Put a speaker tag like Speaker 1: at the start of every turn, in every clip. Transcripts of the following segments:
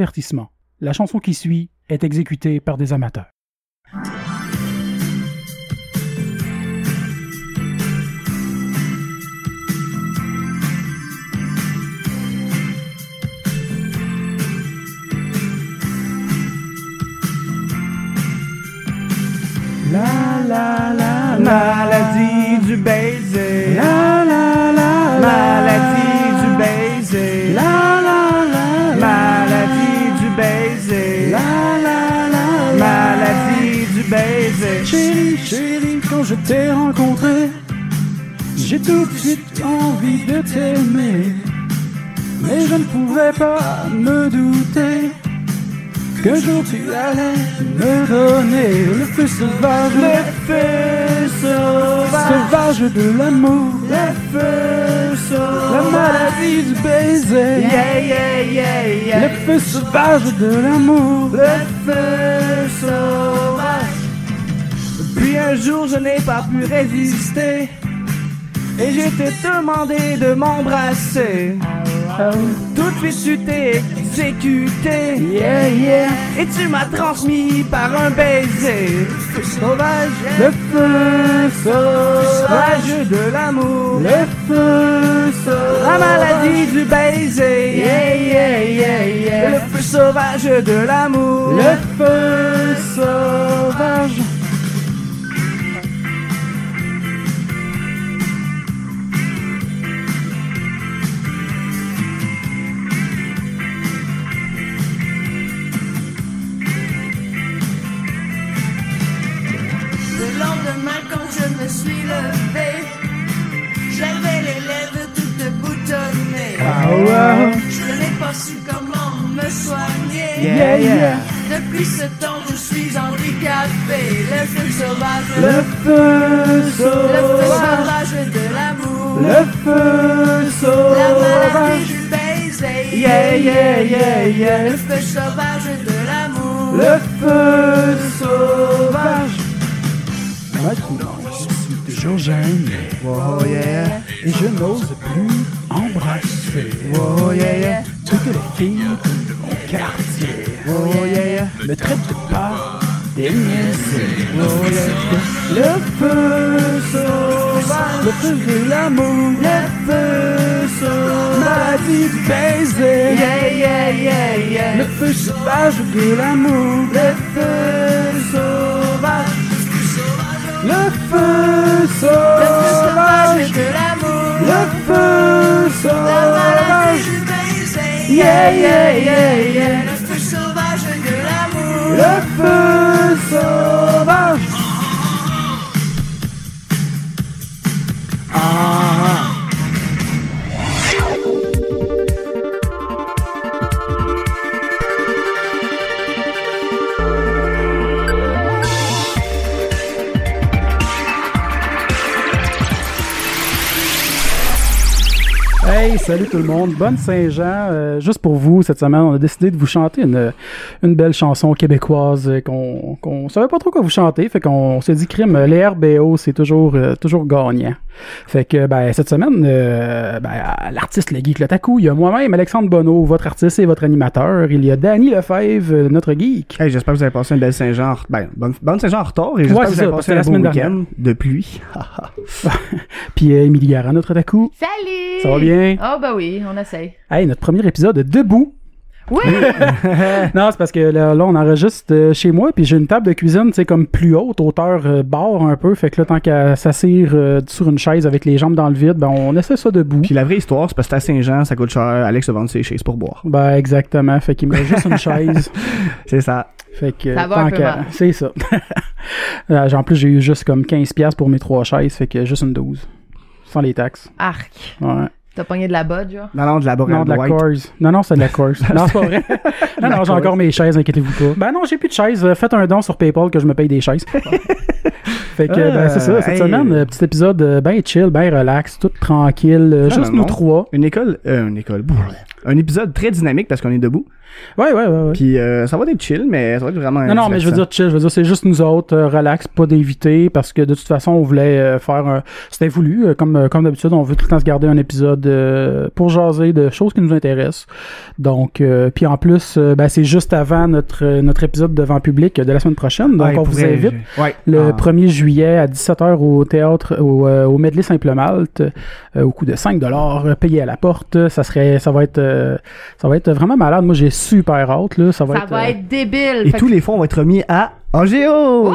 Speaker 1: Avertissement. La chanson qui suit est exécutée par des amateurs. La la la
Speaker 2: Maladie du baiser.
Speaker 1: La la la
Speaker 2: Maladie du baiser.
Speaker 1: La la la
Speaker 2: Maladie du baiser.
Speaker 1: La la la
Speaker 2: Maladie du baiser.
Speaker 1: Chérie, chérie, quand je t'ai rencontré, j'ai tout de suite envie de t'aimer. Mais je ne pouvais pas me douter qu'un jour tu allais me donner le feu sauvage,
Speaker 2: Le feu sauvage.
Speaker 1: sauvage de l'amour,
Speaker 2: Le feu
Speaker 1: la
Speaker 2: sauvage.
Speaker 1: maladie du baiser.
Speaker 2: Yeah, yeah, yeah,
Speaker 1: Le
Speaker 2: yeah.
Speaker 1: feu sauvage de l'amour.
Speaker 2: Le feu sauvage. Puis un jour, je n'ai pas pu résister. Et je t'ai demandé de m'embrasser. Tout de suite, tu t'es exécuté.
Speaker 1: Yeah, yeah.
Speaker 2: Et tu m'as transmis par un baiser. Le feu sauvage.
Speaker 1: Le feu sauvage.
Speaker 2: sauvage de l'amour.
Speaker 1: Le feu
Speaker 2: La
Speaker 1: sauvage.
Speaker 2: maladie du baiser.
Speaker 1: Yeah, yeah, yeah,
Speaker 2: Le
Speaker 1: yeah.
Speaker 2: feu sauvage de l'amour.
Speaker 1: Le feu sauvage.
Speaker 3: Le lendemain, quand je me suis levée, j'avais les lèvres toutes boutonnées.
Speaker 1: Ah,
Speaker 3: Je n'ai pas su comment me soigner.
Speaker 1: Yeah, yeah.
Speaker 3: Depuis ce temps, je suis handicapée. Le feu sauvage,
Speaker 1: Le feu
Speaker 3: le feu
Speaker 1: sauvage.
Speaker 3: sauvage de l'amour,
Speaker 1: Le feu
Speaker 3: la
Speaker 1: sauvage.
Speaker 3: maladie du baiser.
Speaker 1: Yeah, yeah, yeah, yeah.
Speaker 3: Le feu sauvage de l'amour.
Speaker 1: Le feu sauvage. je suis toujours jeune
Speaker 2: Oh yeah,
Speaker 1: et je n'ose plus embrasser
Speaker 2: oh yeah, yeah,
Speaker 1: toutes les filles de mon quartier.
Speaker 2: oh yeah, yeah.
Speaker 1: Me traite pas des niaiseries. Le feu sauvage, le feu de l'amour, le feu sauvage, maladie du baiser.
Speaker 2: Yeah, yeah, yeah, yeah.
Speaker 1: Le feu sauvage de l'amour, le feu sauvage, le feu sauvage,
Speaker 3: de l'amour,
Speaker 1: le feu
Speaker 3: la
Speaker 1: sauvage,
Speaker 3: maladie du baiser.
Speaker 1: yeah yeah yeah yeah,
Speaker 3: Le feu sauvage de l'amour.
Speaker 1: le feu sauvage. Hey, salut tout le monde, bonne Saint-Jean. Euh, juste pour vous, cette semaine, on a décidé de vous chanter une, une belle chanson québécoise euh, qu'on qu'on savait pas trop quoi vous chanter, fait qu'on s'est dit crime, euh, les RBO, c'est toujours euh, toujours gagnant. Fait que ben cette semaine, euh, ben, à l'artiste le geek le taku, il y a moi-même Alexandre Bonneau, votre artiste et votre animateur, il y a Danny Lefebvre, euh, notre geek.
Speaker 2: Hey, j'espère que vous avez passé une belle Saint-Jean. en- Ben, bonne, bonne Saint-Jean en retard et j'espère
Speaker 1: Ouais,
Speaker 2: que
Speaker 1: c'est
Speaker 2: vous
Speaker 1: ça,
Speaker 2: avez
Speaker 1: parce que
Speaker 2: passé un
Speaker 1: la
Speaker 2: beau
Speaker 1: semaine dernière.
Speaker 2: week-end de pluie.
Speaker 1: Puis euh, Émilie Garin, notre taku.
Speaker 4: Salut!
Speaker 1: Ça va bien?
Speaker 4: Oh bah oui, on essaye.
Speaker 1: Hey, notre premier épisode de debout.
Speaker 4: Oui!
Speaker 1: Non, c'est parce que là, là, on enregistre euh, chez moi, puis j'ai une table de cuisine, tu sais, comme plus haute, hauteur euh, barre un peu. Fait que là, tant qu'à s'assire euh, sur une chaise avec les jambes dans le vide, ben on essaie ça debout.
Speaker 2: Puis la vraie histoire, c'est parce que à Saint-Jean, ça coûte cher. Alex se vend ses chaises pour boire.
Speaker 1: Ben exactement. Fait qu'il me reste juste une chaise.
Speaker 2: C'est ça.
Speaker 1: Fait que
Speaker 4: Ça va
Speaker 1: tant
Speaker 4: un peu
Speaker 1: qu'à-
Speaker 4: mal.
Speaker 1: C'est ça. Euh, en plus, j'ai eu juste comme 15$ pour mes trois chaises, fait que juste une 12. Sans les taxes.
Speaker 4: Arc!
Speaker 1: Ouais.
Speaker 4: T'as pogné de la hein? botte, genre?
Speaker 2: Non, non, de la
Speaker 1: Non,
Speaker 2: Boreal
Speaker 1: de la
Speaker 2: White.
Speaker 1: course. Non, non, c'est de la course. non, c'est pas vrai. Non, non, j'ai
Speaker 2: Coors.
Speaker 1: encore mes chaises, inquiétez-vous pas. Ben non, j'ai plus de chaises. Euh, Faites un don sur PayPal que je me paye des chaises. fait que, ben, c'est ça. Cette
Speaker 2: Ah, Hey.
Speaker 1: semaine, euh, petit épisode euh, ben chill, ben relax, tout tranquille. euh,
Speaker 2: Ah,
Speaker 1: juste
Speaker 2: non,
Speaker 1: nous
Speaker 2: non.
Speaker 1: trois.
Speaker 2: Une école. Euh, une école. Brrr. un épisode très dynamique parce qu'on est debout.
Speaker 1: Ouais, ouais, ouais. ouais.
Speaker 2: Puis euh, ça va être chill, mais ça va être vraiment.
Speaker 1: Non, non, mais je veux dire chill, je veux dire, c'est juste nous autres, euh, relax, pas d'invités, parce que de toute façon, on voulait euh, faire un. C'était voulu, euh, comme, euh, comme d'habitude, on veut tout le temps se garder un épisode euh, pour jaser de choses qui nous intéressant. Donc, euh, puis en plus, euh, ben, c'est juste avant notre, euh, notre épisode devant public euh, de la semaine prochaine, donc
Speaker 2: Ouais,
Speaker 1: on
Speaker 2: pour
Speaker 1: vous
Speaker 2: vrai,
Speaker 1: invite.
Speaker 2: je- Ouais.
Speaker 1: Le
Speaker 2: Ah.
Speaker 1: 1er juillet à 17h au théâtre, au, euh, au Medley Simple Malte, euh, au coût de 5 dollars euh, payé à la porte. Ça serait, ça va être, euh, ça va être vraiment malade. Moi, j'ai super hâte là. Ça va
Speaker 4: Ça
Speaker 1: être.
Speaker 4: va
Speaker 1: euh,
Speaker 4: être débile.
Speaker 2: Et
Speaker 4: Fait
Speaker 2: tous
Speaker 4: que-
Speaker 2: les fonds vont être remis à AGO!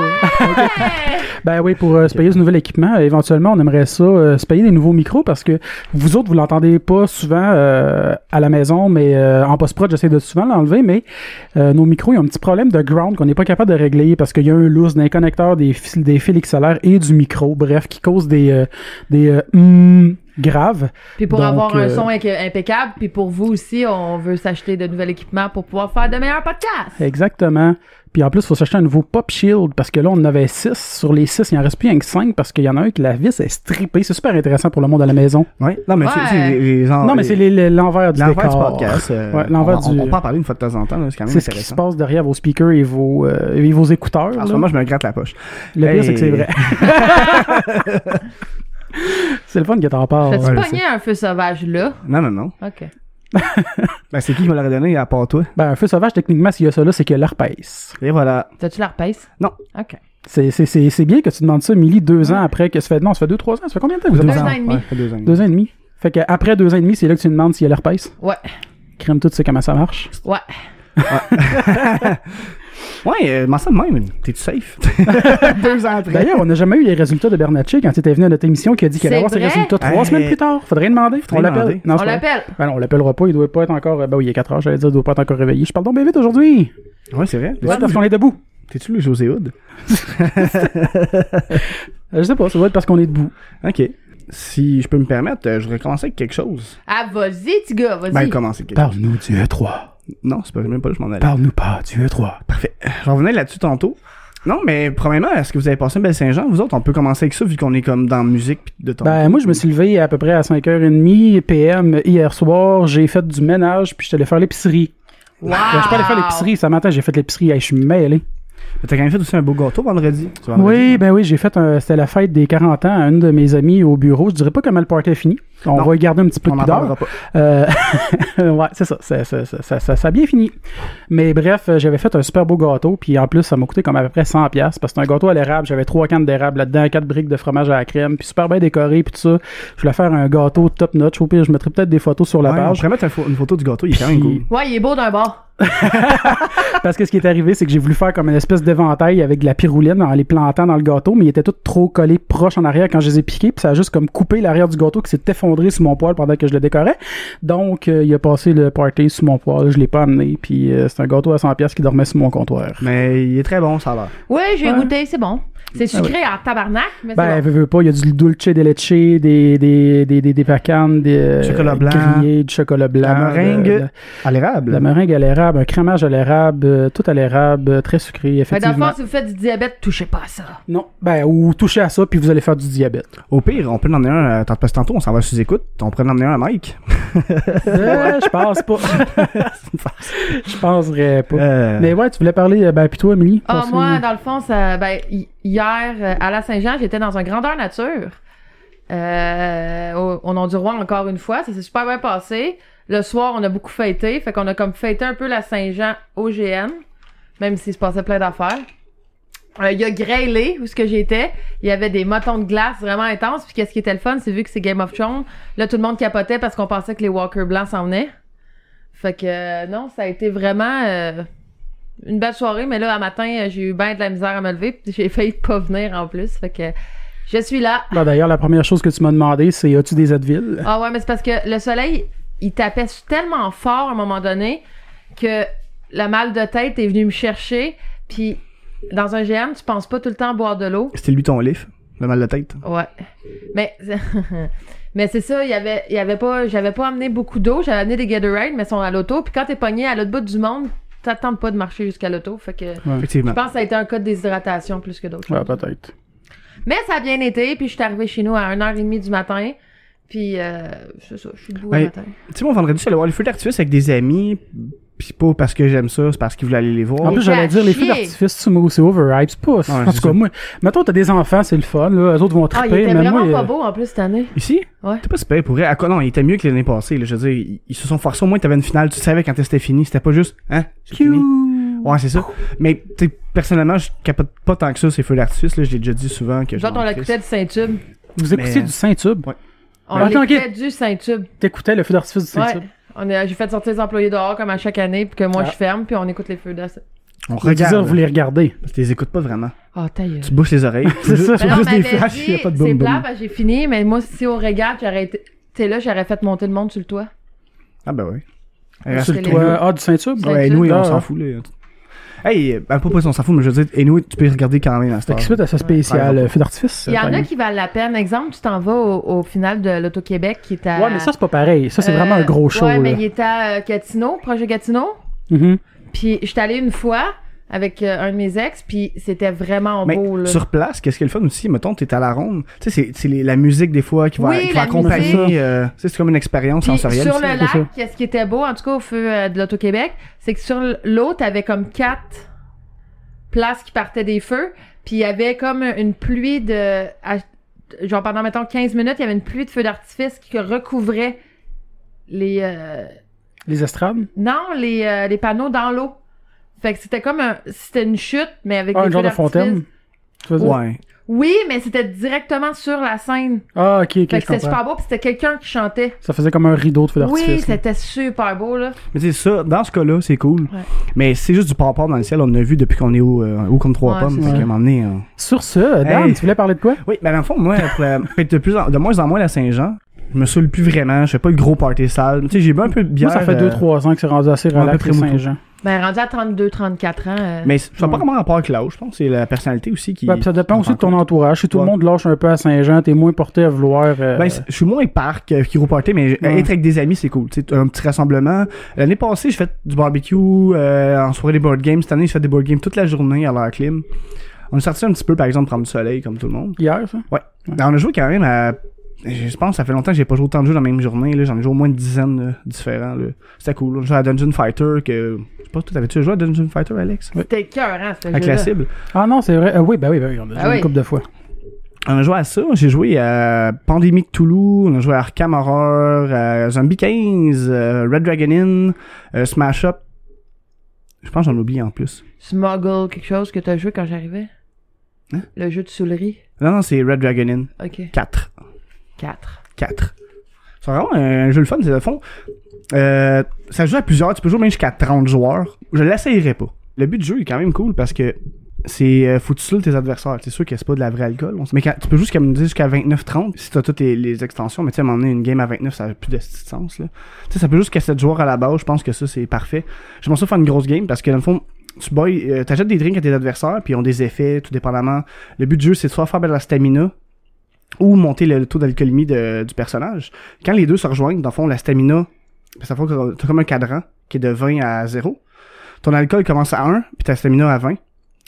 Speaker 1: Ben oui, pour euh, se payer ce nouvel équipement, euh, éventuellement, on aimerait ça, euh, se payer des nouveaux micros parce que vous autres, vous l'entendez pas souvent euh, à la maison, mais euh, en post-prod, j'essaie de souvent l'enlever, mais euh, nos micros, ils ont un petit problème de ground qu'on n'est pas capable de régler parce qu'il y a un loose d'un connecteur, des fils, des fils XLR et du micro, bref, qui cause des, euh, des euh, Hmm graves.
Speaker 4: Puis pour
Speaker 1: Donc,
Speaker 4: avoir
Speaker 1: euh,
Speaker 4: un son inc- impeccable, puis pour vous aussi, on veut s'acheter de nouveaux équipements pour pouvoir faire de meilleurs podcasts.
Speaker 1: Exactement. Puis en plus, il faut s'acheter un nouveau Pop Shield parce que là, on en avait 6. Sur les 6, il en reste plus rien que 5 parce qu'il y en a un que la vis est strippée. C'est super intéressant pour le monde à la maison.
Speaker 2: Ouais. Non, mais c'est-
Speaker 4: Ouais.
Speaker 2: c'est les- les gens-
Speaker 1: Non, mais
Speaker 2: les-
Speaker 1: c'est les- les- l'envers du
Speaker 2: Ah, l'envers du
Speaker 1: décor.
Speaker 2: podcast. euh,
Speaker 1: Ouais, l'envers
Speaker 2: on,
Speaker 1: du-
Speaker 2: on- on peut en parler une fois de temps en temps, là, c'est quand même
Speaker 1: C'est ce qui se
Speaker 2: intéressant.
Speaker 1: passe derrière vos speakers et vos, euh, et vos écouteurs.
Speaker 2: En
Speaker 1: là.
Speaker 2: ce moment, je me gratte la poche.
Speaker 1: le pire, c'est que c'est
Speaker 2: Hey.
Speaker 1: vrai. c'est le fun que t'en parles.
Speaker 4: T'as-tu
Speaker 2: ouais, je
Speaker 4: pogné un feu sauvage là?
Speaker 2: Non, non, non.
Speaker 4: OK.
Speaker 2: Ben, c'est qui qui me l'aurait donné à part toi?
Speaker 1: Ben, un feu sauvage, techniquement, s'il y a ça là, c'est que l'herpès.
Speaker 2: Et voilà.
Speaker 4: T'as-tu la repèse?
Speaker 2: Non.
Speaker 4: OK.
Speaker 1: C'est- C'est c'est- c'est bien que tu demandes ça, Milly, deux ans après que ça fait. Non, ça fait deux, trois ans. Ça fait combien de temps que vous êtes
Speaker 4: Deux
Speaker 1: ensemble?
Speaker 4: ans et demi.
Speaker 2: Ouais, ça fait deux ans et demi.
Speaker 1: Deux ans et demi. Fait qu'après deux ans et demi, c'est là que tu demandes s'il y a l'herpès.
Speaker 4: Ouais.
Speaker 1: Crème tout, tu sais comment ça marche.
Speaker 4: Ouais.
Speaker 2: Ouais, euh, m'en ça de même. T'es-tu safe? deux ans après.
Speaker 1: D'ailleurs, on n'a jamais eu les résultats de Bernatchez quand il était venu à notre émission qui a dit qu'il allait
Speaker 4: C'est
Speaker 1: avoir ses
Speaker 4: vrai?
Speaker 1: résultats trois
Speaker 2: Hey.
Speaker 1: semaines plus tard. Faudrait demander.
Speaker 2: Faudrait
Speaker 1: on l'appelle.
Speaker 2: demander.
Speaker 1: Non,
Speaker 4: On
Speaker 1: c'est pas vrai.
Speaker 4: l'appelle.
Speaker 1: Ben non, on l'appellera pas, il doit pas être encore. Ben oui, il est 4 heures, j'allais dire, il doit pas être encore réveillé. Je parle donc bien vite aujourd'hui.
Speaker 2: Ouais, c'est vrai.
Speaker 1: Ouais, parce qu'on est debout.
Speaker 2: T'es-tu le José Hood?
Speaker 1: Euh, Je sais pas, ça doit être parce qu'on est debout.
Speaker 2: Ok. Si je peux me permettre, euh, je voudrais commencer avec quelque chose.
Speaker 4: Ah, vas-y, petit gars, vas-y.
Speaker 2: Ben, commencer avec quelque chose.
Speaker 1: Parle-nous du E3.
Speaker 2: Non, c'est pas même pas là, je m'en allais.
Speaker 1: Parle-nous pas du E E3.
Speaker 2: Parfait. J'en revenais là-dessus tantôt. Non, mais premièrement, est-ce que vous avez passé une belle Saint-Jean? Vous autres, on peut commencer avec ça vu qu'on est comme dans musique pis de temps.
Speaker 1: Ben, moi, je me suis levé à peu près à 5h30 PM hier soir. J'ai fait du ménage, puis je suis allé faire l'épicerie.
Speaker 4: Wow.
Speaker 2: Ah!
Speaker 1: Ben, je suis pas allé faire l'épicerie. Ce matin, j'ai fait l'épicerie. Hey, je suis mêlé.
Speaker 2: T'as quand même fait aussi un beau gâteau vendredi. C'est vendredi.
Speaker 1: Oui, ben oui, j'ai fait un. C'était la fête des 40 ans à une de mes amies au bureau. Je dirais pas comment le party est fini. On
Speaker 2: Non.
Speaker 1: va y garder un petit peu
Speaker 2: On
Speaker 1: de
Speaker 2: n'en
Speaker 1: pudeur.
Speaker 2: parlera pas.
Speaker 1: Euh, ouais, c'est ça. Ça, ça, ça, ça, ça- ça a bien fini. Mais bref, euh, j'avais fait un super beau gâteau, puis en plus, ça m'a coûté comme à peu près 100$ parce que c'était un gâteau à l'érable. J'avais trois cannes d'érable là-dedans, quatre briques de fromage à la crème, puis super bien décoré, puis tout ça. Je voulais faire un gâteau top notch. Au pire, je mettrais peut-être des photos sur la
Speaker 2: Ouais, on
Speaker 1: page.
Speaker 2: pourrait mettre un fo- une photo du gâteau, il est quand même
Speaker 1: Puis-
Speaker 2: cool.
Speaker 4: Ouais, il est beau d'un bord.
Speaker 1: Parce que ce qui est arrivé, c'est que j'ai voulu faire comme une espèce d'éventail avec de la pirouline en les plantant dans le gâteau, mais ils étaient tous trop collés proches en arrière quand je les ai piqués, puis ça a juste comme coupé l'arrière du gâteau qui s'est effondré sous mon poil pendant que je le décorais. Donc, euh, il a passé le party sous mon poil, je l'ai pas amené, puis euh, c'est un gâteau à 100 pièces qui dormait sous mon comptoir.
Speaker 2: Mais il est très bon, ça a l'air.
Speaker 4: Oui,
Speaker 1: Ouais.
Speaker 4: j'ai
Speaker 1: Ah
Speaker 4: goûté, c'est bon. C'est sucré en tabarnak, mais
Speaker 1: Ben,
Speaker 4: c'est bon.
Speaker 1: veux, veux pas, il y a du dulce de leche, des, des, des, des, des bacanes, des euh,
Speaker 2: Chocolat blanc.
Speaker 1: grillés, du chocolat blanc,
Speaker 2: La meringue
Speaker 1: de- de-
Speaker 2: À l'érable.
Speaker 1: la meringue à l'érable, un crémage à l'érable, euh, tout à l'érable, euh, très sucré,
Speaker 4: Fait que Ben,
Speaker 1: effectivement.
Speaker 4: dans le fond, si vous faites du diabète, touchez pas à ça.
Speaker 1: Non, ben, ou touchez à ça, puis vous allez faire du diabète.
Speaker 2: Au pire, on peut en emmener un, euh, tant- parce que tantôt, on s'en va sous écoute, on pourrait en emmener un à Mike.
Speaker 1: Euh, je pense pas. Je penserais pas.
Speaker 2: Euh,
Speaker 1: Mais ouais, tu voulais parler, euh, ben, puis toi, Emily?
Speaker 4: Ah,
Speaker 1: pense-
Speaker 4: moi, dans le fond, ça, ben, hi- hier, euh, à la Saint-Jean, j'étais dans un grandeur nature. Euh, au, au nom du roi, encore une fois. Ça s'est super bien passé. Le soir, on a beaucoup fêté. Fait qu'on a comme fêté un peu la Saint-Jean OGN, même s'il se passait plein d'affaires. Euh, Il y a Grayley, où ce que j'étais, il y avait des motons de glace vraiment intenses. Puis qu'est-ce qui était le fun, c'est vu que c'est Game of Thrones, là tout le monde capotait parce qu'on pensait que les Walker blancs s'en venaient. Fait que euh, non, ça a été vraiment euh, une belle soirée, mais là à matin euh, j'ai eu bien de la misère à me lever, puis j'ai failli pas venir en plus. Fait que je suis là.
Speaker 1: Ben, D'ailleurs, la première chose que tu m'as demandé, c'est as-tu des Advil?
Speaker 4: Ah ouais, mais c'est parce que le soleil, il tapait tellement fort à un moment donné que la mal de tête est venue me chercher. Puis dans un GM, tu penses pas tout le temps boire de l'eau.
Speaker 2: C'était lui ton livre, le mal de tête.
Speaker 4: Ouais. Mais, mais c'est ça, il y avait, il y avait pas, j'avais pas amené beaucoup d'eau, j'avais amené des Gatorade, mais ils sont à l'auto. Puis quand t'es pogné à l'autre bout du monde, t'attends pas de marcher jusqu'à l'auto. Fait que je
Speaker 2: Effectivement.
Speaker 4: pense que ça a été un cas de déshydratation plus
Speaker 5: Ah,
Speaker 4: que d'autres.
Speaker 1: Ouais,
Speaker 4: choses.
Speaker 1: peut-être.
Speaker 4: Mais ça a bien été, puis je suis arrivée chez nous à 1h30 du matin. Puis, euh, c'est ça, je suis debout
Speaker 1: Ben,
Speaker 5: Ouais.
Speaker 4: le matin.
Speaker 5: Tu sais, mon vendredi, je suis allé voir les feux d'artifice avec des amis. Puis pas parce que j'aime ça, c'est parce qu'ils voulaient aller les
Speaker 1: En
Speaker 5: voir.
Speaker 4: Il
Speaker 1: plus,
Speaker 4: était à
Speaker 1: j'allais dire, les feux
Speaker 4: chier.
Speaker 1: d'artifice, c'est mou- c'est overhype. C'est pas.
Speaker 5: Ouais,
Speaker 1: en
Speaker 5: c'est
Speaker 1: tout cas,
Speaker 5: ça.
Speaker 1: moi, mettons, t'as des enfants, c'est le fun, là. Eux autres vont
Speaker 4: Ah,
Speaker 1: triper.
Speaker 4: il était
Speaker 1: mais
Speaker 4: vraiment
Speaker 1: moi,
Speaker 4: pas
Speaker 1: euh,
Speaker 4: beau en plus cette année.
Speaker 5: Ici?
Speaker 4: Ouais.
Speaker 5: T'es pas super pour vrai. À quoi- non, il était mieux que l'année passée. Là, je veux dire, ils, ils se sont forcés. Au moins, t'avais une finale. Tu savais quand c'était fini. C'était pas juste, hein? c'est fini. Ouais, c'est ça. Mais, tu sais, personnellement, je capote pas tant que ça ces feux d'artifice. Là, je l'ai déjà dit souvent que
Speaker 4: Nous
Speaker 5: je
Speaker 4: autres, on
Speaker 5: m'en
Speaker 4: l'écoutait du Saint-Tube.
Speaker 1: Vous écoutiez
Speaker 5: Mais-
Speaker 1: du Saint-Tube.
Speaker 4: On
Speaker 1: Ben, attends,
Speaker 4: l'écoutait du Saint-Tube.
Speaker 1: T'écoutais le feu d'artifice du
Speaker 4: Ouais.
Speaker 1: Saint-Tube.
Speaker 4: On est- J'ai fait sortir les employés dehors comme à chaque année, puis que moi
Speaker 1: Ah.
Speaker 4: je ferme, puis on écoute les feux d'assaut.
Speaker 5: On
Speaker 1: Vous disiez,
Speaker 5: regarde.
Speaker 1: vous les regardez.
Speaker 5: Parce que tu les écoutes pas vraiment.
Speaker 4: Ah, ta gueule.
Speaker 5: Tu bouches les oreilles.
Speaker 1: C'est ça,
Speaker 4: Ben
Speaker 1: c'est
Speaker 4: non,
Speaker 1: juste
Speaker 4: on
Speaker 1: des
Speaker 4: m'avait
Speaker 1: flashs, il
Speaker 4: dit,
Speaker 1: n'y a pas de
Speaker 4: C'est
Speaker 1: boom
Speaker 4: plat,
Speaker 1: boom.
Speaker 4: ben, j'ai fini, mais moi, si au regard, j'aurais été t'es là, j'aurais fait monter le monde sur le toit.
Speaker 5: Ah, ben oui.
Speaker 1: Sur le
Speaker 4: Reste-
Speaker 1: toit. Ah, du Saint-Tube?
Speaker 4: Ouais.
Speaker 5: Ouais, nous,
Speaker 1: Ah,
Speaker 5: on s'en
Speaker 1: ouais.
Speaker 5: fout, là. Hey, euh, à propos, on s'en fout, mais je veux dire, et nous, tu peux y regarder quand même à cette
Speaker 1: Fait que
Speaker 5: heure.
Speaker 1: suite à ce spécial euh, feu d'artifice.
Speaker 4: Il y
Speaker 1: par
Speaker 4: en a
Speaker 1: exemple.
Speaker 4: qui valent la peine. Exemple, tu t'en vas au, au final de l'Auto-Québec qui est à.
Speaker 1: Ouais, mais ça, c'est pas pareil. Ça, c'est
Speaker 4: euh,
Speaker 1: vraiment un gros show.
Speaker 4: Ouais, mais
Speaker 1: là.
Speaker 4: il est à euh, Gatineau, proche de Gatineau.
Speaker 1: Mhm.
Speaker 4: Puis j'étais allée une fois avec euh, un de mes ex, puis c'était vraiment
Speaker 5: Mais
Speaker 4: beau. Là.
Speaker 5: sur place, qu'est-ce qui est le fun aussi? Mettons, t'es à la ronde. Tu sais, c'est- c'est les- la musique des fois qui va,
Speaker 4: Oui,
Speaker 5: qui va
Speaker 4: la musique.
Speaker 5: accompagner. euh, tu sais, c'est comme une expérience
Speaker 4: Puis
Speaker 5: sensorielle.
Speaker 4: sur
Speaker 5: aussi.
Speaker 4: le
Speaker 1: c'est
Speaker 4: lac, ce qui était beau, en tout cas au feu euh, de l'Auto-Québec, c'est que sur l'eau, t'avais comme quatre places qui partaient des feux, puis il y avait comme une pluie de... à- genre pendant, mettons, 15 minutes, il y avait une pluie de feux d'artifice qui recouvrait les... euh,
Speaker 1: Les estrades.
Speaker 4: non, les, euh, les panneaux dans l'eau. Fait que c'était comme un... C'était une chute, mais avec
Speaker 1: Ah,
Speaker 4: des
Speaker 1: un genre de
Speaker 4: feux d'artifice.
Speaker 1: fontaine. Tu veux dire?
Speaker 5: Ouais.
Speaker 4: Oui, mais c'était directement sur la scène.
Speaker 1: Ah, ok, ok.
Speaker 4: Fait
Speaker 1: je
Speaker 4: que c'était
Speaker 1: comprends.
Speaker 4: super beau, puis c'était quelqu'un qui chantait.
Speaker 1: Ça faisait comme un rideau de feu d'artifice.
Speaker 4: Oui,
Speaker 1: là.
Speaker 4: c'était super beau, là.
Speaker 5: Mais tu sais, ça, dans ce cas-là, c'est cool.
Speaker 4: Ouais.
Speaker 5: Mais c'est juste du port-port dans le ciel. On en a vu depuis qu'on est au, euh, haut comme trois
Speaker 4: Ouais,
Speaker 5: pommes.
Speaker 4: c'est
Speaker 5: Fait
Speaker 1: ça.
Speaker 5: qu'à un moment donné, euh,
Speaker 1: Sur ce, Dan,
Speaker 5: Hey.
Speaker 1: tu voulais parler de quoi?
Speaker 5: Oui, mais dans le fond, moi, pour, euh, être de, plus en- de moins en moins à Saint-Jean, je me saoule plus vraiment. Je fais pas le gros party sale. Tu sais, j'ai bu un peu de bière.
Speaker 1: Moi, ça fait
Speaker 5: euh,
Speaker 1: 2-3 ans que c'est rendu assez
Speaker 5: à peu
Speaker 1: relax
Speaker 5: près
Speaker 1: les
Speaker 5: mouton.
Speaker 1: Saint-Jean.
Speaker 4: Ben, rendu à 32, 34 ans. euh,
Speaker 5: Mais ça n'a pas vraiment rapport avec l'âge, je pense. C'est la personnalité aussi qui.
Speaker 1: Ouais, puis ça dépend aussi de ton entourage. Si tout le
Speaker 5: Ouais.
Speaker 1: monde lâche un peu à Saint-Jean, t'es moins porté à vouloir. euh,
Speaker 5: Ben, c'est- je suis moins parc euh, qu'au party, mais
Speaker 1: Ouais.
Speaker 5: être avec des amis, c'est cool. Tu sais, un petit rassemblement. L'année passée, j'ai fait du barbecue euh, en soirée des board games. Cette année, j'ai fait des board games toute la journée à l'heure clim. On est sorti un petit peu, par exemple, prendre du soleil, comme tout le monde.
Speaker 1: hier, ça.
Speaker 5: Ouais. Alors, on a joué quand même à. Je pense, ça fait longtemps que j'ai pas joué autant de jeux dans la même journée. là. J'en ai joué au moins une dizaine là, différents. là. C'était cool. On a joué à Dungeon Fighter. Que... Je sais pas, toi, t'avais-tu joué à Dungeon Fighter, Alex
Speaker 4: C'était cœur, hein, ce
Speaker 5: Avec
Speaker 4: jeu-là.
Speaker 5: la cible.
Speaker 1: Ah non, c'est vrai. Ah oui, ben oui, ben oui, on a joué
Speaker 4: Ah oui.
Speaker 1: une couple de fois.
Speaker 5: On a joué à ça, j'ai joué à Pandemic Toulouse, on a joué à Arkham Horror, à Zombie 15, euh, Red Dragon Inn, euh, Smash Up. Je pense que j'en oublie en plus.
Speaker 4: Smuggle, quelque chose que t'as joué quand j'arrivais.
Speaker 5: Hein?
Speaker 4: Le jeu de soulerie.
Speaker 5: Non, non, c'est Red Dragon Inn.
Speaker 4: OK.
Speaker 5: 4.
Speaker 4: 4.
Speaker 5: 4. C'est vraiment un jeu le fun, c'est le fond. Euh, ça se joue à plusieurs, tu peux jouer même jusqu'à 30 joueurs. Je l'essayerai pas. Le but du jeu est quand même cool parce que c'est euh, faut que tu saoules tes adversaires. C'est sûr que c'est pas de la vraie alcool. on s- Mais quand- tu peux juste comme dire jusqu'à 29-30 si t'as toutes les, les extensions. Mais tu sais, à un moment donné, une game à 29, ça n'a plus de sens. Là. Tu sais, ça peut jusqu'à 7 joueurs à la base. Je pense que ça, c'est parfait. J'aimerais ça faire une grosse game parce que dans le fond, tu boy, euh, t'achètes des drinks à tes adversaires puis ils ont des effets tout dépendamment. Le but du jeu, c'est de soit faire de la stamina ou monter le, le taux d'alcoolémie de- du personnage. Quand les deux se rejoignent, dans le fond, la stamina, ça fait que t'as comme un cadran qui est de 20 à 0. Ton alcool commence à 1, puis ta stamina à 20.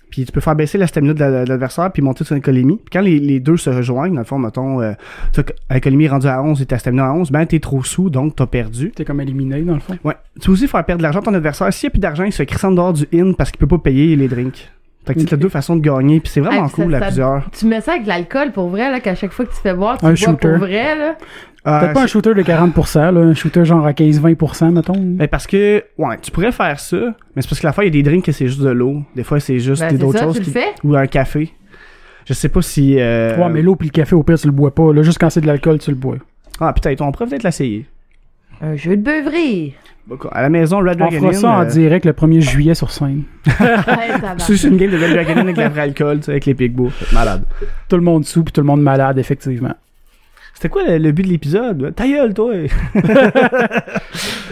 Speaker 5: Puis tu peux faire baisser la stamina de la- de l'adversaire, puis monter son alcoolémie. Puis quand les, les deux se rejoignent, dans le fond, mettons, euh, t'as l'alcoolémie est rendue à 11 et ta stamina à 11, ben t'es trop sous, donc t'as perdu.
Speaker 1: T'es comme éliminé, dans le fond.
Speaker 5: Ouais. Tu peux aussi faire perdre de l'argent à ton adversaire. S'il n'y a plus d'argent, il se crisse en dehors du in parce qu'il peut pas payer les drinks. Fait que tu as
Speaker 1: Ok.
Speaker 5: deux façons de gagner, puis c'est vraiment
Speaker 4: Ah, puis ça-
Speaker 5: cool à
Speaker 4: ça-
Speaker 5: plusieurs.
Speaker 4: Tu mets ça avec de l'alcool pour vrai, là, qu'à chaque fois que tu fais boire, tu
Speaker 1: Un
Speaker 4: bois
Speaker 1: shooter.
Speaker 4: pour vrai, là.
Speaker 5: Euh,
Speaker 1: Peut-être pas un shooter de 40%, là, un shooter genre à 15-20%, mettons.
Speaker 5: Mais Ben, parce que, ouais, tu pourrais faire ça, mais c'est parce que la fois, il y a des drinks que c'est juste de l'eau. Des fois, c'est juste
Speaker 4: Ben,
Speaker 5: des
Speaker 4: c'est
Speaker 5: d'autres
Speaker 4: ça,
Speaker 5: choses.
Speaker 4: tu le
Speaker 5: qui-
Speaker 4: fais?
Speaker 5: Ou un café. Je sais pas si. euh,
Speaker 1: Ouais, mais l'eau puis le café, au pire, tu le bois pas. Là, juste quand c'est de l'alcool, tu le bois.
Speaker 5: Ah, peut-être, on pourrait peut-être l'essayer.
Speaker 4: Un jeu de beuverie.
Speaker 5: Bah, quoi, À la maison, Red
Speaker 1: On
Speaker 5: Dragon
Speaker 1: fera ça
Speaker 5: Inn,
Speaker 1: en
Speaker 5: euh,
Speaker 1: direct le 1er juillet sur scène.
Speaker 4: Ouais, ça va.
Speaker 5: C'est juste une game de Red Dragon Inn avec de la vraie alcool, tu sais, avec les pigbois. Malade.
Speaker 1: Tout le monde sous puis tout le monde malade, effectivement.
Speaker 5: C'était quoi le, le but de l'épisode? Ta gueule, toi!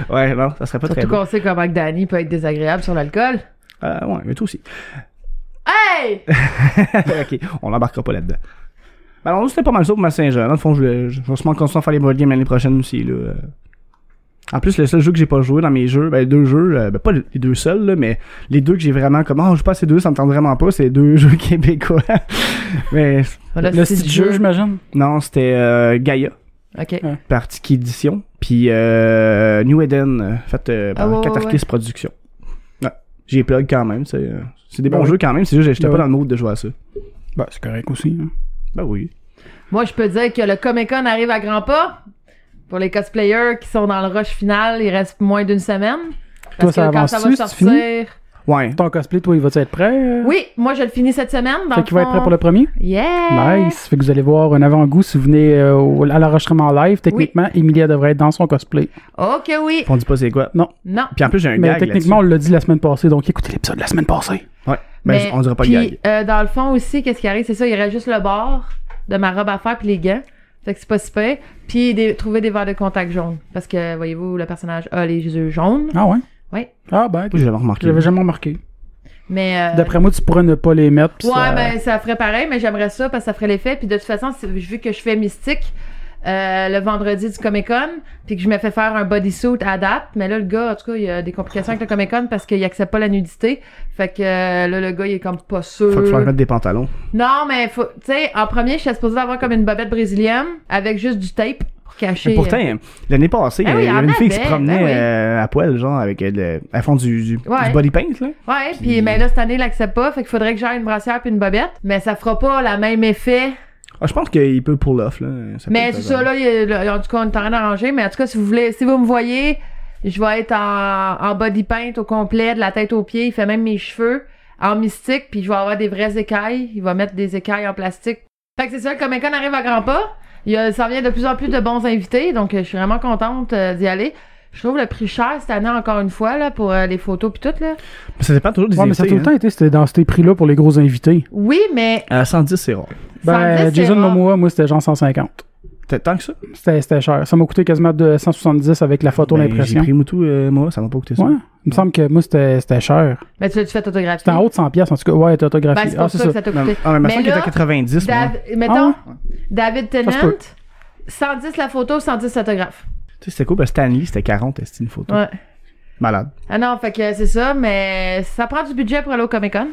Speaker 5: ouais, non, ça serait pas très
Speaker 4: Surtout
Speaker 5: bon.
Speaker 4: qu'on sait comment que Danny peut être désagréable sur l'alcool.
Speaker 5: Euh, ouais, mais toi aussi.
Speaker 4: Hey!
Speaker 5: ok, on l'embarquera pas là-dedans. Ben alors, c'était pas mal ça pour ma Saint-Jean. Dans le fond, je vais je, je vais sûrement continuer à faire les board games l'année prochaine aussi. Là. Euh, En plus, le seul jeu que j'ai pas joué dans mes jeux, ben deux jeux, euh, ben pas les deux seuls, là, mais les deux que j'ai vraiment comme, oh, je passe ces deux, ça me tente vraiment pas, c'est les deux jeux québécois. mais
Speaker 4: On a
Speaker 1: Le
Speaker 4: six
Speaker 1: style jeu, j'imagine.
Speaker 5: non, c'était euh, Gaia.
Speaker 4: OK.
Speaker 1: Ouais.
Speaker 5: par Tiki Edition. Puis euh, New Eden, euh, fait euh, par
Speaker 4: Ah ouais, ouais,
Speaker 5: Catharkis Productions. Ouais. J'y plug quand même. C'est euh, c'est des bons
Speaker 1: Ben
Speaker 5: jeux quand même, c'est juste que j'étais
Speaker 1: Ben
Speaker 5: pas
Speaker 1: oui.
Speaker 5: dans le mood de jouer à ça.
Speaker 1: Bah, c'est correct aussi. hein.
Speaker 5: Ben oui.
Speaker 4: Moi, je peux dire que le Comic Con arrive à grands pas. Pour les cosplayers qui sont dans le rush final, il reste moins d'une semaine.
Speaker 1: Toi,
Speaker 4: Parce
Speaker 1: ça
Speaker 4: que quand
Speaker 1: avance-tu,
Speaker 4: ça va
Speaker 1: c'est fini?
Speaker 4: sortir.
Speaker 5: Ouais.
Speaker 1: Ton cosplay, toi, il va-tu être prêt? euh?
Speaker 4: Oui, moi, je le finis cette semaine. Dans
Speaker 1: Fait
Speaker 4: le
Speaker 1: qu'il va être
Speaker 4: fond.
Speaker 1: prêt pour le premier?
Speaker 4: Yeah!
Speaker 1: Nice. Fait que vous allez voir un avant-goût si vous venez euh, au- à l'enregistrement live. Techniquement, Emilia devrait être dans son cosplay.
Speaker 4: Ok, oui.
Speaker 5: On dit pas c'est quoi.
Speaker 4: Non.
Speaker 5: Puis en plus, j'ai un
Speaker 1: Mais
Speaker 5: gag.
Speaker 1: techniquement, on
Speaker 5: là-dessus.
Speaker 1: l'a dit la semaine passée, donc écoutez l'épisode de la semaine passée.
Speaker 5: Ouais. Ben,
Speaker 4: Mais-
Speaker 5: on dira pas
Speaker 4: puis,
Speaker 5: gag.
Speaker 4: euh, dans le fond aussi, qu'est-ce qui arrive, c'est ça, il reste juste le bord de ma robe à faire puis les gants. Fait que c'est pas super. Puis des- trouver des verres de contact jaunes. Parce que, voyez-vous, le personnage a les yeux jaunes.
Speaker 1: Ah ouais?
Speaker 4: Oui.
Speaker 1: Ah ben,
Speaker 5: Oui, j'avais remarqué.
Speaker 1: je l'avais jamais remarqué.
Speaker 4: Mais. euh,
Speaker 1: D'après moi, tu pourrais ne pas les mettre. puis
Speaker 4: ouais,
Speaker 1: ça-
Speaker 4: ben, ça ferait pareil, mais j'aimerais ça parce que ça ferait l'effet. Puis de toute façon, c'est- vu que je fais mystique euh, le vendredi du Comic Con, puis que je me fais faire un bodysuit à date, mais là, le gars, en tout cas, il y a des complications avec le Comic Con parce qu'il accepte pas la nudité. Fait que euh, là, le gars, il est comme pas sûr.
Speaker 5: Faut que je fasse mettre des pantalons.
Speaker 4: Non, mais faut, tu sais, en premier, je suis supposée avoir comme une bobette brésilienne avec juste du tape pour cacher.
Speaker 5: Mais pourtant, euh, l'année passée,
Speaker 4: Ah
Speaker 5: il
Speaker 4: oui,
Speaker 5: y
Speaker 4: en
Speaker 5: avait une fille qui se
Speaker 4: avait,
Speaker 5: promenait
Speaker 4: ben oui.
Speaker 5: euh, à poil, genre, avec euh, le- à fond du, du,
Speaker 4: Ouais.
Speaker 5: du body paint, là.
Speaker 4: euh, Ouais, puis mais là cette année, il l'accepte pas, fait qu'il faudrait que j'aille une brassière puis une bobette, mais ça fera pas la même effet.
Speaker 5: Ah, je pense qu'il peut pour l'off, là. Ça
Speaker 4: mais
Speaker 5: peut
Speaker 4: c'est
Speaker 5: être
Speaker 4: ça là, il y a- là, en tout cas, on est en train d'arranger, mais en tout cas, si vous voulez, si vous me voyez, je vais être en, en body paint au complet, de la tête aux pieds, il fait même mes cheveux en mystique, puis je vais avoir des vraies écailles, il va mettre des écailles en plastique. Fait que c'est ça, le Comic Con arrive à grands pas. Il y a, ça vient de plus en plus de bons invités, donc euh, je suis vraiment contente euh, d'y aller. Je trouve le prix cher cette année encore une fois là pour euh, les photos puis tout là.
Speaker 5: Mais ça dépend toujours des
Speaker 1: Ouais, mais ça a tout
Speaker 5: invités,
Speaker 1: le temps
Speaker 5: hein.
Speaker 1: été c'était dans ces prix-là pour les gros invités.
Speaker 4: Oui, mais
Speaker 5: À 110, c'est rare.
Speaker 4: ça me
Speaker 1: Ben,
Speaker 4: dit, c'est
Speaker 1: Jason
Speaker 4: rare.
Speaker 1: Momoa, moi, c'était genre 150.
Speaker 5: T'as- Tant que ça.
Speaker 1: C'était c'était cher. Ça m'a coûté quasiment de 170 avec la photo
Speaker 5: Ben, J'ai
Speaker 1: d'impression.
Speaker 5: pris Moutou, euh, moi, ça m'a pas coûté ça.
Speaker 1: Ouais. Il me semble que moi, c'était c'était cher.
Speaker 4: Mais tu l'as-tu fait autographier?
Speaker 1: C'était en haut de 100 pièces en tout cas. Ouais, t'as
Speaker 4: Ben,
Speaker 1: autographié.
Speaker 4: c'est pour
Speaker 1: ah,
Speaker 4: ça,
Speaker 1: c'est
Speaker 4: que
Speaker 1: ça.
Speaker 4: ça t'a
Speaker 5: Non,
Speaker 4: coûté.
Speaker 5: ah, mais
Speaker 4: mais
Speaker 5: maintenant qu'il était
Speaker 4: là,
Speaker 5: à 90, moi.
Speaker 4: Dav- mettons, David
Speaker 1: Ah Ça se
Speaker 4: Tennant,
Speaker 1: peut.
Speaker 4: 110 la photo, 110 l'autographe.
Speaker 5: Tu sais, c'était cool, parce que Stanley, c'était 40, c'était une photo.
Speaker 4: Ouais.
Speaker 5: Malade.
Speaker 4: Ah non, fait que c'est ça, mais ça prend du budget pour aller au Comic Con.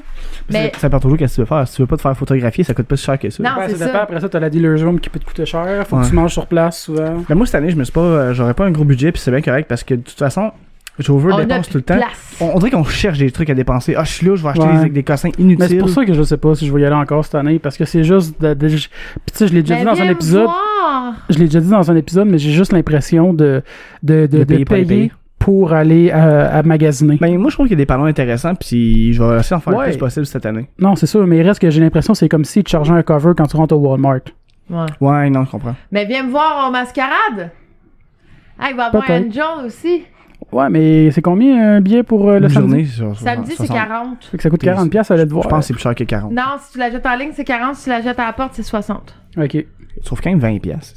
Speaker 4: Mais
Speaker 5: Ça, ça part toujours qu'est-ce que tu veux faire. Si tu veux pas te faire photographier, ça coûte pas si cher que ça.
Speaker 4: Non. Ah,
Speaker 1: Ben,
Speaker 4: c'est
Speaker 1: ça dépend.
Speaker 4: ça.
Speaker 1: Après ça, t'as la dealer's room qui peut te coûter cher. Faut
Speaker 5: Ouais.
Speaker 1: que tu manges sur place souvent.
Speaker 5: Mais moi, cette année, je me suis pas, euh, j'aurais pas un gros budget, puis c'est bien correct, parce que de toute façon, j'over
Speaker 4: on a
Speaker 5: dépense
Speaker 4: plus
Speaker 5: tout le
Speaker 4: de
Speaker 5: temps.
Speaker 4: place.
Speaker 5: On, on dirait qu'on cherche des trucs à dépenser. Ah, je suis là, je vais acheter
Speaker 1: Ouais.
Speaker 5: des, des cossins
Speaker 1: Mais c'est
Speaker 5: inutiles.
Speaker 1: pour ça que je sais pas si je vais y aller encore cette année parce que c'est juste. De, de- je- Puis tu sais, je l'ai déjà
Speaker 4: Mais
Speaker 1: dit dans
Speaker 4: Ben, viens
Speaker 1: un
Speaker 4: me
Speaker 1: épisode.
Speaker 4: voir.
Speaker 1: Je l'ai déjà dit dans un épisode, mais j'ai juste l'impression de, de, de, de
Speaker 5: De payer
Speaker 1: payer,
Speaker 5: pour les payer.
Speaker 1: pour aller euh, à magasiner.
Speaker 5: Mais Ben, moi, je trouve qu'il y a des panneaux intéressants, puis je vais essayer d'en faire
Speaker 1: Ouais.
Speaker 5: le plus possible cette année.
Speaker 1: Non, c'est sûr, mais il reste que j'ai l'impression c'est comme si tu chargeais un cover quand tu rentres au Walmart.
Speaker 4: Ouais.
Speaker 5: Ouais, non, je comprends.
Speaker 4: Mais viens me voir en mascarade. Ah, il va y avoir
Speaker 1: Peut-être.
Speaker 4: Angel aussi.
Speaker 1: Ouais, mais c'est combien un billet pour euh, le
Speaker 5: Une
Speaker 1: samedi?
Speaker 5: journée, c'est
Speaker 4: Samedi, c'est 40.
Speaker 1: Fait que ça coûte 40 pièces à l'aide voir.
Speaker 5: Je pense que c'est plus cher que 40.
Speaker 4: Non, si tu la jettes en ligne, c'est 40. Si tu la jettes à la porte, c'est 60.
Speaker 1: Euh, OK.
Speaker 5: Sauf quand même 20 pièces.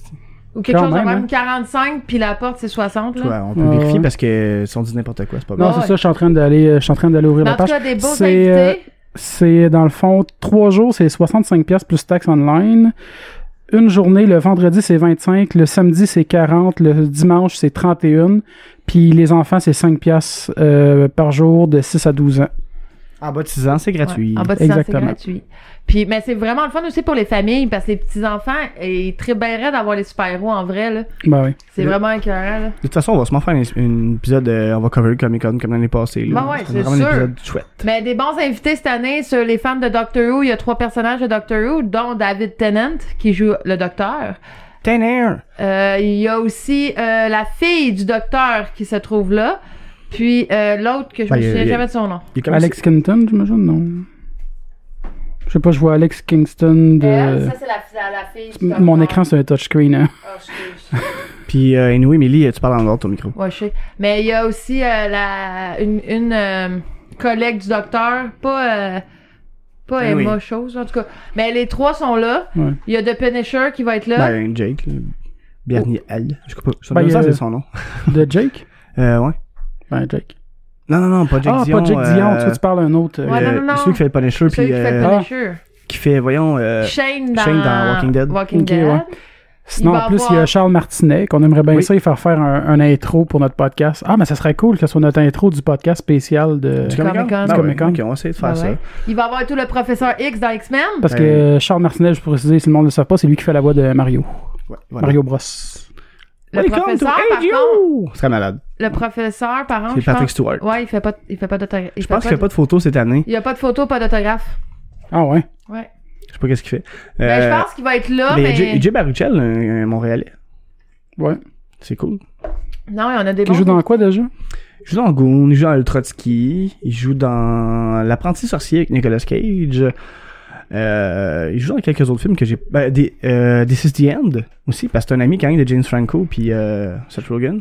Speaker 4: Ou quelque
Speaker 1: Quand
Speaker 4: chose de
Speaker 1: même,
Speaker 4: même,
Speaker 1: hein.
Speaker 4: 45, puis la porte, c'est 60. Là.
Speaker 5: Ouais, on peut
Speaker 1: Ouais,
Speaker 5: vérifier
Speaker 1: ouais.
Speaker 5: parce que si on dit n'importe quoi, c'est pas
Speaker 1: Non,
Speaker 5: bon.
Speaker 1: c'est
Speaker 4: ouais.
Speaker 1: ça, je suis en train d'aller euh, je suis en train d'aller ouvrir
Speaker 4: Mais
Speaker 1: la
Speaker 4: en tout
Speaker 1: page.
Speaker 4: cas, des beaux
Speaker 1: C'est,
Speaker 4: invités.
Speaker 1: euh, C'est dans le fond 3 jours, c'est 65 pièces plus taxes online. Une journée, le vendredi c'est 25, le samedi c'est 40, le dimanche c'est 31, puis les enfants c'est 5 pièces euh, par jour de 6 à 12 ans.
Speaker 5: En bas de 6 ans, c'est gratuit.
Speaker 4: Ouais, en bas de 6 ans, c'est
Speaker 1: Exactement.
Speaker 4: gratuit. Puis, mais c'est vraiment le fun aussi pour les familles parce que les petits-enfants, ils tribéreraient d'avoir les super-héros en vrai. là.
Speaker 1: Ben oui.
Speaker 4: C'est
Speaker 5: Le-
Speaker 4: vraiment écœurant. Là.
Speaker 5: De toute façon, on va sûrement faire un, un épisode, euh, on va cover le Comic Con comme l'année passée. Là.
Speaker 4: Ben ouais,
Speaker 5: Ça
Speaker 4: c'est
Speaker 5: va vraiment
Speaker 4: sûr.
Speaker 5: un épisode chouette.
Speaker 4: Mais des bons invités cette année sur les fans de Doctor Who. Il y a trois personnages de Doctor Who, dont David Tennant qui joue le docteur.
Speaker 5: Ten air!
Speaker 4: Euh, il y a aussi euh, la fille du docteur qui se trouve là. Puis euh, l'autre que je
Speaker 5: Ben,
Speaker 4: me
Speaker 5: il y a-
Speaker 4: souviens
Speaker 5: il y a-
Speaker 4: jamais de son nom.
Speaker 5: Il est comme
Speaker 1: Alex Kingston, j'imagine, non. Je sais pas, je vois Alex Kingston de
Speaker 4: Elle, Eh, Euh, ça, c'est la, fi- la fille. du
Speaker 1: mon
Speaker 4: docteur.
Speaker 1: écran c'est un touchscreen. Hein.
Speaker 4: Oh, excuse.
Speaker 5: Puis, euh, anyway, Millie, tu parles en dehors de ton micro.
Speaker 4: Ouais, je sais. Mais il y a aussi euh, la, une, une euh, collègue du docteur, pas, euh, pas
Speaker 5: Eh oui.
Speaker 4: Emma Chose, en tout cas. Mais les trois sont là.
Speaker 1: Ouais.
Speaker 4: Il y a The Punisher qui va être là.
Speaker 5: Ben, Jake, là.
Speaker 4: Oh.
Speaker 5: Bernier L. Je sais pas. Je sais
Speaker 1: Ben,
Speaker 5: pas
Speaker 1: euh,
Speaker 5: si c'est son nom.
Speaker 1: De Jake
Speaker 5: Euh, ouais.
Speaker 1: Ben Jake.
Speaker 5: Non, non, non, pas Jake
Speaker 1: ah,
Speaker 5: Dion.
Speaker 1: pas Jake Dion, tu,
Speaker 5: euh,
Speaker 1: tu parles un autre. euh,
Speaker 4: Ouais,
Speaker 5: euh,
Speaker 4: non, non, non.
Speaker 5: Celui qui fait le Punisher,
Speaker 4: Celui
Speaker 5: puis
Speaker 4: qui fait
Speaker 5: euh,
Speaker 4: le Punisher.
Speaker 5: qui fait, voyons, euh,
Speaker 4: Shane, dans,
Speaker 5: Shane dans Walking Dead.
Speaker 4: Walking
Speaker 1: Ok,
Speaker 4: Dead.
Speaker 1: ouais. Sinon,
Speaker 4: Il va
Speaker 1: en plus, il y
Speaker 4: avoir-
Speaker 1: a Charles Martinet, qu'on aimerait bien
Speaker 5: Oui.
Speaker 1: ça, y faire faire un, un intro pour notre podcast. Ah, mais ça serait cool que ce soit notre intro du podcast spécial de.
Speaker 5: du Comic Con.
Speaker 4: Comic-Con.
Speaker 5: Ben
Speaker 1: Comic-Con.
Speaker 5: ouais, ok, on va essayer de faire
Speaker 4: Ouais, ouais.
Speaker 5: ça.
Speaker 4: Il va avoir tout le professeur X dans X-Men.
Speaker 5: ben-
Speaker 1: Parce que Charles Martinet, je pourrais préciser, si le monde ne le savait pas, c'est lui qui fait la voix de Mario.
Speaker 5: Ouais, voilà.
Speaker 1: Mario Bros.
Speaker 4: Le
Speaker 5: Welcome to
Speaker 4: professeur, par contre,
Speaker 5: AGU! Ce serait malade.
Speaker 4: le professeur, par contre,
Speaker 5: C'est
Speaker 4: je
Speaker 5: Patrick
Speaker 4: pense-
Speaker 5: Stewart.
Speaker 4: Ouais, il fait pas, il fait pas d'autographe.
Speaker 5: Je pense qu'il n'y a pas de photo cette année.
Speaker 4: Il y a pas de photo, pas d'autographe.
Speaker 1: Ah ouais.
Speaker 4: Ouais.
Speaker 5: Je sais pas qu'est-ce qu'il fait.
Speaker 4: Ben, je
Speaker 5: Euh,
Speaker 4: pense qu'il va être là, mais.
Speaker 5: mais Jay- Jay Baruchel, un, un Montréalais.
Speaker 1: Ouais.
Speaker 5: C'est cool.
Speaker 4: Non, il y en a des
Speaker 1: Qui
Speaker 4: bons.
Speaker 1: joue dans quoi déjà?
Speaker 5: Il joue dans Goon, il joue dans le Trotsky, il joue dans L'apprenti sorcier avec Nicolas Cage. Euh, il joue dans quelques autres films que j'ai. Ben, des, euh, This is the End aussi, parce que c'est un ami quand même de James Franco puis euh, Seth Rogen.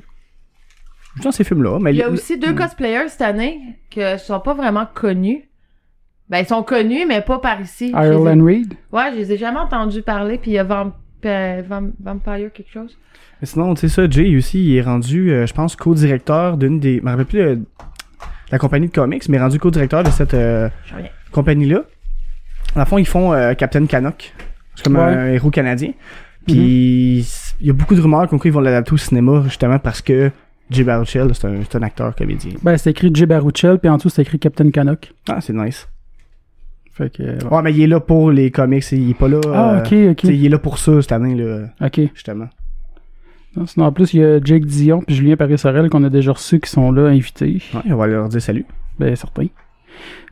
Speaker 5: Il joue dans ces films-là, mais
Speaker 4: Il y a
Speaker 5: le-
Speaker 4: aussi deux cosplayers cette année que sont pas vraiment connus. Ben, ils sont connus, mais pas par ici. Je les ai-
Speaker 1: Ireland Reed.
Speaker 4: Ouais, je les ai jamais entendus parler, puis il y a Vamp- euh, Vam- Vampire quelque chose.
Speaker 5: Mais sinon, tu sais ça, Jay aussi, il est rendu, euh, je pense, co-directeur d'une des. Je me rappelle plus de la compagnie de comics, mais rendu co-directeur de cette euh,
Speaker 4: Je reviens.
Speaker 5: compagnie-là. À la fond, ils font euh, Captain Canuck. C'est comme
Speaker 1: Ouais.
Speaker 5: un héros canadien. Puis, s- il y a beaucoup de rumeurs comme quoi ils vont l'adapter au cinéma, justement, parce que Jay Baruchel, c'est un, c'est un acteur comédien.
Speaker 1: Ben, c'est écrit J. Baruchel, puis en dessous, c'est écrit Captain Canuck.
Speaker 5: Ah, c'est nice.
Speaker 1: Fait que. euh,
Speaker 5: Ouais, mais il est là pour les comics, il est pas là.
Speaker 1: Ah,
Speaker 5: euh,
Speaker 1: ok,
Speaker 5: tu sais,
Speaker 1: ok.
Speaker 5: Il est là pour ça cette année, là,
Speaker 1: Ok.
Speaker 5: justement.
Speaker 1: Non, sinon, en plus, il y a Jake Dion puis Julien Paris-Sorel qu'on a déjà reçus qui sont là invités.
Speaker 5: Ouais, on va leur dire salut.
Speaker 1: Ben, certains.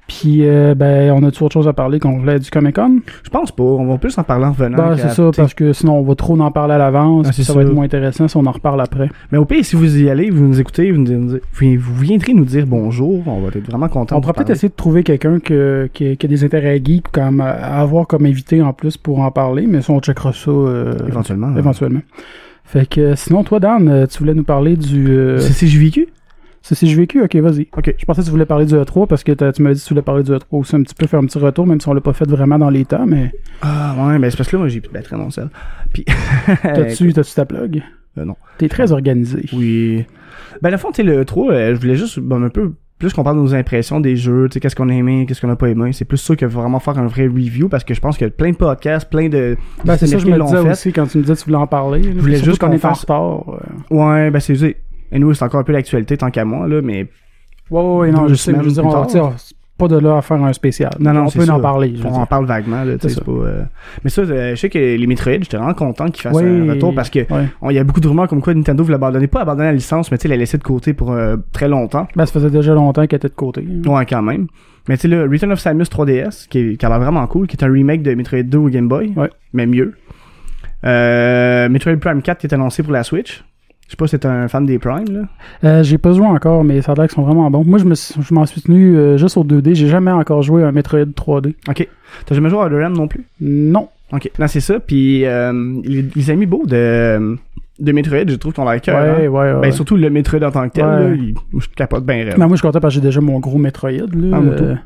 Speaker 1: Puis, euh, ben, on a toujours autre chose à parler qu'on voulait du Comic-Con.
Speaker 5: Je pense pas. On va plus en parler en revenant.
Speaker 1: Ben, c'est
Speaker 5: qu'à-
Speaker 1: ça,
Speaker 5: tu sais,
Speaker 1: parce que sinon, on va trop en parler à l'avance.
Speaker 5: Ah,
Speaker 1: puis
Speaker 5: c'est
Speaker 1: ça va
Speaker 5: ça.
Speaker 1: être moins intéressant si on en reparle après.
Speaker 5: Mais au pire, si vous y allez, vous nous écoutez, vous, nous- vous- vous viendrez nous dire bonjour, on va être vraiment content.
Speaker 1: on pourra peut-être essayer de trouver quelqu'un que- qui, qui a des intérêts geeks comme, à avoir comme invité en plus pour en parler, mais ça, on checkera ça euh,
Speaker 5: éventuellement. hein.
Speaker 1: éventuellement. Fait que euh, sinon, toi, Dan, euh, tu voulais nous parler du. euh,
Speaker 5: C'est CJVQ?
Speaker 1: C'est si j'ai vécu, ok, vas-y.
Speaker 5: Ok.
Speaker 1: Je pensais que tu voulais parler du E3 parce que t'as- tu m'as dit que tu voulais parler du E3 aussi un petit peu, faire un petit retour, même si on l'a pas fait vraiment dans les temps, mais
Speaker 5: Ah ouais, ben c'est parce que là, moi, j'ai plus de batterie dans celle. Puis.
Speaker 1: t'as-tu t'as-tu ta plug?
Speaker 5: Euh, non.
Speaker 1: T'es très organisé.
Speaker 5: Oui. Ben, à la fond, tu sais, le 3, euh, je voulais juste bon, un peu plus qu'on parle de nos impressions des jeux, tu sais, qu'est-ce qu'on a aimé, qu'est-ce qu'on a pas aimé. C'est plus ça que vraiment faire un vrai review parce que je pense qu'il y a plein de podcasts, plein de.
Speaker 1: Ben, c'est ça que je
Speaker 5: qui
Speaker 1: me le
Speaker 5: l'ont
Speaker 1: disais
Speaker 5: fait.
Speaker 1: aussi quand tu me disais que tu voulais en parler. Je
Speaker 5: voulais juste qu'on
Speaker 1: est en
Speaker 5: fasse-
Speaker 1: retard. euh.
Speaker 5: Ouais, ben, c'est. tu sais, Et nous, c'est encore un peu l'actualité tant qu'à moi, là, mais.
Speaker 1: Ouais, ouais, ouais, non, je
Speaker 5: Deux
Speaker 1: sais, mais je veux dire,
Speaker 5: semaines plus
Speaker 1: on,
Speaker 5: tard.
Speaker 1: tu sais, on- c'est pas de là à faire un spécial.
Speaker 5: Non, non,
Speaker 1: on
Speaker 5: c'est
Speaker 1: peut
Speaker 5: ça.
Speaker 1: en parler. je veux
Speaker 5: On
Speaker 1: dire.
Speaker 5: en parle vaguement, là, tu sais,
Speaker 1: C'est
Speaker 5: c'est
Speaker 1: ça.
Speaker 5: pas. euh, Mais ça, euh, je sais que les Metroid, j'étais vraiment content qu'ils fassent
Speaker 1: Oui,
Speaker 5: un retour parce que.
Speaker 1: ouais.
Speaker 5: on- Il y a beaucoup de rumeurs comme quoi Nintendo voulait abandonner, pas abandonner la licence, mais tu sais, la laisser de côté pour euh, très longtemps.
Speaker 1: Ben, ça faisait déjà longtemps qu'elle était de côté. hein.
Speaker 5: Ouais, quand même. Mais tu sais, le Return of Samus 3DS, qui, est- qui a l'air vraiment cool, qui est un remake de Metroid 2 au Game Boy,
Speaker 1: Ouais.
Speaker 5: mais mieux. Euh, Metroid Prime 4 qui est annoncé pour la Switch. Je sais pas si t'es un fan des Prime, là.
Speaker 1: Euh, j'ai pas joué encore, mais ça a l'air qu'ils sont vraiment bons. Moi, je me suis- je m'en suis tenu euh, juste au 2D. J'ai jamais encore joué à un Metroid 3D.
Speaker 5: Ok. T'as jamais joué à Hollow Knight non plus?
Speaker 1: Non.
Speaker 5: Ok. Non, c'est ça. Puis euh, les, les amis beaux de, de Metroid, je trouve qu'on a cœur.
Speaker 1: ouais, ouais, ouais.
Speaker 5: Ben, surtout le Metroid en tant que tel,
Speaker 1: Ouais.
Speaker 5: là, il- je capote bien rêve.
Speaker 1: Non, moi, je suis content parce que j'ai déjà mon gros Metroid. Là, euh.
Speaker 5: Ah, moi, tout.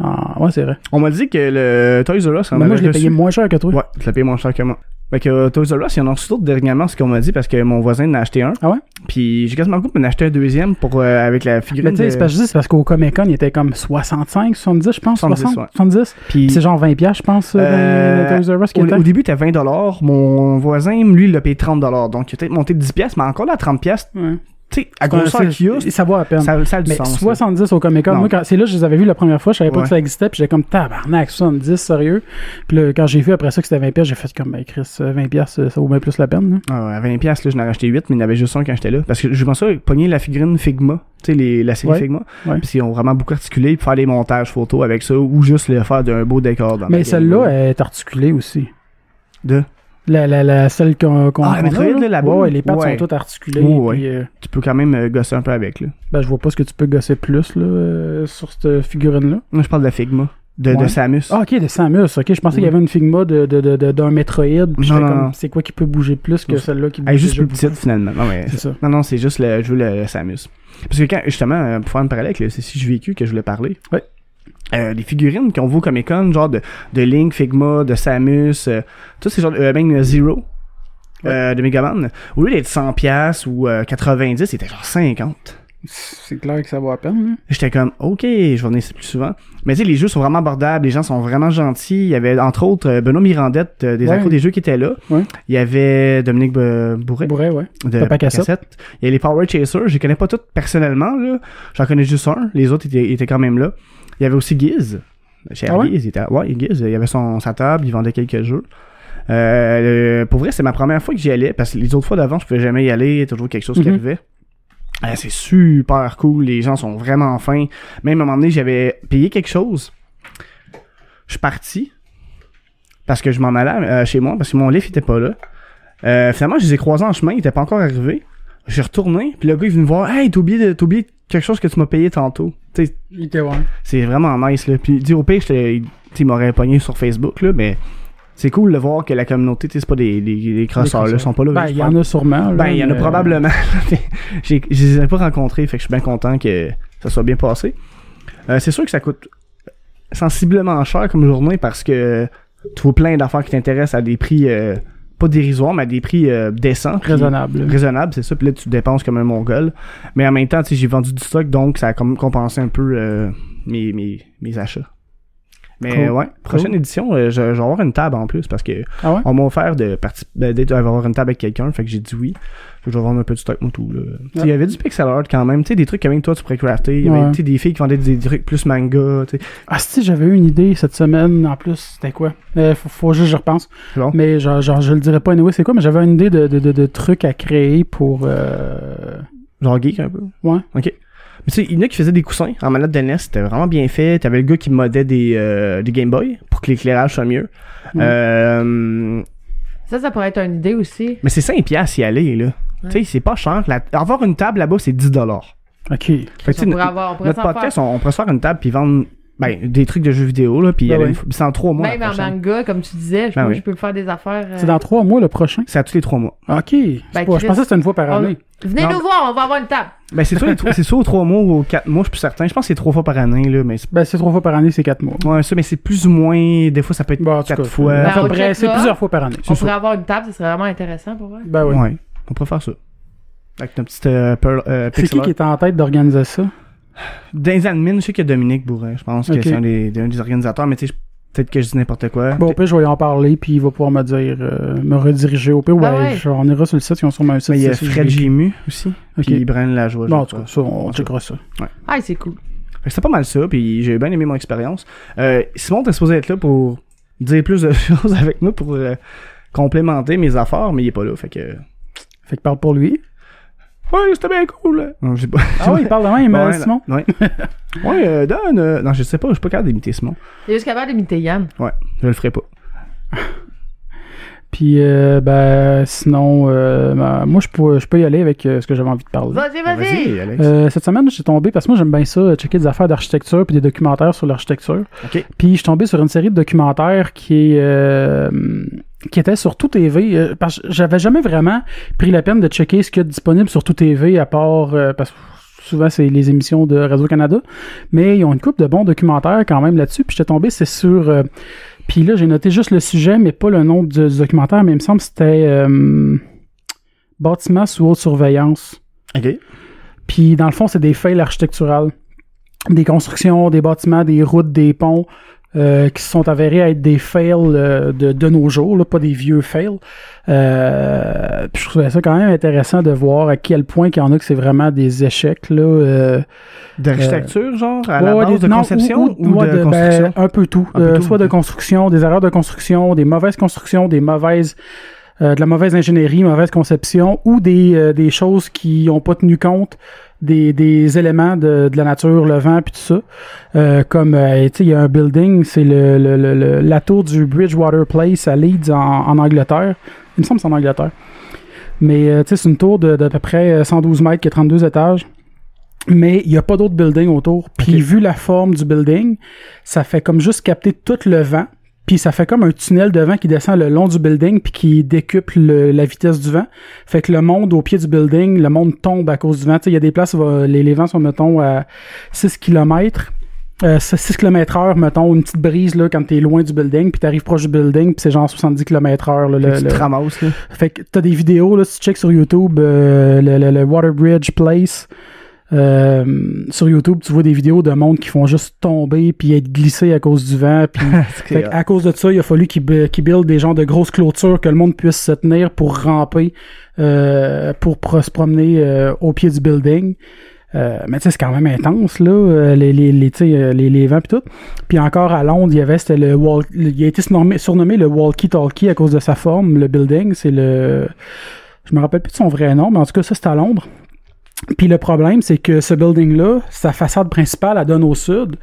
Speaker 1: ah, ouais, c'est vrai.
Speaker 5: On m'a dit que le Toys R Us en
Speaker 1: Mais Ben, moi,
Speaker 5: avait
Speaker 1: je l'ai
Speaker 5: reçu.
Speaker 1: payé moins cher que toi.
Speaker 5: Ouais, tu l'as payé moins cher que moi. Fait que euh, Toys R Us, ils en ont reçu d'autres dernièrement, ce qu'on m'a dit, parce que mon voisin en a acheté un.
Speaker 1: Ah ouais?
Speaker 5: Puis j'ai quasiment le goût de m'en acheter un deuxième pour, euh, avec la
Speaker 1: Mais
Speaker 5: figurine.
Speaker 1: tu sais, c'est
Speaker 5: de-
Speaker 1: parce que je dis, c'est parce qu'au Comic Con, il était comme 65, 70, je pense.
Speaker 5: 70,
Speaker 1: 60,
Speaker 5: ouais.
Speaker 1: 70.
Speaker 5: Puis
Speaker 1: Puis c'est genre 20$, piastres, je pense, euh,
Speaker 5: Euh,
Speaker 1: dans le Toys R Us qui
Speaker 5: au,
Speaker 1: était.
Speaker 5: au début, t'es à 20$. Mon voisin, lui, il l'a payé 30$. Donc il a peut-être monté de 10$, mais encore là, à 30$,
Speaker 1: Ouais.
Speaker 5: tu sais, à
Speaker 1: Ouais,
Speaker 5: grosseur
Speaker 1: c'est-
Speaker 5: qu'il y a,
Speaker 1: Ça vaut à peine.
Speaker 5: ça, ça a du
Speaker 1: mais
Speaker 5: sens.
Speaker 1: 70 au Comic Con,
Speaker 5: Non.
Speaker 1: moi, quand- c'est là que je les avais vus la première fois, je savais pas
Speaker 5: Ouais.
Speaker 1: que ça existait, puis j'étais comme tabarnak, 70, sérieux. Puis là, quand j'ai vu après ça que c'était 20$, piastres, j'ai fait comme, ben, Chris, euh, 20$, piastres, ça vaut bien plus la peine. là.
Speaker 5: Ah, à 20$, là, je n'en ai acheté 8, mais il y en avait juste un quand j'étais là. Parce que je pensais à pogner la figurine Figma, tu sais, les- la série
Speaker 1: Ouais.
Speaker 5: Figma.
Speaker 1: Ouais.
Speaker 5: Puis ils ont vraiment beaucoup articulé, puis faire des montages photos avec ça, ou juste le faire d'un beau décor. Dans la
Speaker 1: Mais
Speaker 5: game.
Speaker 1: celle-là elle est articulée aussi.
Speaker 5: De-
Speaker 1: La, la, la, celle qu'on. qu'on-
Speaker 5: Ah, la
Speaker 1: qu'on a,
Speaker 5: Metroid, là, la
Speaker 1: Ouais,
Speaker 5: boule.
Speaker 1: ouais, les pattes
Speaker 5: Ouais.
Speaker 1: sont toutes articulées.
Speaker 5: Ouais,
Speaker 1: puis, euh,
Speaker 5: tu peux quand même euh, gosser un peu avec, là.
Speaker 1: ben, je vois pas ce que tu peux gosser plus là, euh, sur cette figurine-là.
Speaker 5: Moi, je parle de la Figma. De, de
Speaker 1: Ouais.
Speaker 5: Samus.
Speaker 1: Ah, ok, de Samus. Ok, je pensais qu'il y avait une Figma d'un de, de, de, d'un Metroid. puis
Speaker 5: Non,
Speaker 1: j'étais
Speaker 5: non,
Speaker 1: comme,
Speaker 5: non.
Speaker 1: C'est quoi qui peut bouger plus que
Speaker 5: Non,
Speaker 1: celle-là qui bouge
Speaker 5: Elle est juste
Speaker 1: déjà
Speaker 5: plus petite, finalement. Non, mais-
Speaker 1: C'est ça.
Speaker 5: non, non, c'est juste le, je veux le, le Samus. Parce que quand, justement, euh, pour faire un parallèle avec le CCJVQ que je voulais parler.
Speaker 1: Ouais.
Speaker 5: euh, les figurines qu'on voit comme Comic-Con, genre de, de Link, Figma, de Samus, euh, tous ces genres de, euh, même euh, Zero, euh, de Megaman, au lieu d'être 100$ piastres ou euh, 90$, c'était genre 50$.
Speaker 1: C'est clair que ça vaut à peine. là.
Speaker 5: J'étais comme, ok, je vais en essayer plus souvent. Mais tu sais, les jeux sont vraiment abordables, les gens sont vraiment gentils. Il y avait, entre autres, euh, Benoît Mirandette, euh, des
Speaker 1: Ouais.
Speaker 5: accros des jeux qui étaient là.
Speaker 1: Ouais.
Speaker 5: Il y avait Dominique Be- Bourret
Speaker 1: Bourret, ouais.
Speaker 5: de
Speaker 1: Papa
Speaker 5: Papa
Speaker 1: Cassette.
Speaker 5: Cassette. Il y a les Power Chasers, je les connais pas toutes personnellement, là. J'en connais juste un, les autres étaient, étaient quand même là. Il y avait aussi Giz. Cher
Speaker 1: Ah ouais?
Speaker 5: Giz, il était, ouais, Giz, il y avait son, sa table, il vendait quelques jeux. Euh, le- pour vrai, c'est ma première fois que j'y allais parce que les autres fois d'avant, je pouvais jamais y aller. Il y a toujours quelque chose qui
Speaker 1: Mhm.
Speaker 5: arrivait. Euh, c'est super cool. Les gens sont vraiment fins. Même à un moment donné, j'avais payé quelque chose. Je suis parti parce que je m'en allais euh, chez moi parce que mon lift était pas là. Euh, finalement, je les ai croisés en chemin. Ils étaient pas encore arrivés. J'ai retourné. Puis le gars, il est venu me voir. Hey, t'as oublié, de- t'as oublié quelque chose que tu m'as payé tantôt. Tu sais,
Speaker 1: Il était ouais.
Speaker 5: c'est vraiment nice là. Puis dire au pire, j'étais- tu sais, il m'aurait pogné sur Facebook là, mais c'est cool de voir que la communauté, tu sais, c'est pas des des, des crosseurs là,
Speaker 1: crosseurs.
Speaker 5: sont pas là.
Speaker 1: Ben,
Speaker 5: juste
Speaker 1: il y
Speaker 5: pour-
Speaker 1: en a sûrement. là,
Speaker 5: ben, il y en a
Speaker 1: mais- euh,
Speaker 5: probablement. mais j'ai- je les ai pas rencontrés, fait que je suis bien content que ça soit bien passé. Euh, c'est sûr que ça coûte sensiblement cher comme journée parce que tu vois plein d'affaires qui t'intéressent à des prix euh, pas dérisoires, mais à des prix euh, décents. puis-
Speaker 1: Raisonnable.
Speaker 5: raisonnable, c'est ça. Puis là, tu dépenses comme un mongol. Mais en même temps, tu sais, j'ai vendu du stock, donc ça a comme compensé un peu euh, mes, mes, mes achats. Mais
Speaker 1: Cool.
Speaker 5: euh, ouais, prochaine
Speaker 1: Cool.
Speaker 5: édition, euh, je, je vais avoir une table en plus parce que
Speaker 1: Ah ouais?
Speaker 5: on m'a offert de participer, ben, d'être- d'avoir une table avec quelqu'un, fait que j'ai dit oui. Fait que je vais vendre un peu de stock, moi, tout. là. Tu sais, Il y avait du pixel art quand même, tu sais, des trucs que même toi tu pourrais crafter. Il y avait
Speaker 1: Ouais.
Speaker 5: tu sais, des filles qui vendaient des trucs plus manga, tu sais.
Speaker 1: Ah, si, j'avais eu une idée cette semaine en plus. C'était quoi? Euh, faut, faut juste que je repense.
Speaker 5: C'est bon?
Speaker 1: Mais genre, genre, je le dirais pas anyway, c'est quoi? Mais j'avais une idée de, de, de, de trucs à créer pour. Euh...
Speaker 5: Genre geek un peu.
Speaker 1: Ouais.
Speaker 5: Ok. Mais tu sais, il y en a qui faisaient des coussins en manette de NES, c'était vraiment bien fait. T'avais le gars qui modait des, euh, des Game Boy pour que l'éclairage soit mieux.
Speaker 1: Mm.
Speaker 5: Euh,
Speaker 4: Ça, ça pourrait être une idée aussi.
Speaker 5: mais c'est 5 piastres y aller, là.
Speaker 4: Ouais.
Speaker 5: Tu sais, c'est pas cher. La- Avoir une table là-bas, c'est 10 dollars.
Speaker 1: Ok.
Speaker 5: Fait que tu sais,
Speaker 4: on pourrait
Speaker 5: notre-
Speaker 4: avoir, on pourrait
Speaker 5: notre
Speaker 4: s'en faire.
Speaker 5: podcast, on, on pourrait se faire une table puis vendre ben, des trucs de jeux vidéo, là, puis
Speaker 1: Ben
Speaker 5: y aller
Speaker 1: oui.
Speaker 5: une fois- puis c'est en 3 mois. la
Speaker 4: Même en
Speaker 5: prochaine.
Speaker 4: manga, comme tu disais, je,
Speaker 5: Ben
Speaker 4: peux,
Speaker 5: oui.
Speaker 4: je peux faire des affaires. euh,
Speaker 1: C'est dans trois mois le prochain.
Speaker 5: C'est à tous les 3 mois.
Speaker 1: Ok. C'est
Speaker 4: Ben,
Speaker 1: pas- je
Speaker 4: Chris,
Speaker 1: pensais que c'était une fois par
Speaker 4: on-
Speaker 1: année.
Speaker 4: Venez
Speaker 5: Non,
Speaker 4: nous voir, on va avoir une table.
Speaker 5: Ben, c'est soit les trois- c'est soit aux 3 mois ou aux 4 mois, je suis plus certain. Je pense que c'est 3 fois par année, là, mais c'est
Speaker 1: Ben, c'est trois fois par année, c'est quatre mois.
Speaker 5: ouais, ça, mais c'est plus ou moins. Des fois, ça peut être
Speaker 1: Bon, Bah, en tout
Speaker 5: 4
Speaker 1: cas,
Speaker 5: fois.
Speaker 1: enfin,
Speaker 4: Ben, on
Speaker 1: bref,
Speaker 4: check
Speaker 1: c'est
Speaker 4: ça.
Speaker 1: plusieurs fois par année.
Speaker 4: On
Speaker 5: C'est
Speaker 4: pourrait avoir une table, ce serait vraiment intéressant pour moi.
Speaker 1: Ben oui.
Speaker 5: Ouais, on préfère ça. Avec notre petite euh, Pearl, euh,
Speaker 1: C'est qui
Speaker 5: pixel
Speaker 1: qui
Speaker 5: art.
Speaker 1: est en tête d'organiser ça?
Speaker 5: Dans les admins, je sais qu'il y a Dominique Bourrin, je pense,
Speaker 1: Ok.
Speaker 5: que c'est un des, un des organisateurs, mais tu sais, je- peut-être que je dis n'importe quoi.
Speaker 1: Bon, au pire, je vais lui en parler, puis il va pouvoir me dire, euh, me rediriger. Au pire, ouais,
Speaker 4: Ah ouais.
Speaker 1: je- on ira sur le site, ils ont sûrement un site.
Speaker 5: mais il y a
Speaker 1: c'est- c'est-
Speaker 5: Fred Jimu aussi,
Speaker 1: Ok.
Speaker 5: puis Brian Lajoie. je
Speaker 1: Bon, en
Speaker 5: crois.
Speaker 1: tout cas, ça, on checkera ça.
Speaker 4: Ah, c'est cool.
Speaker 5: Fait que C'était pas mal ça, puis j'ai bien aimé mon expérience. Euh, Simon, t'es supposé être là pour dire plus de choses avec nous, pour euh, complémenter mes affaires, mais il est pas là, fait que...
Speaker 1: Fait que parle pour lui.
Speaker 5: Ouais, c'était bien cool! Non, je sais pas.
Speaker 1: Ah oui, il parle de même, euh,
Speaker 5: Ouais,
Speaker 1: Simon.
Speaker 5: Ouais, ouais euh, donne... euh, Non, je sais pas, je suis pas capable d'imiter Simon.
Speaker 4: Il est juste capable d'imiter Yann.
Speaker 5: Ouais, je le ferai pas.
Speaker 1: Puis, euh, ben, sinon, euh, ben, moi, je peux, je peux y aller avec euh, ce que j'avais envie de parler.
Speaker 4: Vas-y, vas-y!
Speaker 5: Vas-y, Alex.
Speaker 1: Euh, cette semaine, j'ai tombé, parce que moi, j'aime bien ça, euh, checker des affaires d'architecture puis des documentaires sur l'architecture.
Speaker 5: Ok.
Speaker 1: Puis, je suis tombé sur une série de documentaires qui est, euh, qui était sur tout TV. euh, parce que j'avais jamais vraiment pris la peine de checker ce qu'il y a de disponible sur tout TV, à part, euh, parce que souvent, c'est les émissions de Radio-Canada. Mais ils ont une coupe de bons documentaires quand même là-dessus. Puis, j'étais tombé, c'est sur... euh, puis là, j'ai noté juste le sujet, mais pas le nom du, du documentaire, mais il me semble que c'était euh, Bâtiment sous haute surveillance.
Speaker 5: Ok.
Speaker 1: Puis dans le fond, c'est des fails architecturales. Des constructions, des bâtiments, des routes, des ponts euh, qui se sont avérés à être des fails euh, de, de nos jours, là, pas des vieux fails. Euh, puis je trouvais ça quand même intéressant de voir à quel point qu'il y en a que c'est vraiment des échecs. Là, euh,
Speaker 5: D'architecture, genre, à
Speaker 1: Ouais,
Speaker 5: la
Speaker 1: euh, ouais,
Speaker 5: base
Speaker 1: des-
Speaker 5: de
Speaker 1: non,
Speaker 5: conception ou,
Speaker 1: ouais,
Speaker 5: de,
Speaker 1: ben,
Speaker 5: construction?
Speaker 1: un peu tout.
Speaker 5: Un peu
Speaker 1: Euh,
Speaker 5: tout,
Speaker 1: soit de
Speaker 5: ok.
Speaker 1: construction, des erreurs de construction, des mauvaises constructions, des mauvaises. euh, de la mauvaise ingénierie, mauvaise conception ou des, euh, des choses qui n'ont pas tenu compte des, des éléments de, de la nature, le vent, puis tout ça. Euh, comme, euh, tu sais, il y a un building, c'est le, le- le- le- la tour du Bridgewater Place à Leeds en, en Angleterre. Il me semble que c'est en Angleterre. Mais, euh, tu sais, c'est une tour de- d'à peu près euh, 112 mètres qui a 32 étages. Mais il n'y a pas d'autres buildings autour. Puis,
Speaker 5: Ok.
Speaker 1: vu la forme du building, ça fait comme juste capter tout le vent. Puis ça fait comme un tunnel de vent qui descend le long du building puis qui décuple le- la vitesse du vent. Fait que le monde au pied du building, le monde tombe à cause du vent. Tu sais, Il y a des places où euh, les, les vents sont, mettons, à euh, 6 km. 6 km heure, mettons, une petite brise là, quand t'es loin du building, puis t'arrives proche du building, puis c'est genre 70 km heure. Là, le-
Speaker 5: Tu
Speaker 1: le-
Speaker 5: te ramasses, là.
Speaker 1: fait que t'as des vidéos, là, si tu checks sur YouTube, euh, le, le, le Waterbridge Place, euh, sur YouTube, tu vois des vidéos de monde qui font juste tomber puis être glissés à cause du vent. Puis, Fait que à cause de ça, il a fallu qu'ils bu- qu'ils buildent des genres de grosses clôtures que le monde puisse se tenir pour ramper, euh, pour pro- se promener euh, au pied du building. Euh, mais tu sais, c'est quand même intense, là, euh, les, les, les, tu sais, euh, les, les vents pis tout. Puis encore à Londres, il y avait, c'était le wall, le- il a été surnommé, surnommé le Walkie Talkie à cause de sa forme, le building, c'est le, je me rappelle plus de son vrai nom, mais en tout cas, ça, c'est à Londres. Puis le problème, c'est que ce building-là, sa façade principale, elle donne au sud.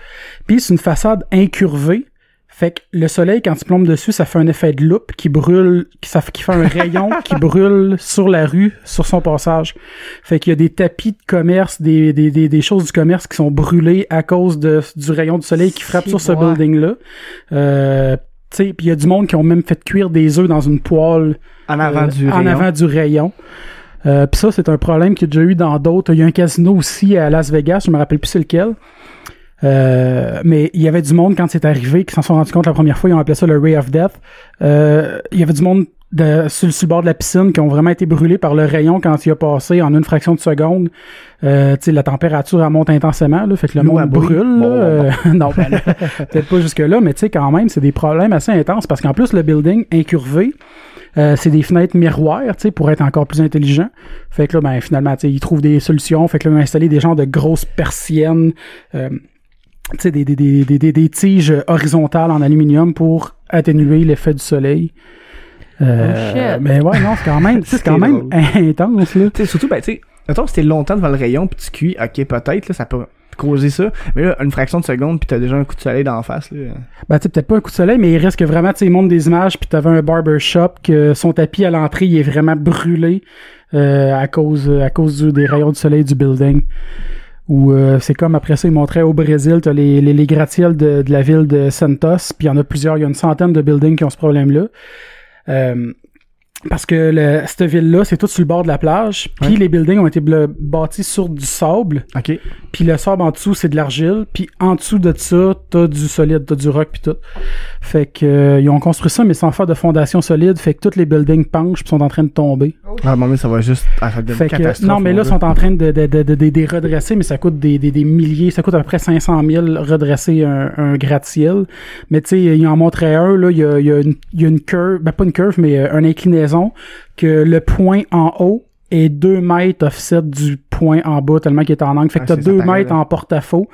Speaker 1: Puis c'est une façade incurvée. Fait que le soleil, quand il plombe dessus, ça fait un effet de loupe qui brûle, qui, ça, qui fait un rayon qui brûle sur la rue, sur son passage. Fait qu'il y a des tapis de commerce, des, des, des, des choses du commerce qui sont brûlées à cause de, du rayon du soleil qui frappe
Speaker 4: Si,
Speaker 1: sur ce
Speaker 4: ouais.
Speaker 1: building-là. Euh, tu sais, puis il y a du monde qui ont même fait cuire des œufs dans une poêle
Speaker 5: En avant
Speaker 1: euh,
Speaker 5: du
Speaker 1: en
Speaker 5: rayon.
Speaker 1: avant du rayon. Euh, Puis ça, c'est un problème qu'il y a déjà eu dans d'autres. Il y a un casino aussi à Las Vegas, je me rappelle plus c'est lequel. Euh, mais il y avait du monde quand c'est arrivé, qui s'en sont rendus compte la première fois, ils ont appelé ça le Ray of Death. Euh, il y avait du monde de- sur, le- sur le bord de la piscine qui ont vraiment été brûlés par le rayon quand il a passé en une fraction de seconde. Euh, tu sais, la température elle monte intensément, là, fait que le
Speaker 5: L'eau,
Speaker 1: monde
Speaker 5: elle
Speaker 1: brûle.
Speaker 5: brûle.
Speaker 1: là.
Speaker 5: Bon,
Speaker 1: Euh, non, ben, là, peut-être pas jusque-là, mais tu sais, quand même, c'est des problèmes assez intenses parce qu'en plus, le building incurvé, euh, c'est des fenêtres miroirs, tu sais, pour être encore plus intelligent. Fait que là, ben, finalement, tu sais, ils trouvent des solutions. Fait que là, ils ont installé des genres de grosses persiennes, euh, tu sais, des, des, des, des, des- des tiges horizontales en aluminium pour atténuer l'effet du soleil. Euh,
Speaker 4: Oh, shit.
Speaker 1: mais ouais, non, c'est quand même, c'est quand
Speaker 5: C'est
Speaker 1: même intense, là.
Speaker 5: Tu sais, surtout, ben, tu sais, mettons, si t'es longtemps devant le rayon, puis tu cuis, ok, peut-être, là, ça peut causer ça. Mais là, une fraction de seconde, puis t'as déjà un coup de soleil d'en face, là.
Speaker 1: Ben, tu sais, peut-être pas un coup de soleil, mais il reste que vraiment, tu sais, ils montrent des images, puis t'avais un barbershop que son tapis à l'entrée, il est vraiment brûlé euh, à cause, à cause du- des rayons du soleil du building. Ou euh, c'est comme après ça, ils montraient au Brésil, t'as les, les, les gratte-ciels de, de la ville de Santos, puis il y en a plusieurs, il y a une centaine de buildings qui ont ce problème-là. Euh, parce que le- cette ville-là, c'est tout sur le bord de la plage, puis
Speaker 5: Ouais.
Speaker 1: les buildings ont été bl- bâtis sur du sable,
Speaker 5: Ok.
Speaker 1: puis le sable en dessous c'est de l'argile, puis en dessous de ça t'as du solide, t'as du rock puis tout. Fait que euh, ils ont construit ça mais sans faire de fondation solide, fait que tous les buildings penchent puis sont en train de tomber.
Speaker 5: À un moment donné, ça va juste. Ah, ça va devenir
Speaker 1: Oh. Fait
Speaker 5: une
Speaker 1: que euh,
Speaker 5: catastrophe.
Speaker 1: non mais
Speaker 5: mon
Speaker 1: là
Speaker 5: gars.
Speaker 1: sont en train de de, de, de, de- de redresser mais ça coûte des, des, des milliers, ça coûte à peu près 500 000 redresser un, un gratte-ciel. Mais tu sais ils en montraient un là, il y a, il y a une il y a une curve, ben pas une curve mais euh, une inclinaison que le point en haut est 2 mètres offset du point en bas tellement qu'il est en angle. Fait que
Speaker 5: Ah,
Speaker 1: t'as
Speaker 5: c'est ça,
Speaker 1: 2
Speaker 5: pareil,
Speaker 1: mètres
Speaker 5: là.
Speaker 1: en porte-à-faux.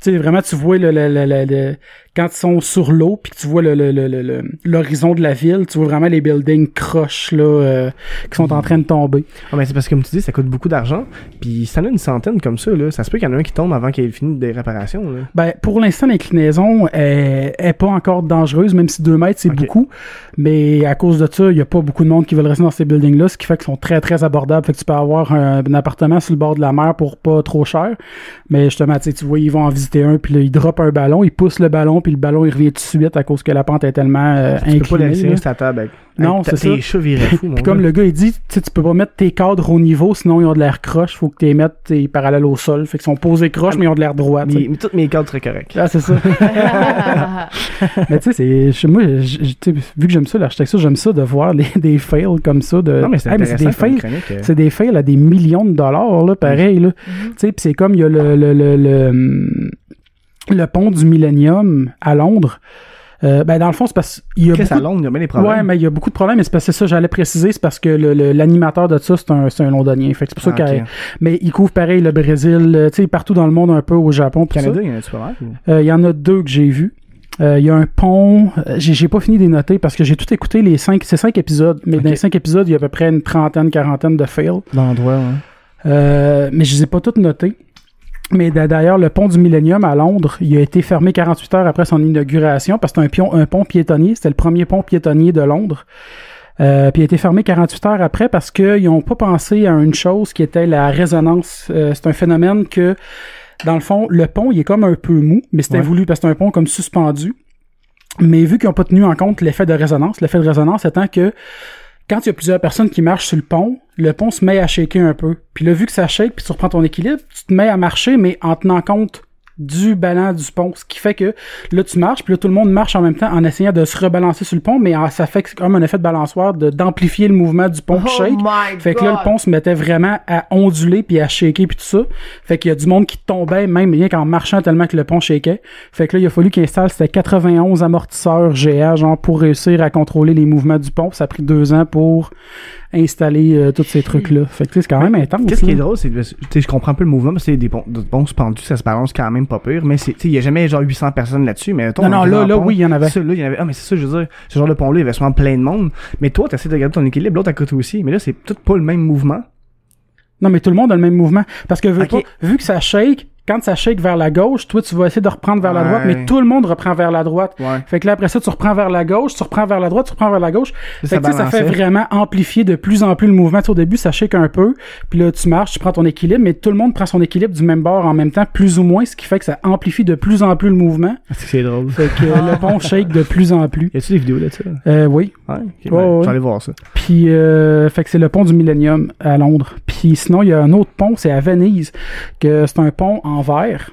Speaker 1: Tu sais, vraiment, tu vois le, le, le, le- le- quand ils sont sur l'eau, puis que tu vois le, le, le, le- le- l'horizon de la ville, tu vois vraiment les buildings croches là, euh, qui sont en train de tomber.
Speaker 5: Ah, ben, c'est parce que, comme tu dis, ça coûte beaucoup d'argent. Puis, ça en a une centaine comme ça, là. Ça se peut qu'il y en a un qui tombe avant qu'il ait fini des réparations, là.
Speaker 1: Ben, pour l'instant, l'inclinaison est, est pas encore dangereuse, même si 2 mètres, c'est
Speaker 5: Ok.
Speaker 1: beaucoup. Mais à cause de ça, il n'y a pas beaucoup de monde qui veulent rester dans ces buildings-là, ce qui fait qu'ils sont très, très abordables. Fait que tu peux avoir un, un appartement sur le bord de la mer pour pas trop cher. Mais justement, tu sais, tu vois, ils vont en visiter un, puis là, ils droppent un ballon, ils poussent le ballon, puis le ballon, il revient tout de suite à cause que la pente est tellement euh,
Speaker 5: Tu peux pas
Speaker 1: inclinée,
Speaker 5: laisser
Speaker 1: là.
Speaker 5: un sur ta table avec.
Speaker 1: Non,
Speaker 5: avec ta-
Speaker 1: c'est ça.
Speaker 5: Tes chats viraient fou, mon
Speaker 1: Puis comme
Speaker 5: gars.
Speaker 1: le gars il dit, tu sais, tu peux pas mettre tes cadres au niveau, sinon ils ont de l'air croche, faut que tu les mettes t'es parallèles au sol. Fait qu'ils sont posés croche, mais ils ont de l'air droit. tu sais.
Speaker 5: Ah, Mais, mais toutes mes cadres seraient correctes.
Speaker 1: Ah, c'est ça. mais tu sais, c'est- je- moi, je- je- tu sais, vu que j'aime ça, l'architecture, j'aime ça de voir les- des fails comme ça. De,
Speaker 5: Non, mais c'est
Speaker 1: Euh, Hey,
Speaker 5: intéressant.
Speaker 1: des
Speaker 5: comme
Speaker 1: fails.
Speaker 5: chronique, euh.
Speaker 1: C'est des fails à des millions de dollars, là, pareil. Là. Tu sais, puis c'est comme il y a le, le, le, le, le pont du Millennium à Londres. Euh, ben, dans le fond, c'est parce qu'il y a
Speaker 5: Qu'est-ce
Speaker 1: beaucoup
Speaker 5: à Londres, il y a bien des problèmes.
Speaker 1: Ouais, mais il y a beaucoup de problèmes. Et c'est parce que ça, j'allais préciser, c'est parce que le- le- l'animateur de ça, c'est un, c'est un londonien. Fait que c'est pour ça
Speaker 5: Ah,
Speaker 1: qu'il
Speaker 5: ok.
Speaker 1: mais il couvre pareil le Brésil, euh, tu sais, partout dans le monde, un peu au Japon.
Speaker 5: Au
Speaker 1: tout
Speaker 5: Canada, il y en a-tu pas mal? ou-
Speaker 1: ça. Euh, Il y en a deux que j'ai vus. Euh, Il y a un pont, euh, j'ai j'ai pas fini de les noter parce que j'ai tout écouté les cinq, c'est cinq épisodes, mais dans les cinq épisodes, il y a à peu près une trentaine, quarantaine de fails.
Speaker 5: L'endroit, ouais.
Speaker 1: Euh, mais je les ai pas toutes notées. Mais d'a- d'ailleurs, le pont du Millennium à Londres, il a été fermé 48 heures après son inauguration parce que c'est un, pion- un pont piétonnier. C'était le premier pont piétonnier de Londres. Euh, puis il a été fermé 48 heures après parce qu'ils n'ont pas pensé à une chose qui était la résonance. Euh, c'est un phénomène que, dans le fond, le pont, il est comme un peu mou, mais c'était
Speaker 5: Ouais.
Speaker 1: voulu parce que c'est un pont comme suspendu. Mais vu qu'ils n'ont pas tenu en compte l'effet de résonance, l'effet de résonance étant que quand il y a plusieurs personnes qui marchent sur le pont, le pont se met à shaker un peu. Puis là, vu que ça shake, puis tu reprends ton équilibre, tu te mets à marcher, mais en tenant compte du ballon du pont, ce qui fait que là tu marches, puis là tout le monde marche en même temps en essayant de se rebalancer sur le pont, mais en- ça fait que c'est comme un effet de balançoire de d'amplifier le mouvement du pont qui
Speaker 4: Oh
Speaker 1: shake.
Speaker 4: my
Speaker 1: Fait que là
Speaker 4: God.
Speaker 1: le pont se mettait vraiment à onduler puis à shaker puis tout ça. Fait qu'il y a du monde qui tombait même rien qu'en marchant tellement que le pont shakeait. Fait que là il a fallu qu'il installe c'était 91 amortisseurs GA genre pour réussir à contrôler les mouvements du pont. Puis Ça a pris deux ans pour installer euh, tous ces trucs là. Fait que tu sais, c'est quand même intense.
Speaker 5: Qu'est-ce qui
Speaker 1: là.
Speaker 5: est drôle, c'est que tu sais, je comprends un peu le mouvement, parce que c'est des ponts, des ponts suspendus, ça se balance quand même pas pire, mais c'est- tu sais, il n'y a jamais genre 800 personnes là-dessus. Mais mettons,
Speaker 1: Non,
Speaker 5: un
Speaker 1: non,
Speaker 5: grand
Speaker 1: là- là,
Speaker 5: pont,
Speaker 1: oui, il y en avait.
Speaker 5: celui-là, il y en avait. Ah, mais c'est ça, je veux dire, ce genre de pont-là, il y avait souvent plein de monde. Mais toi, tu essaies de garder ton équilibre, l'autre à côté aussi, mais là, c'est tout pas le même mouvement.
Speaker 1: Non, mais tout le monde a le même mouvement. Parce que veux
Speaker 5: Ok.
Speaker 1: pas, vu que ça shake, quand ça shake vers la gauche, toi, tu vas essayer de reprendre vers la droite,
Speaker 5: Ouais.
Speaker 1: mais tout le monde reprend vers la droite.
Speaker 5: Ouais.
Speaker 1: Fait que là, après ça, tu reprends vers la gauche, tu reprends vers la droite, tu reprends vers la gauche.
Speaker 5: Ça
Speaker 1: Fait que, tu sais, ça fait
Speaker 5: balançait.
Speaker 1: vraiment amplifier de plus en plus le mouvement. Tu sais, au début, ça shake un peu, puis là, tu marches, tu prends ton équilibre, mais tout le monde prend son équilibre du même bord en même temps, plus ou moins, ce qui fait que ça amplifie de plus en plus le mouvement.
Speaker 5: C'est drôle.
Speaker 1: Fait que euh, le pont shake de plus en plus.
Speaker 5: Y a-tu des vidéos de ça? Ouais,
Speaker 1: Euh, oui,
Speaker 5: ok,
Speaker 1: Ouais,
Speaker 5: ben,
Speaker 1: ouais.
Speaker 5: Je vais aller voir ça.
Speaker 1: Puis, euh, fait que c'est le pont du Millennium à Londres. Puis sinon, il y a un autre pont, c'est à Venise, que c'est un pont en verre.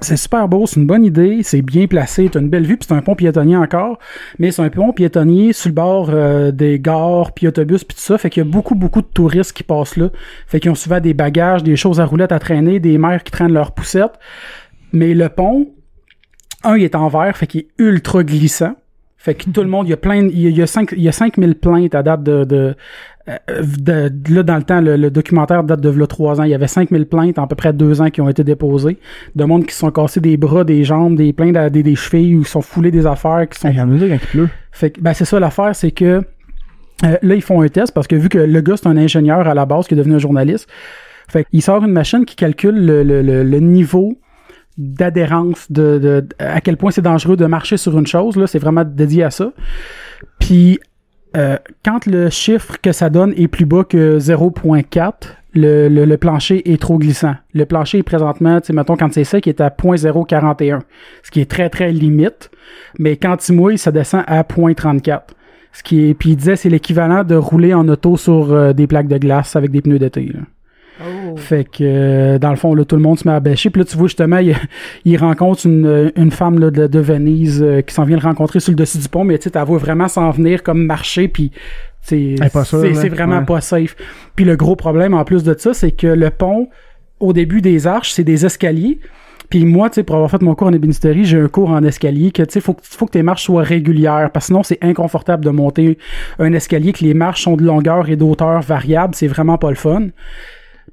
Speaker 1: C'est super beau, c'est une bonne idée, c'est bien placé, t'as une belle vue, puis c'est un pont piétonnier encore, mais c'est un pont piétonnier sur le bord euh, des gares, puis autobus, puis tout ça, fait qu'il y a beaucoup, beaucoup de touristes qui passent là, fait qu'ils ont souvent des bagages, des choses à roulettes à traîner, des mères qui traînent leurs poussettes, mais le pont, un, il est en verre, fait qu'il est ultra glissant. Fait que tout le monde, il y a plein, de- il y a- il y a, cinq- il y a 5000 plaintes à date de, de, euh, de- de- là, dans le temps, le, le documentaire date de là, 3 ans. Il y avait 5000 plaintes en à peu près 2 ans qui ont été déposées. De monde qui se sont cassés des bras, des jambes, des plaintes à des, des chevilles ou se sont foulés des affaires qui sont
Speaker 5: Hey, Regarde-nous ça quand il pleut.
Speaker 1: fait que, ben, c'est ça l'affaire, c'est que euh, là, ils font un test parce que vu que le gars, c'est un ingénieur à la base qui est devenu un journaliste, fait il sort une machine qui calcule le, le- le- le niveau d'adhérence, de, de- à quel point c'est dangereux de marcher sur une chose. Là, c'est vraiment dédié à ça. Puis, euh, quand le chiffre que ça donne est plus bas que 0.4, le, le- le plancher est trop glissant. Le plancher est présentement, tu sais, mettons, quand c'est sec, il est à 0.041, ce qui est très, très limite. Mais quand il mouille, ça descend à 0.34. Ce qui est, puis il disait, c'est l'équivalent de rouler en auto sur euh, des plaques de glace avec des pneus d'été. là.
Speaker 4: Oh.
Speaker 1: Fait que, euh, dans le fond, là, tout le monde se met à bêcher. Puis là, tu vois, justement, il, il rencontre une, euh, une femme là, de, de Venise euh, qui s'en vient le rencontrer sur le dessus du pont, mais tu sais, t'as vu vraiment s'en venir comme marcher, puis tu sais,
Speaker 5: Elle est pas sûre,
Speaker 1: c'est
Speaker 5: là.
Speaker 1: c'est vraiment
Speaker 5: Ouais.
Speaker 1: pas safe. Puis le gros problème, en plus de ça, c'est que le pont, au début des arches, c'est des escaliers. Puis moi, tu sais, pour avoir fait mon cours en ébénisterie, j'ai un cours en escalier que, tu sais, faut que, faut que tes marches soient régulières parce que sinon, c'est inconfortable de monter un escalier que les marches sont de longueur et d'auteur variable. C'est vraiment pas le fun.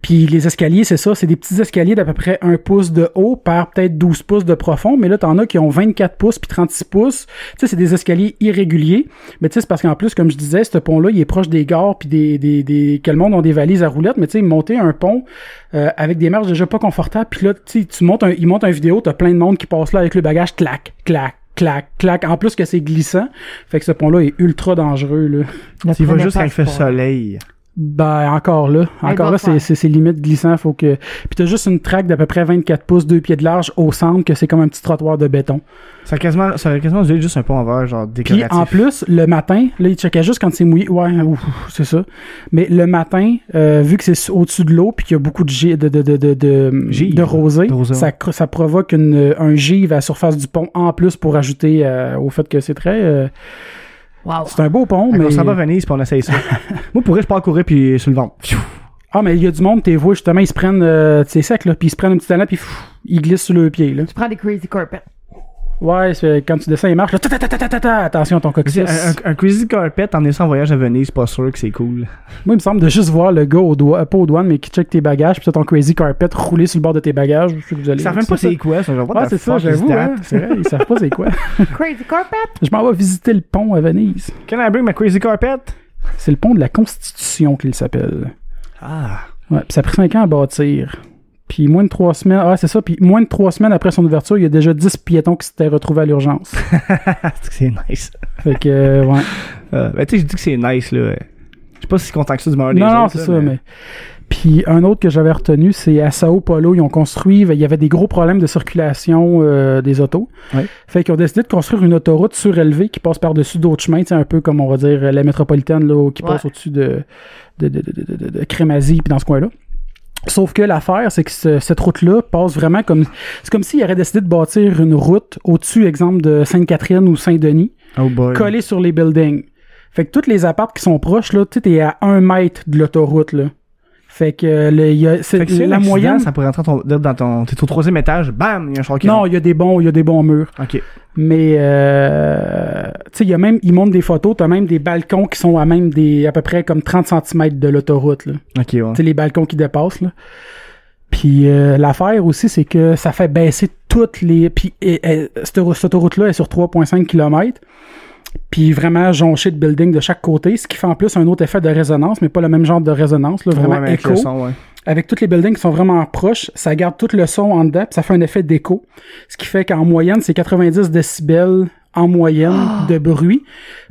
Speaker 1: Puis les escaliers, c'est ça, c'est des petits escaliers d'à peu près 1 pouce de haut par peut-être 12 pouces de profond, mais là, t'en as qui ont 24 pouces puis 36 pouces. Tu sais, c'est des escaliers irréguliers, mais tu sais, c'est parce qu'en plus, comme je disais, ce pont-là, il est proche des gares puis des, des, des... que le monde ont des valises à roulettes, mais tu sais, monter un pont euh, avec des marches déjà pas confortables, puis là, tu sais, tu montes un, il monte un vidéo, t'as plein de monde qui passe là avec le bagage, clac, clac, clac, clac, en plus que c'est glissant, fait que ce pont-là est ultra dangereux, là.
Speaker 4: Ne
Speaker 5: Tu y vas
Speaker 4: prenez
Speaker 5: juste
Speaker 4: pas
Speaker 5: quand il
Speaker 4: ce
Speaker 5: fait
Speaker 4: pont.
Speaker 5: soleil.
Speaker 1: Ben, encore là.
Speaker 4: Elle
Speaker 1: Encore
Speaker 4: doit
Speaker 1: là, c'est,
Speaker 4: faire.
Speaker 1: c'est, c'est limite glissant. Faut que... Puis t'as juste une traque d'à peu près 24 pouces, 2 pieds de large au centre, que c'est comme un petit trottoir de béton.
Speaker 5: Ça a quasiment, ça aurait quasiment dû être juste un pont en verre, genre
Speaker 1: Puis
Speaker 5: décoratif.
Speaker 1: en plus, le matin, là, il checkait juste quand c'est mouillé. Ouais, ouf, c'est ça. Mais le matin, euh, vu que c'est su- au-dessus de l'eau puis qu'il y a beaucoup de, gi- de, de, de, de, de,
Speaker 5: Givre.
Speaker 1: de rosée,
Speaker 5: De rosée,
Speaker 1: ça,
Speaker 5: ouais.
Speaker 1: cr- ça provoque une, euh, un givre à la surface du pont en plus pour ajouter euh, au fait que c'est très. euh,
Speaker 4: Wow.
Speaker 1: c'est un beau pont,
Speaker 5: Fait qu'on
Speaker 1: mais.
Speaker 5: s'en va à Venise puis on essaye ça. Moi, pourrais, je pars courir puis sur le ventre. Pfiou.
Speaker 1: Ah, mais il y a du monde, t'es vois, justement, ils se prennent, euh, tu sais, sec, là, puis ils se prennent un petit talent, puis pff, ils glissent sur le pied, là.
Speaker 4: Tu prends des crazy carpets.
Speaker 1: Ouais, c'est- quand tu descends, ils marchent, là, ta, ta, ta, ta, ta, ta, ta, attention à ton Euh,
Speaker 5: Tu sais,
Speaker 1: coccyx.
Speaker 5: Un, un- un crazy carpet emmener ça en voyage à Venise, c'est pas sûr que c'est cool.
Speaker 1: Moi, il me semble de juste voir le gars au doigt, euh, pas aux douanes, mais qui check tes bagages, puis t'as ton crazy carpet roulé sur le bord de tes bagages, je sais que vous allez
Speaker 5: Ça savent même pas c'est quoi, ça. Genre, what
Speaker 1: Ouais,
Speaker 5: the
Speaker 1: c'est ça,
Speaker 5: fuck is
Speaker 1: j'avoue.
Speaker 5: that?
Speaker 1: hein. C'est vrai, ils savent pas c'est quoi.
Speaker 4: Crazy carpet?
Speaker 1: Je m'en vais visiter le pont à Venise.
Speaker 5: Can I bring my crazy carpet?
Speaker 1: C'est le pont de la Constitution qu'il s'appelle.
Speaker 5: Ah.
Speaker 1: Ouais, puis ça a pris 5 ans à bâtir. Puis moins de 3 semaines, ah, c'est ça, puis moins de 3 semaines après son ouverture, il y a déjà 10 piétons qui s'étaient retrouvés à l'urgence.
Speaker 5: C'est que c'est nice.
Speaker 1: fait que, euh, ouais.
Speaker 5: Euh, ben, tu sais, j'ai dit que c'est nice, là. Je sais pas si content que ça du meilleur des
Speaker 1: Non, non,
Speaker 5: autres,
Speaker 1: c'est
Speaker 5: là,
Speaker 1: ça, mais... Puis un autre que j'avais retenu, c'est à Sao Paulo, ils ont construit, il y avait des gros problèmes de circulation euh, des autos.
Speaker 5: Ouais.
Speaker 1: Fait qu'ils ont décidé de construire une autoroute surélevée qui passe par-dessus d'autres chemins, tu sais, un peu comme on va dire la métropolitaine là, qui
Speaker 4: Ouais.
Speaker 1: passe au-dessus de, de, de, de, de, de- de Crémazie puis dans ce coin-là. Sauf que l'affaire, c'est que ce- cette route-là passe vraiment comme. C'est comme s'il aurait décidé de bâtir une route au-dessus, exemple, de Sainte-Catherine ou Saint-Denis,
Speaker 5: Oh boy.
Speaker 1: collée sur les buildings. Fait que toutes les appartes qui sont proches, là, tu sais, t'es à un mètre de l'autoroute, là. Fait que, euh, le- il y a- c'est-
Speaker 5: Fait que si
Speaker 1: la moyenne.
Speaker 5: ça pourrait rentrer dans ton- dans ton. T'es au troisième étage, bam, il y a un char qui
Speaker 1: Non,
Speaker 5: rentre.
Speaker 1: il y a des bons, il y a des bons murs.
Speaker 5: Ok.
Speaker 1: Mais euh, tu sais, il y a même, ils montrent des photos, t'as même des balcons qui sont à même des à peu près comme 30 cm de l'autoroute. là. Tu
Speaker 5: Ok, ouais.
Speaker 1: sais, les balcons qui dépassent. Là. Puis euh, l'affaire aussi, c'est que ça fait baisser toutes les. Puis et- et- cette, rou- cette autoroute-là est sur 3,5 km. Puis vraiment jonchée de buildings de chaque côté, ce qui fait en plus un autre effet de résonance, mais pas le même genre de résonance, là,
Speaker 5: Ouais,
Speaker 1: vraiment
Speaker 5: mais avec
Speaker 1: écho
Speaker 5: le son, ouais.
Speaker 1: avec tous les buildings qui sont vraiment proches, ça garde tout le son en dedans, puis ça fait un effet d'écho. Ce qui fait qu'en moyenne, c'est 90 décibels en moyenne de bruit.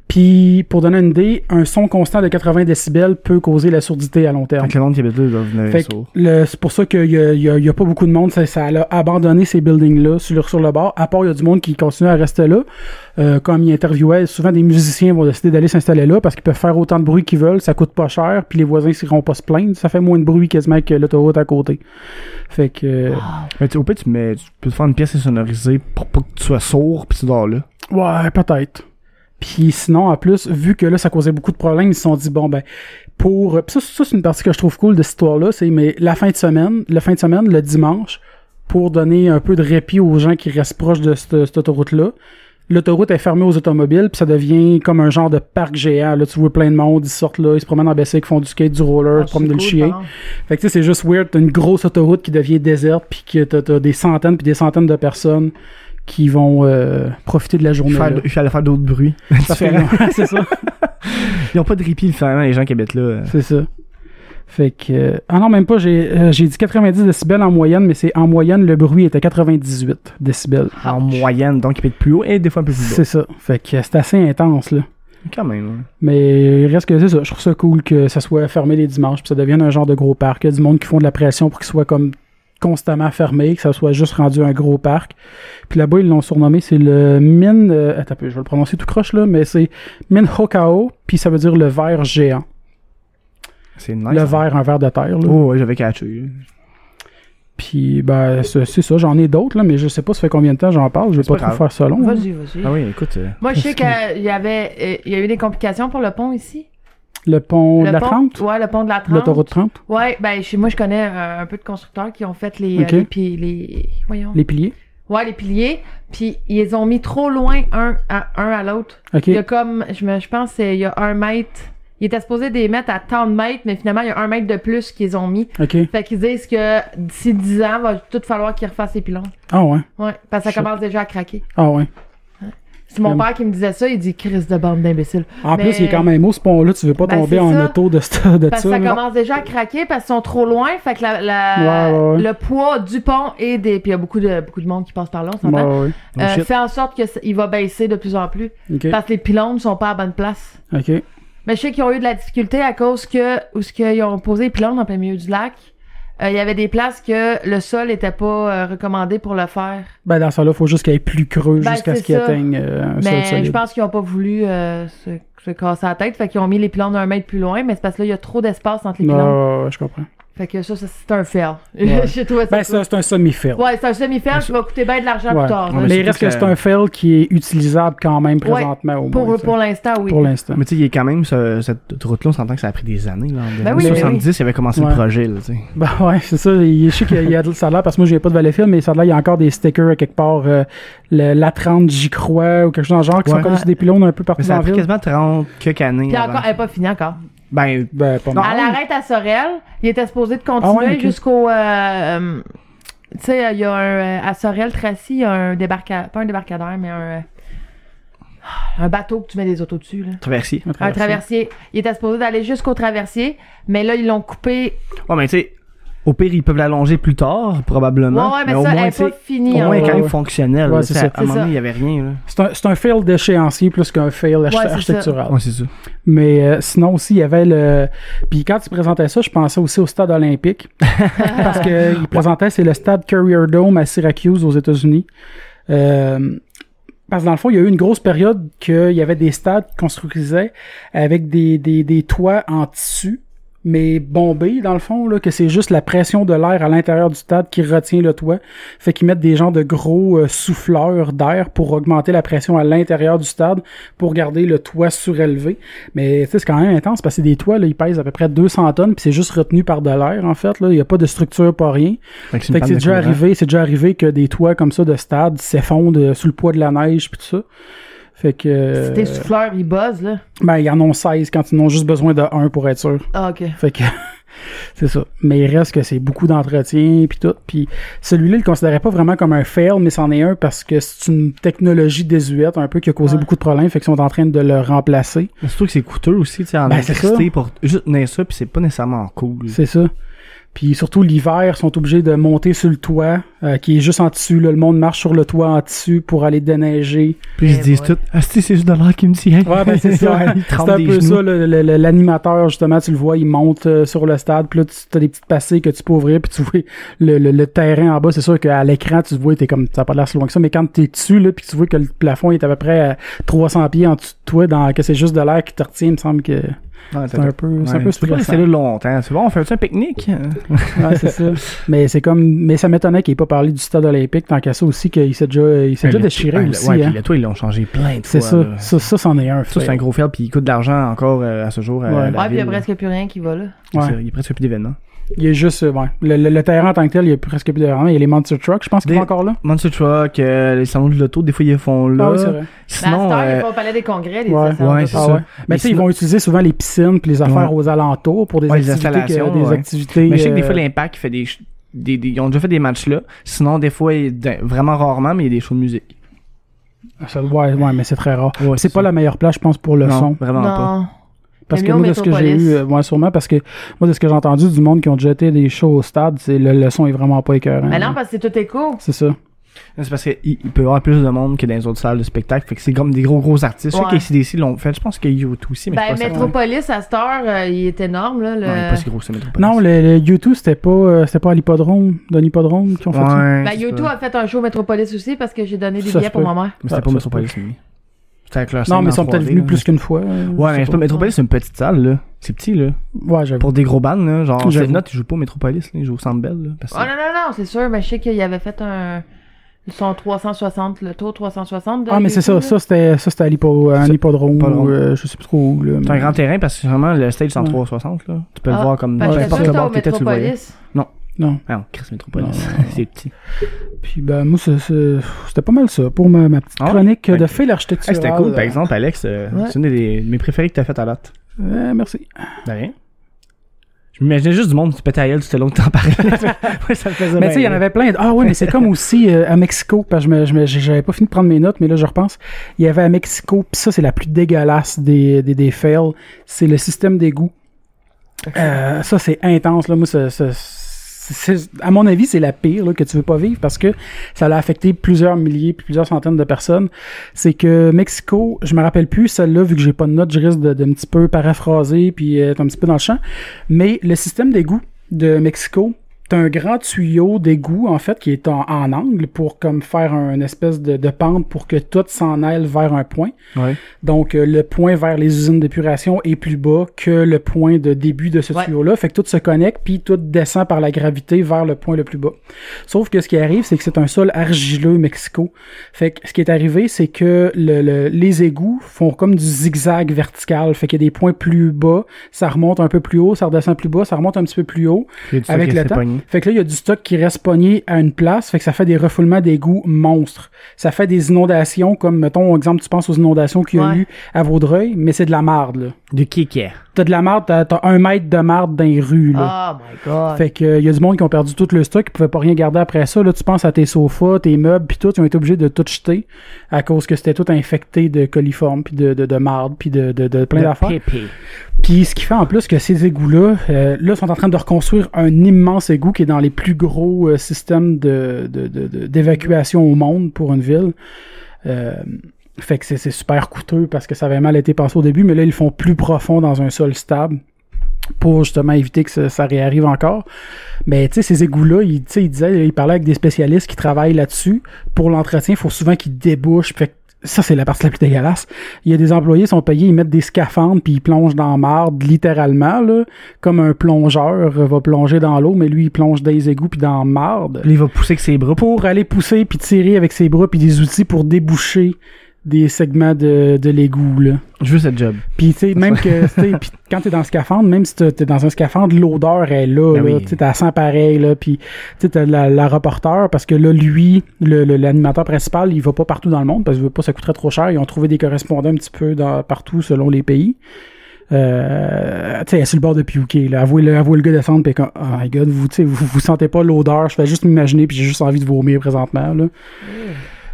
Speaker 1: Puis, pour donner une idée, un son constant de 80 décibels peut causer la sourdité à long terme.
Speaker 5: Fait que le monde qui habite là doit venir
Speaker 1: Fait que
Speaker 5: sourd.
Speaker 1: le- c'est pour ça qu'il y a, il y a- il y a pas beaucoup de monde, ça, ça a abandonné ces buildings-là sur, le- sur le bord, à part il y a du monde qui continue à rester là. Euh, comme il interviewait, souvent des musiciens vont décider d'aller s'installer là parce qu'ils peuvent faire autant de bruit qu'ils veulent, ça coûte pas cher, puis les voisins s'iront pas se plaindre, ça fait moins de bruit quasiment que l'autoroute à côté. Fait que... euh,
Speaker 5: Mais tu- au pire, tu, mets, tu peux te faire une pièce sonorisée pour pas que tu sois sourd pis tu dors là.
Speaker 1: Ouais, peut-être. Puis sinon, en plus, vu que là, ça causait beaucoup de problèmes, ils se sont dit, bon, ben, pour... Puis ça, ça, c'est une partie que je trouve cool de cette histoire-là, c'est mais la fin de semaine, le fin de semaine, le dimanche, pour donner un peu de répit aux gens qui restent proches de cette, cette autoroute-là, l'autoroute est fermée aux automobiles, puis ça devient comme un genre de parc géant. Là, tu vois plein de monde, ils sortent là, ils se promènent en bicycle, font du skate, du roller, ils se promènent dans le chien. Fait que tu sais, c'est juste weird. T'as une grosse autoroute qui devient déserte, puis que t'as, t'as des centaines puis des centaines de personnes qui vont euh, profiter de la journée.
Speaker 5: Faire-
Speaker 1: là.
Speaker 5: Je suis allé faire d'autres bruits.
Speaker 1: Ça fait-
Speaker 5: différents.
Speaker 1: c'est ça,
Speaker 5: Ils ont pas de répit, finalement, les gens qui habitent là. euh.
Speaker 1: c'est ça. Fait que... euh, ah non, même pas, j'ai, euh, j'ai dit 90 décibels en moyenne, mais c'est en moyenne, le bruit était 98 décibels.
Speaker 5: En moyenne, donc ils pètent plus haut et des fois un peu plus bas.
Speaker 1: C'est ça. Fait que euh, c'est assez intense, là.
Speaker 5: Quand même, hein. ouais.
Speaker 1: Mais il reste que c'est ça. Je trouve ça cool que ça soit fermé les dimanches, puis ça devienne un genre de gros parc. Il y a du monde qui font de la pression pour qu'il soit comme constamment fermé, que ça soit juste rendu un gros parc. Puis là-bas, ils l'ont surnommé, c'est le Min... euh, attends, un peu, je vais le prononcer tout croche, là, mais c'est Min Hokao, puis ça veut dire le verre géant.
Speaker 5: C'est nice.
Speaker 1: le
Speaker 5: hein.
Speaker 1: verre, un verre de terre, là.
Speaker 5: Oh, ouais, j'avais catché.
Speaker 1: Puis, ben, c'est c'est ça. J'en ai d'autres, là, mais je sais pas ça fait combien de temps j'en parle. Je vais
Speaker 5: C'est
Speaker 1: pas,
Speaker 5: pas
Speaker 1: trop faire ça long. hein.
Speaker 4: Vas-y, vas-y.
Speaker 5: Ah oui, écoute. euh,
Speaker 4: Moi, je sais qu'il y avait, euh, il y a eu des complications pour le pont ici.
Speaker 1: hein. Le pont de
Speaker 4: le
Speaker 1: la
Speaker 4: pont,
Speaker 1: 30?
Speaker 4: Ouais, le pont de la 30.
Speaker 1: L'autoroute 30?
Speaker 4: Ouais, ben, chez moi, je connais euh, un peu de constructeurs qui ont fait les, euh,
Speaker 1: Ok.
Speaker 4: les, pi- les, voyons.
Speaker 1: Les piliers?
Speaker 4: Ouais, les piliers. Puis, ils les ont mis trop loin un à, un à l'autre.
Speaker 1: OK.
Speaker 4: Il y a comme, je, me, je pense, c'est- il y a un mètre. Il était supposé les mettre à tant de mètres, mais finalement, il y a un mètre de plus qu'ils ont mis.
Speaker 1: OK.
Speaker 4: Fait qu'ils disent que d'ici 10 ans, va tout falloir qu'ils refassent les pylônes.
Speaker 1: Ah ouais.
Speaker 4: Ouais, parce que ça
Speaker 1: Shit.
Speaker 4: commence déjà à craquer.
Speaker 1: Ah ouais.
Speaker 4: C'est mon
Speaker 1: Comme-
Speaker 4: père qui me disait ça, il dit crise de bande d'imbéciles.
Speaker 1: En
Speaker 4: Mais-
Speaker 1: plus, il est quand même haut ce pont-là, tu veux pas
Speaker 4: Ben,
Speaker 1: tomber
Speaker 4: c'est
Speaker 1: en
Speaker 4: ça.
Speaker 1: auto de, ce- de
Speaker 4: Parce
Speaker 1: ça.
Speaker 4: que ça
Speaker 1: là.
Speaker 4: commence déjà à craquer parce qu'ils sont trop loin, fait que la, la-
Speaker 1: Ouais, ouais, ouais.
Speaker 4: le poids du pont et des. Puis il y a beaucoup de, beaucoup de monde qui passe par là, on
Speaker 1: Ouais,
Speaker 4: s'entend.
Speaker 1: ouais.
Speaker 5: oh
Speaker 4: Euh,
Speaker 5: shit.
Speaker 4: fait en sorte qu'il va baisser de plus en plus.
Speaker 1: Ok.
Speaker 4: Parce que les pylônes sont pas à bonne place.
Speaker 1: Ok.
Speaker 4: Mais je sais qu'ils ont eu de la difficulté à cause que, où ce qu'ils ont posé les pylônes en plein milieu du lac, euh, il y avait des places que le sol était pas euh, recommandé pour le faire.
Speaker 1: Ben, dans ça, là, faut juste qu'il y ait plus creux
Speaker 4: Ben,
Speaker 1: jusqu'à ce
Speaker 4: c'est
Speaker 1: qu'il
Speaker 4: ça.
Speaker 1: atteigne euh, un sol
Speaker 4: Mais je
Speaker 1: solide.
Speaker 4: pense qu'ils ont pas voulu euh, se, se casser la tête, fait qu'ils ont mis les pylônes d'un mètre plus loin, mais c'est parce que là, il y a trop d'espace entre les
Speaker 1: Ouais,
Speaker 4: pylônes.
Speaker 1: ouais, ouais, je comprends.
Speaker 4: Fait que ça, ça, c'est un fail.
Speaker 1: Ouais.
Speaker 4: J'ai trouvé ça.
Speaker 1: Ben,
Speaker 4: cool.
Speaker 1: ça, c'est un semi-fail.
Speaker 4: Ouais, c'est un semi-fail qui va coûter bien de l'argent
Speaker 1: Ouais.
Speaker 4: plus tard.
Speaker 5: Ouais,
Speaker 4: là.
Speaker 1: Mais
Speaker 5: surtout
Speaker 1: il reste que
Speaker 5: que-
Speaker 1: c'est un fail qui est utilisable quand même
Speaker 4: Ouais.
Speaker 1: présentement au
Speaker 4: pour
Speaker 1: moins. tu sais.
Speaker 4: pour l'instant, oui.
Speaker 1: Pour l'instant.
Speaker 5: Mais tu sais, il y a quand même ce- cette route-là, on s'entend que ça a pris des années. Là, en
Speaker 4: Ben oui,
Speaker 5: 70, il avait commencé
Speaker 1: Ouais.
Speaker 5: le projet. Là, tu sais.
Speaker 1: Ben ouais, c'est ça. Il- Je sais qu'il y a de ça a l'air, parce que moi, j'ai pas de Valleyfield, mais ça a l'air, il y a encore des stickers à quelque part, euh, le- la 30, j'y crois, ou quelque chose dans le genre, qui sont
Speaker 5: Ouais.
Speaker 1: comme sur des pylônes un peu
Speaker 5: Mais
Speaker 1: partout
Speaker 5: ça
Speaker 1: dans
Speaker 5: a
Speaker 1: la
Speaker 5: pris
Speaker 1: ville.
Speaker 5: quasiment 30 quelques années.
Speaker 4: Puis
Speaker 5: avant.
Speaker 4: encore, elle est pas finie encore.
Speaker 5: Ben,
Speaker 1: Ben, pas
Speaker 5: Non.
Speaker 1: mal.
Speaker 4: Elle arrête à Sorel. Il était supposé de continuer
Speaker 1: Ah ouais, ok.
Speaker 4: jusqu'au. euh, euh, tu sais, il y a un. euh, à Sorel, Tracy, il y a un débarcadeur. Pas un débarcadeur, mais un. euh, un bateau que tu mets des autos dessus, là.
Speaker 5: traversier.
Speaker 1: Un
Speaker 4: Un traversier. Il était supposé d'aller jusqu'au traversier, mais là, ils l'ont coupé.
Speaker 5: Ouais, mais tu sais, au pire, ils peuvent l'allonger plus tard,
Speaker 4: Ouais,
Speaker 5: probablement.
Speaker 4: ouais, mais,
Speaker 5: au
Speaker 4: ça,
Speaker 5: moins,
Speaker 4: elle
Speaker 5: tu sais,
Speaker 4: est pas
Speaker 5: au
Speaker 4: finie. hein.
Speaker 5: moins, elle est
Speaker 4: encore.
Speaker 5: quand même
Speaker 1: Ouais,
Speaker 5: fonctionnelle.
Speaker 1: ouais,
Speaker 5: là,
Speaker 1: c'est
Speaker 5: tu sais,
Speaker 1: ça.
Speaker 5: À un moment donné, il y avait rien. Là.
Speaker 1: C'est un, c'est un fail d'échéancier plus qu'un fail arch-
Speaker 4: c'est ça.
Speaker 1: architectural.
Speaker 5: Ouais, c'est ça.
Speaker 1: Mais euh, sinon aussi, il y avait le. Puis quand ils présentaient ça, je pensais aussi au stade olympique. parce qu'ils présentaient, c'est le stade Courier Dome à Syracuse aux États-Unis. Euh, parce que dans le fond, il y a eu une grosse période qu'il y avait des stades qui construisaient avec des, des, des toits en tissu mais bombé, dans le fond, là, que c'est juste la pression de l'air à l'intérieur du stade qui retient le toit. Fait qu'ils mettent des genres de gros euh, souffleurs d'air pour augmenter la pression à l'intérieur du stade pour garder le toit surélevé. Mais tu sais, c'est quand même intense parce que des toits, là, ils pèsent à peu près 200 tonnes puis c'est juste retenu par de l'air, en fait. Là. Il n'y a pas de structure, pas rien.
Speaker 5: Fait que c'est une
Speaker 1: Fait que
Speaker 5: panne
Speaker 1: c'est
Speaker 5: de
Speaker 1: déjà
Speaker 5: courant.
Speaker 1: arrivé, c'est déjà arrivé que des toits comme ça de stade s'effondrent euh, sous le poids de la neige puis tout ça. Fait que
Speaker 4: Si tes
Speaker 5: Euh,
Speaker 4: souffleurs, ils buzzent, là.
Speaker 1: ben ils en ont 16 quand ils en ont juste besoin de un pour être sûr.
Speaker 4: Ah, ok.
Speaker 1: Fait que c'est ça. Mais il reste que c'est beaucoup d'entretien puis tout. Puis celui-là, il le considérait pas vraiment comme un fail, mais c'en est un parce que c'est une technologie désuète un peu qui a causé
Speaker 4: Ouais.
Speaker 1: beaucoup de problèmes. Fait qu'ils sont en train de le remplacer.
Speaker 5: Mais Surtout que c'est coûteux aussi, tu sais, en
Speaker 1: Ben, c'est ça.
Speaker 5: électricité pour juste tenir ça, puis c'est pas nécessairement cool.
Speaker 1: C'est ça. Puis surtout l'hiver, ils sont obligés de monter sur le toit, euh, qui est juste en tissu. là. Le monde marche sur le toit en tissu pour aller déneiger.
Speaker 5: Puis ils se
Speaker 4: Eh
Speaker 5: disent
Speaker 4: boy.
Speaker 5: tout, ah, c'est c'est juste de l'air qui me tient.
Speaker 1: Ouais, ben c'est ça.
Speaker 5: Ils
Speaker 1: c'est
Speaker 5: trempent
Speaker 1: un
Speaker 5: des
Speaker 1: peu
Speaker 5: genoux.
Speaker 1: ça. le- le- le- L'animateur, justement, tu le vois, il monte euh, sur le stade, puis là, tu as des petites passées que tu peux ouvrir, puis tu vois le, le- le terrain en bas. C'est sûr qu'à l'écran, tu vois, t'es comme, ça n'a pas l'air si loin que ça, mais quand t'es dessus, là, puis que tu vois que le plafond est à peu près à 300 pieds en dessous de toi, dans, que c'est juste de l'air qui te retient, il me semble que
Speaker 5: Ouais,
Speaker 1: c'est un peu, c'est un peu
Speaker 5: tu peux pas
Speaker 1: stressant.
Speaker 5: rester là longtemps. C'est bon, on fait un pique-nique.
Speaker 1: Ouais, c'est ça. Mais c'est comme, mais ça m'étonnait qu'il n'ait pas parlé du stade olympique, tant qu'à ça aussi, qu'il s'est déjà, il s'est déjà
Speaker 5: Ben, Le-
Speaker 1: déchiré
Speaker 5: ouais, le-
Speaker 1: aussi,
Speaker 5: Ouais,
Speaker 1: hein.
Speaker 5: puis le toit, ils l'ont changé plein de fois.
Speaker 1: C'est ça,
Speaker 5: là.
Speaker 1: ça, ça, c'en est un.
Speaker 5: Ça, c'est
Speaker 1: fait.
Speaker 5: un gros fail, puis il coûte de l'argent encore euh, à ce jour. à
Speaker 1: Ouais.
Speaker 5: la
Speaker 4: Ouais, puis il y a
Speaker 5: ville.
Speaker 4: presque plus rien qui va là.
Speaker 5: C'est
Speaker 1: Ouais.
Speaker 5: ça, Il y a presque plus d'événements.
Speaker 1: Il est juste, euh, ouais. Le, le- le terrain en tant que tel, il y a presque plus de vraiment. Il y a les Monster Trucks, je pense qu'il est
Speaker 5: Des-
Speaker 1: encore là.
Speaker 5: Monster Truck, euh, les salons de l'auto, des fois, ils les font là.
Speaker 1: Ah oui, c'est vrai.
Speaker 4: Mais à
Speaker 5: Sinon,
Speaker 4: cette heure,
Speaker 5: euh,
Speaker 4: ils font au palais des congrès, les
Speaker 1: ouais,
Speaker 4: sessions
Speaker 5: ouais,
Speaker 4: de-
Speaker 5: c'est
Speaker 1: Ah
Speaker 5: ça.
Speaker 1: ouais. Mais tu sais, ils
Speaker 5: sinon-
Speaker 1: vont utiliser souvent les piscines puis les affaires
Speaker 5: Ouais.
Speaker 1: aux alentours pour des
Speaker 5: Ouais, les
Speaker 1: activités. que-
Speaker 5: installations,
Speaker 1: des
Speaker 5: ouais.
Speaker 1: activités
Speaker 5: Mais je sais que des
Speaker 1: euh,
Speaker 5: fois, l'Impact fait des, ch- des, des- Ils ont déjà fait des matchs là. Sinon, des fois, il- d'un- vraiment rarement, mais il y a des shows de musique.
Speaker 1: ça- ouais, ouais, mais c'est très rare.
Speaker 5: Ouais,
Speaker 1: c'est pas la meilleure place, je pense, pour le
Speaker 5: non,
Speaker 1: son.
Speaker 5: Vraiment pas.
Speaker 4: Non.
Speaker 1: Parce
Speaker 4: Mais
Speaker 1: que
Speaker 4: mieux au
Speaker 1: moi, de ce que j'ai
Speaker 4: Metropolis.
Speaker 1: eu, euh, ouais, sûrement, parce que moi, de ce que j'ai entendu du monde qui ont jeté des shows au stade, c'est le, le son est vraiment pas écœurant.
Speaker 4: Mais non, parce que c'est tout écho.
Speaker 1: C'est ça.
Speaker 5: C'est parce qu'il il peut y avoir plus de monde que dans les autres salles de spectacle. Fait que c'est comme des gros gros artistes. Je
Speaker 4: Ouais.
Speaker 5: sais qu'ACDC l'ont fait. Je pense que U2 aussi, mais
Speaker 4: Ben, euh,
Speaker 5: je sais pas si-
Speaker 4: Metropolis, à cette heure, euh, il est énorme, là. le-
Speaker 5: Non, il est pas si gros que ça, Metropolis.
Speaker 1: Non, le, le U2, c'était pas, euh, c'était pas à l'hippodrome, d'un hippodrome qui ont fait ça.
Speaker 5: Ouais.
Speaker 4: Ben,
Speaker 5: c'est
Speaker 4: YouTube
Speaker 5: pas-
Speaker 4: a fait un show Metropolis aussi parce que j'ai donné des
Speaker 1: Ça
Speaker 4: billets
Speaker 1: se
Speaker 4: pour
Speaker 1: peut.
Speaker 4: ma mère.
Speaker 5: Mais c'était
Speaker 1: Ah,
Speaker 5: pas
Speaker 1: ça
Speaker 5: Metropolis, lui. C'était avec leur
Speaker 1: Non, mais
Speaker 5: scène
Speaker 1: ils
Speaker 5: en
Speaker 1: sont peut-être
Speaker 5: 3D,
Speaker 1: venus
Speaker 5: là.
Speaker 1: plus qu'une fois. euh, je
Speaker 5: Ouais,
Speaker 1: sais
Speaker 5: mais c'est
Speaker 1: pas.
Speaker 5: pas Metropolis, c'est une petite salle, là. C'est petit, là.
Speaker 1: Ouais, j'avoue.
Speaker 5: Pour des gros bands, là. Genre,
Speaker 1: J'avoue.
Speaker 5: Slipknot, ils jouent pas au Metropolis, là. Ils jouent au Centre Bell, là. Parce que
Speaker 4: Oh non, non, non, c'est sûr, mais je sais qu'il avait fait un. Son 360, le tour 360 de
Speaker 1: Ah, mais c'est ça,
Speaker 4: YouTube, là.
Speaker 1: ça c'était, ça, c'était à l'hippo- à un
Speaker 5: C'est-
Speaker 1: hippodrome,
Speaker 5: hippodrome.
Speaker 1: ou, euh, je sais plus trop où. là,
Speaker 5: c'est un
Speaker 1: mais-
Speaker 5: grand terrain parce que vraiment le stage c'est en
Speaker 1: Ouais.
Speaker 5: 360 là. Tu peux le
Speaker 4: Ah,
Speaker 5: voir comme
Speaker 4: Parce que j'étais
Speaker 5: n'importe
Speaker 4: sûr
Speaker 5: le
Speaker 4: que
Speaker 5: bord
Speaker 4: au
Speaker 5: que t'étais, tu le voyais.
Speaker 4: Metropolis.
Speaker 1: Non.
Speaker 5: Ah non, Chris Metropolis,
Speaker 1: Non.
Speaker 5: c'est petit.
Speaker 1: Puis, ben, moi, c'est- c'est- c'était pas mal ça pour ma, ma petite
Speaker 5: Ah,
Speaker 1: chronique
Speaker 5: ok.
Speaker 1: de fait l'architecture.
Speaker 5: Hey, c'était cool par exemple Alex, euh,
Speaker 4: Ouais.
Speaker 5: c'est une des, de mes préférés que t'as fait à date.
Speaker 1: euh, merci.
Speaker 5: De rien. Ben Je m'imaginais juste du monde qui se pétait à la gueule tout le long que t'en parlais. ouais, ça me faisait
Speaker 1: Mais tu sais, il y en avait plein. de- Ah oui, mais c'est comme aussi euh, à Mexico, parce que je me- je me- j'avais pas fini de prendre mes notes, mais là, je repense. Il y avait à Mexico, puis ça, c'est la plus dégueulasse des, des, des fails. C'est le système d'égout. Euh, ça, c'est intense, là. Moi, ça- ça- c'est- c'est- à mon avis, c'est la pire là, que tu veux pas vivre parce que ça l'a affecté plusieurs milliers puis plusieurs centaines de personnes. C'est que Mexico, je me rappelle plus celle-là, vu que j'ai pas de notes, je risque de, de un petit peu paraphraser puis euh, être un petit peu dans le champ. Mais le système d'égout de Mexico, T'as un grand tuyau d'égout, en fait, qui est en, en angle pour comme faire un- une espèce de, de pente pour que tout s'en aille vers un point.
Speaker 5: Ouais.
Speaker 1: Donc, euh, le point vers les usines d'épuration est plus bas que le point de début de ce
Speaker 4: Ouais.
Speaker 1: tuyau-là. Fait que tout se connecte, puis tout descend par la gravité vers le point le plus bas. Sauf que ce qui arrive, c'est que c'est un sol argileux Mexico. Fait que ce qui est arrivé, c'est que le- le- les égouts font comme du zigzag vertical. Fait qu'il y a des points plus bas, ça remonte un peu plus haut, ça redescend plus bas, ça remonte un petit peu plus haut. Avec le temps. Fait que là, il y a du stock qui reste pogné à une place, fait que ça fait des refoulements d'égouts monstres. Ça fait des inondations, comme, mettons, exemple, tu penses aux inondations qu'il y a
Speaker 4: Ouais.
Speaker 1: eu à Vaudreuil, mais c'est de la marde, là.
Speaker 5: Du kéké.
Speaker 1: T'as de la marde, t'as t'as un mètre de marde dans les rues, là.
Speaker 4: Oh my god.
Speaker 1: Fait que euh, y a du monde qui ont perdu tout le stock, qui pouvaient pas rien garder après ça. Là, tu penses à tes sofas, tes meubles, puis tout, ils ont été obligés de tout jeter à cause que c'était tout infecté de coliformes, puis de, de, de marde, puis de, de, de plein d'affaires.
Speaker 5: Pépé.
Speaker 1: Puis ce qui fait en plus que ces égouts-là, euh, là, sont en train de reconstruire un immense égout qui est dans les plus gros euh, systèmes de- de- de- de- d'évacuation au monde pour une ville. Euh, fait que c'est c'est super coûteux parce que ça avait mal été pensé au début, mais là, ils le font plus profond dans un sol stable pour justement éviter que ça, ça réarrive encore. Mais tu sais, ces égouts-là, ils, tu sais, ils disaient, ils parlaient avec des spécialistes qui travaillent là-dessus. Pour l'entretien, il faut souvent qu'ils débouchent. Fait que ça, c'est la partie la plus dégueulasse. Il y a des employés qui sont payés, ils mettent des scaphandres puis ils plongent dans la marde, littéralement, là, comme un plongeur euh, va plonger dans l'eau, mais lui, il plonge dans les égouts puis dans la marde.
Speaker 5: Lui, il va pousser avec ses bras pour.
Speaker 1: Pour aller pousser puis tirer avec ses bras puis des outils pour déboucher des segments de, de l'égout, là.
Speaker 5: Je veux cette job.
Speaker 1: Puis, tu sais, même que, tu sais, puis quand t'es dans le scaphandre, même si t'es t'es dans un scaphandre, l'odeur est là,
Speaker 5: Ben
Speaker 1: là,
Speaker 5: oui.
Speaker 1: tu sais, t'as sent pareil, là, puis, tu sais, t'as la, la reporter, parce que là, lui, le- le- l'animateur principal, il va pas partout dans le monde, parce que veut pas, ça coûterait trop cher, ils ont trouvé des correspondants un petit peu dans, partout, selon les pays. Euh, tu sais, elle est sur le bord de piouquer, là, avouez le, avouez le gars descendre, puis comme, oh my god, vous, tu sais, vous, vous sentez pas l'odeur, je fais juste m'imaginer, puis j'ai juste envie de vomir présentement, là.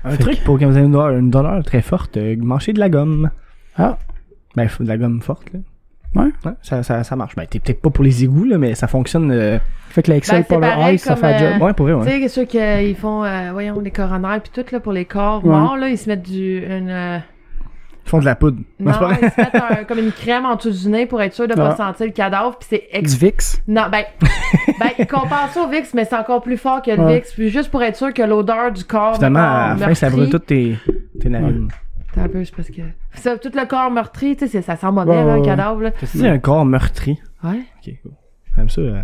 Speaker 5: Un truc pour quand vous avez une douleur, une douleur très forte, euh, mangez de la gomme.
Speaker 1: Ah.
Speaker 5: Ben, faut de la gomme forte, là.
Speaker 1: Ouais.
Speaker 5: ça, ça, ça marche. Ben, t'es peut-être pas pour les égouts, là, mais ça fonctionne. euh,
Speaker 1: Fait que la Excel
Speaker 4: Ben, c'est
Speaker 1: Polar
Speaker 4: pareil
Speaker 1: Ice, ça
Speaker 4: comme,
Speaker 1: fait la job.
Speaker 4: euh,
Speaker 5: Ouais, pour vrai,
Speaker 4: Tu
Speaker 5: ouais.
Speaker 4: sais, ceux qui euh, ils font, euh, voyons, les coronaires puis tout, là, pour les corps
Speaker 1: Ouais.
Speaker 4: morts, là, ils se mettent du, une, euh,
Speaker 5: Ils font de la poudre. Ben,
Speaker 4: non,
Speaker 5: c'est pas vrai.
Speaker 4: ils se mettent un- comme une crème en dessous du nez pour être sûr de
Speaker 1: Ah.
Speaker 4: pas sentir le cadavre puis c'est ex-
Speaker 1: Du VIX.
Speaker 4: Non, ben, ben, ils comparent ça au VIX, mais c'est encore plus fort que le
Speaker 1: Ouais.
Speaker 4: VIX, puis juste pour être sûr que l'odeur du corps
Speaker 5: Finalement, à la
Speaker 4: mort
Speaker 5: fin, ça
Speaker 4: meurtri-
Speaker 5: brûle toutes tes, tes narines.
Speaker 4: Attends un peu, c'est parce que. Ça, tout le corps meurtri, tu sais, c'est- ça sent mauvais,
Speaker 1: Ouais,
Speaker 4: là, un
Speaker 1: ouais,
Speaker 4: cadavre, là.
Speaker 5: Qu'est-ce que c'est un corps meurtri?
Speaker 4: Ouais.
Speaker 5: Ok, cool. J'aime ça. euh,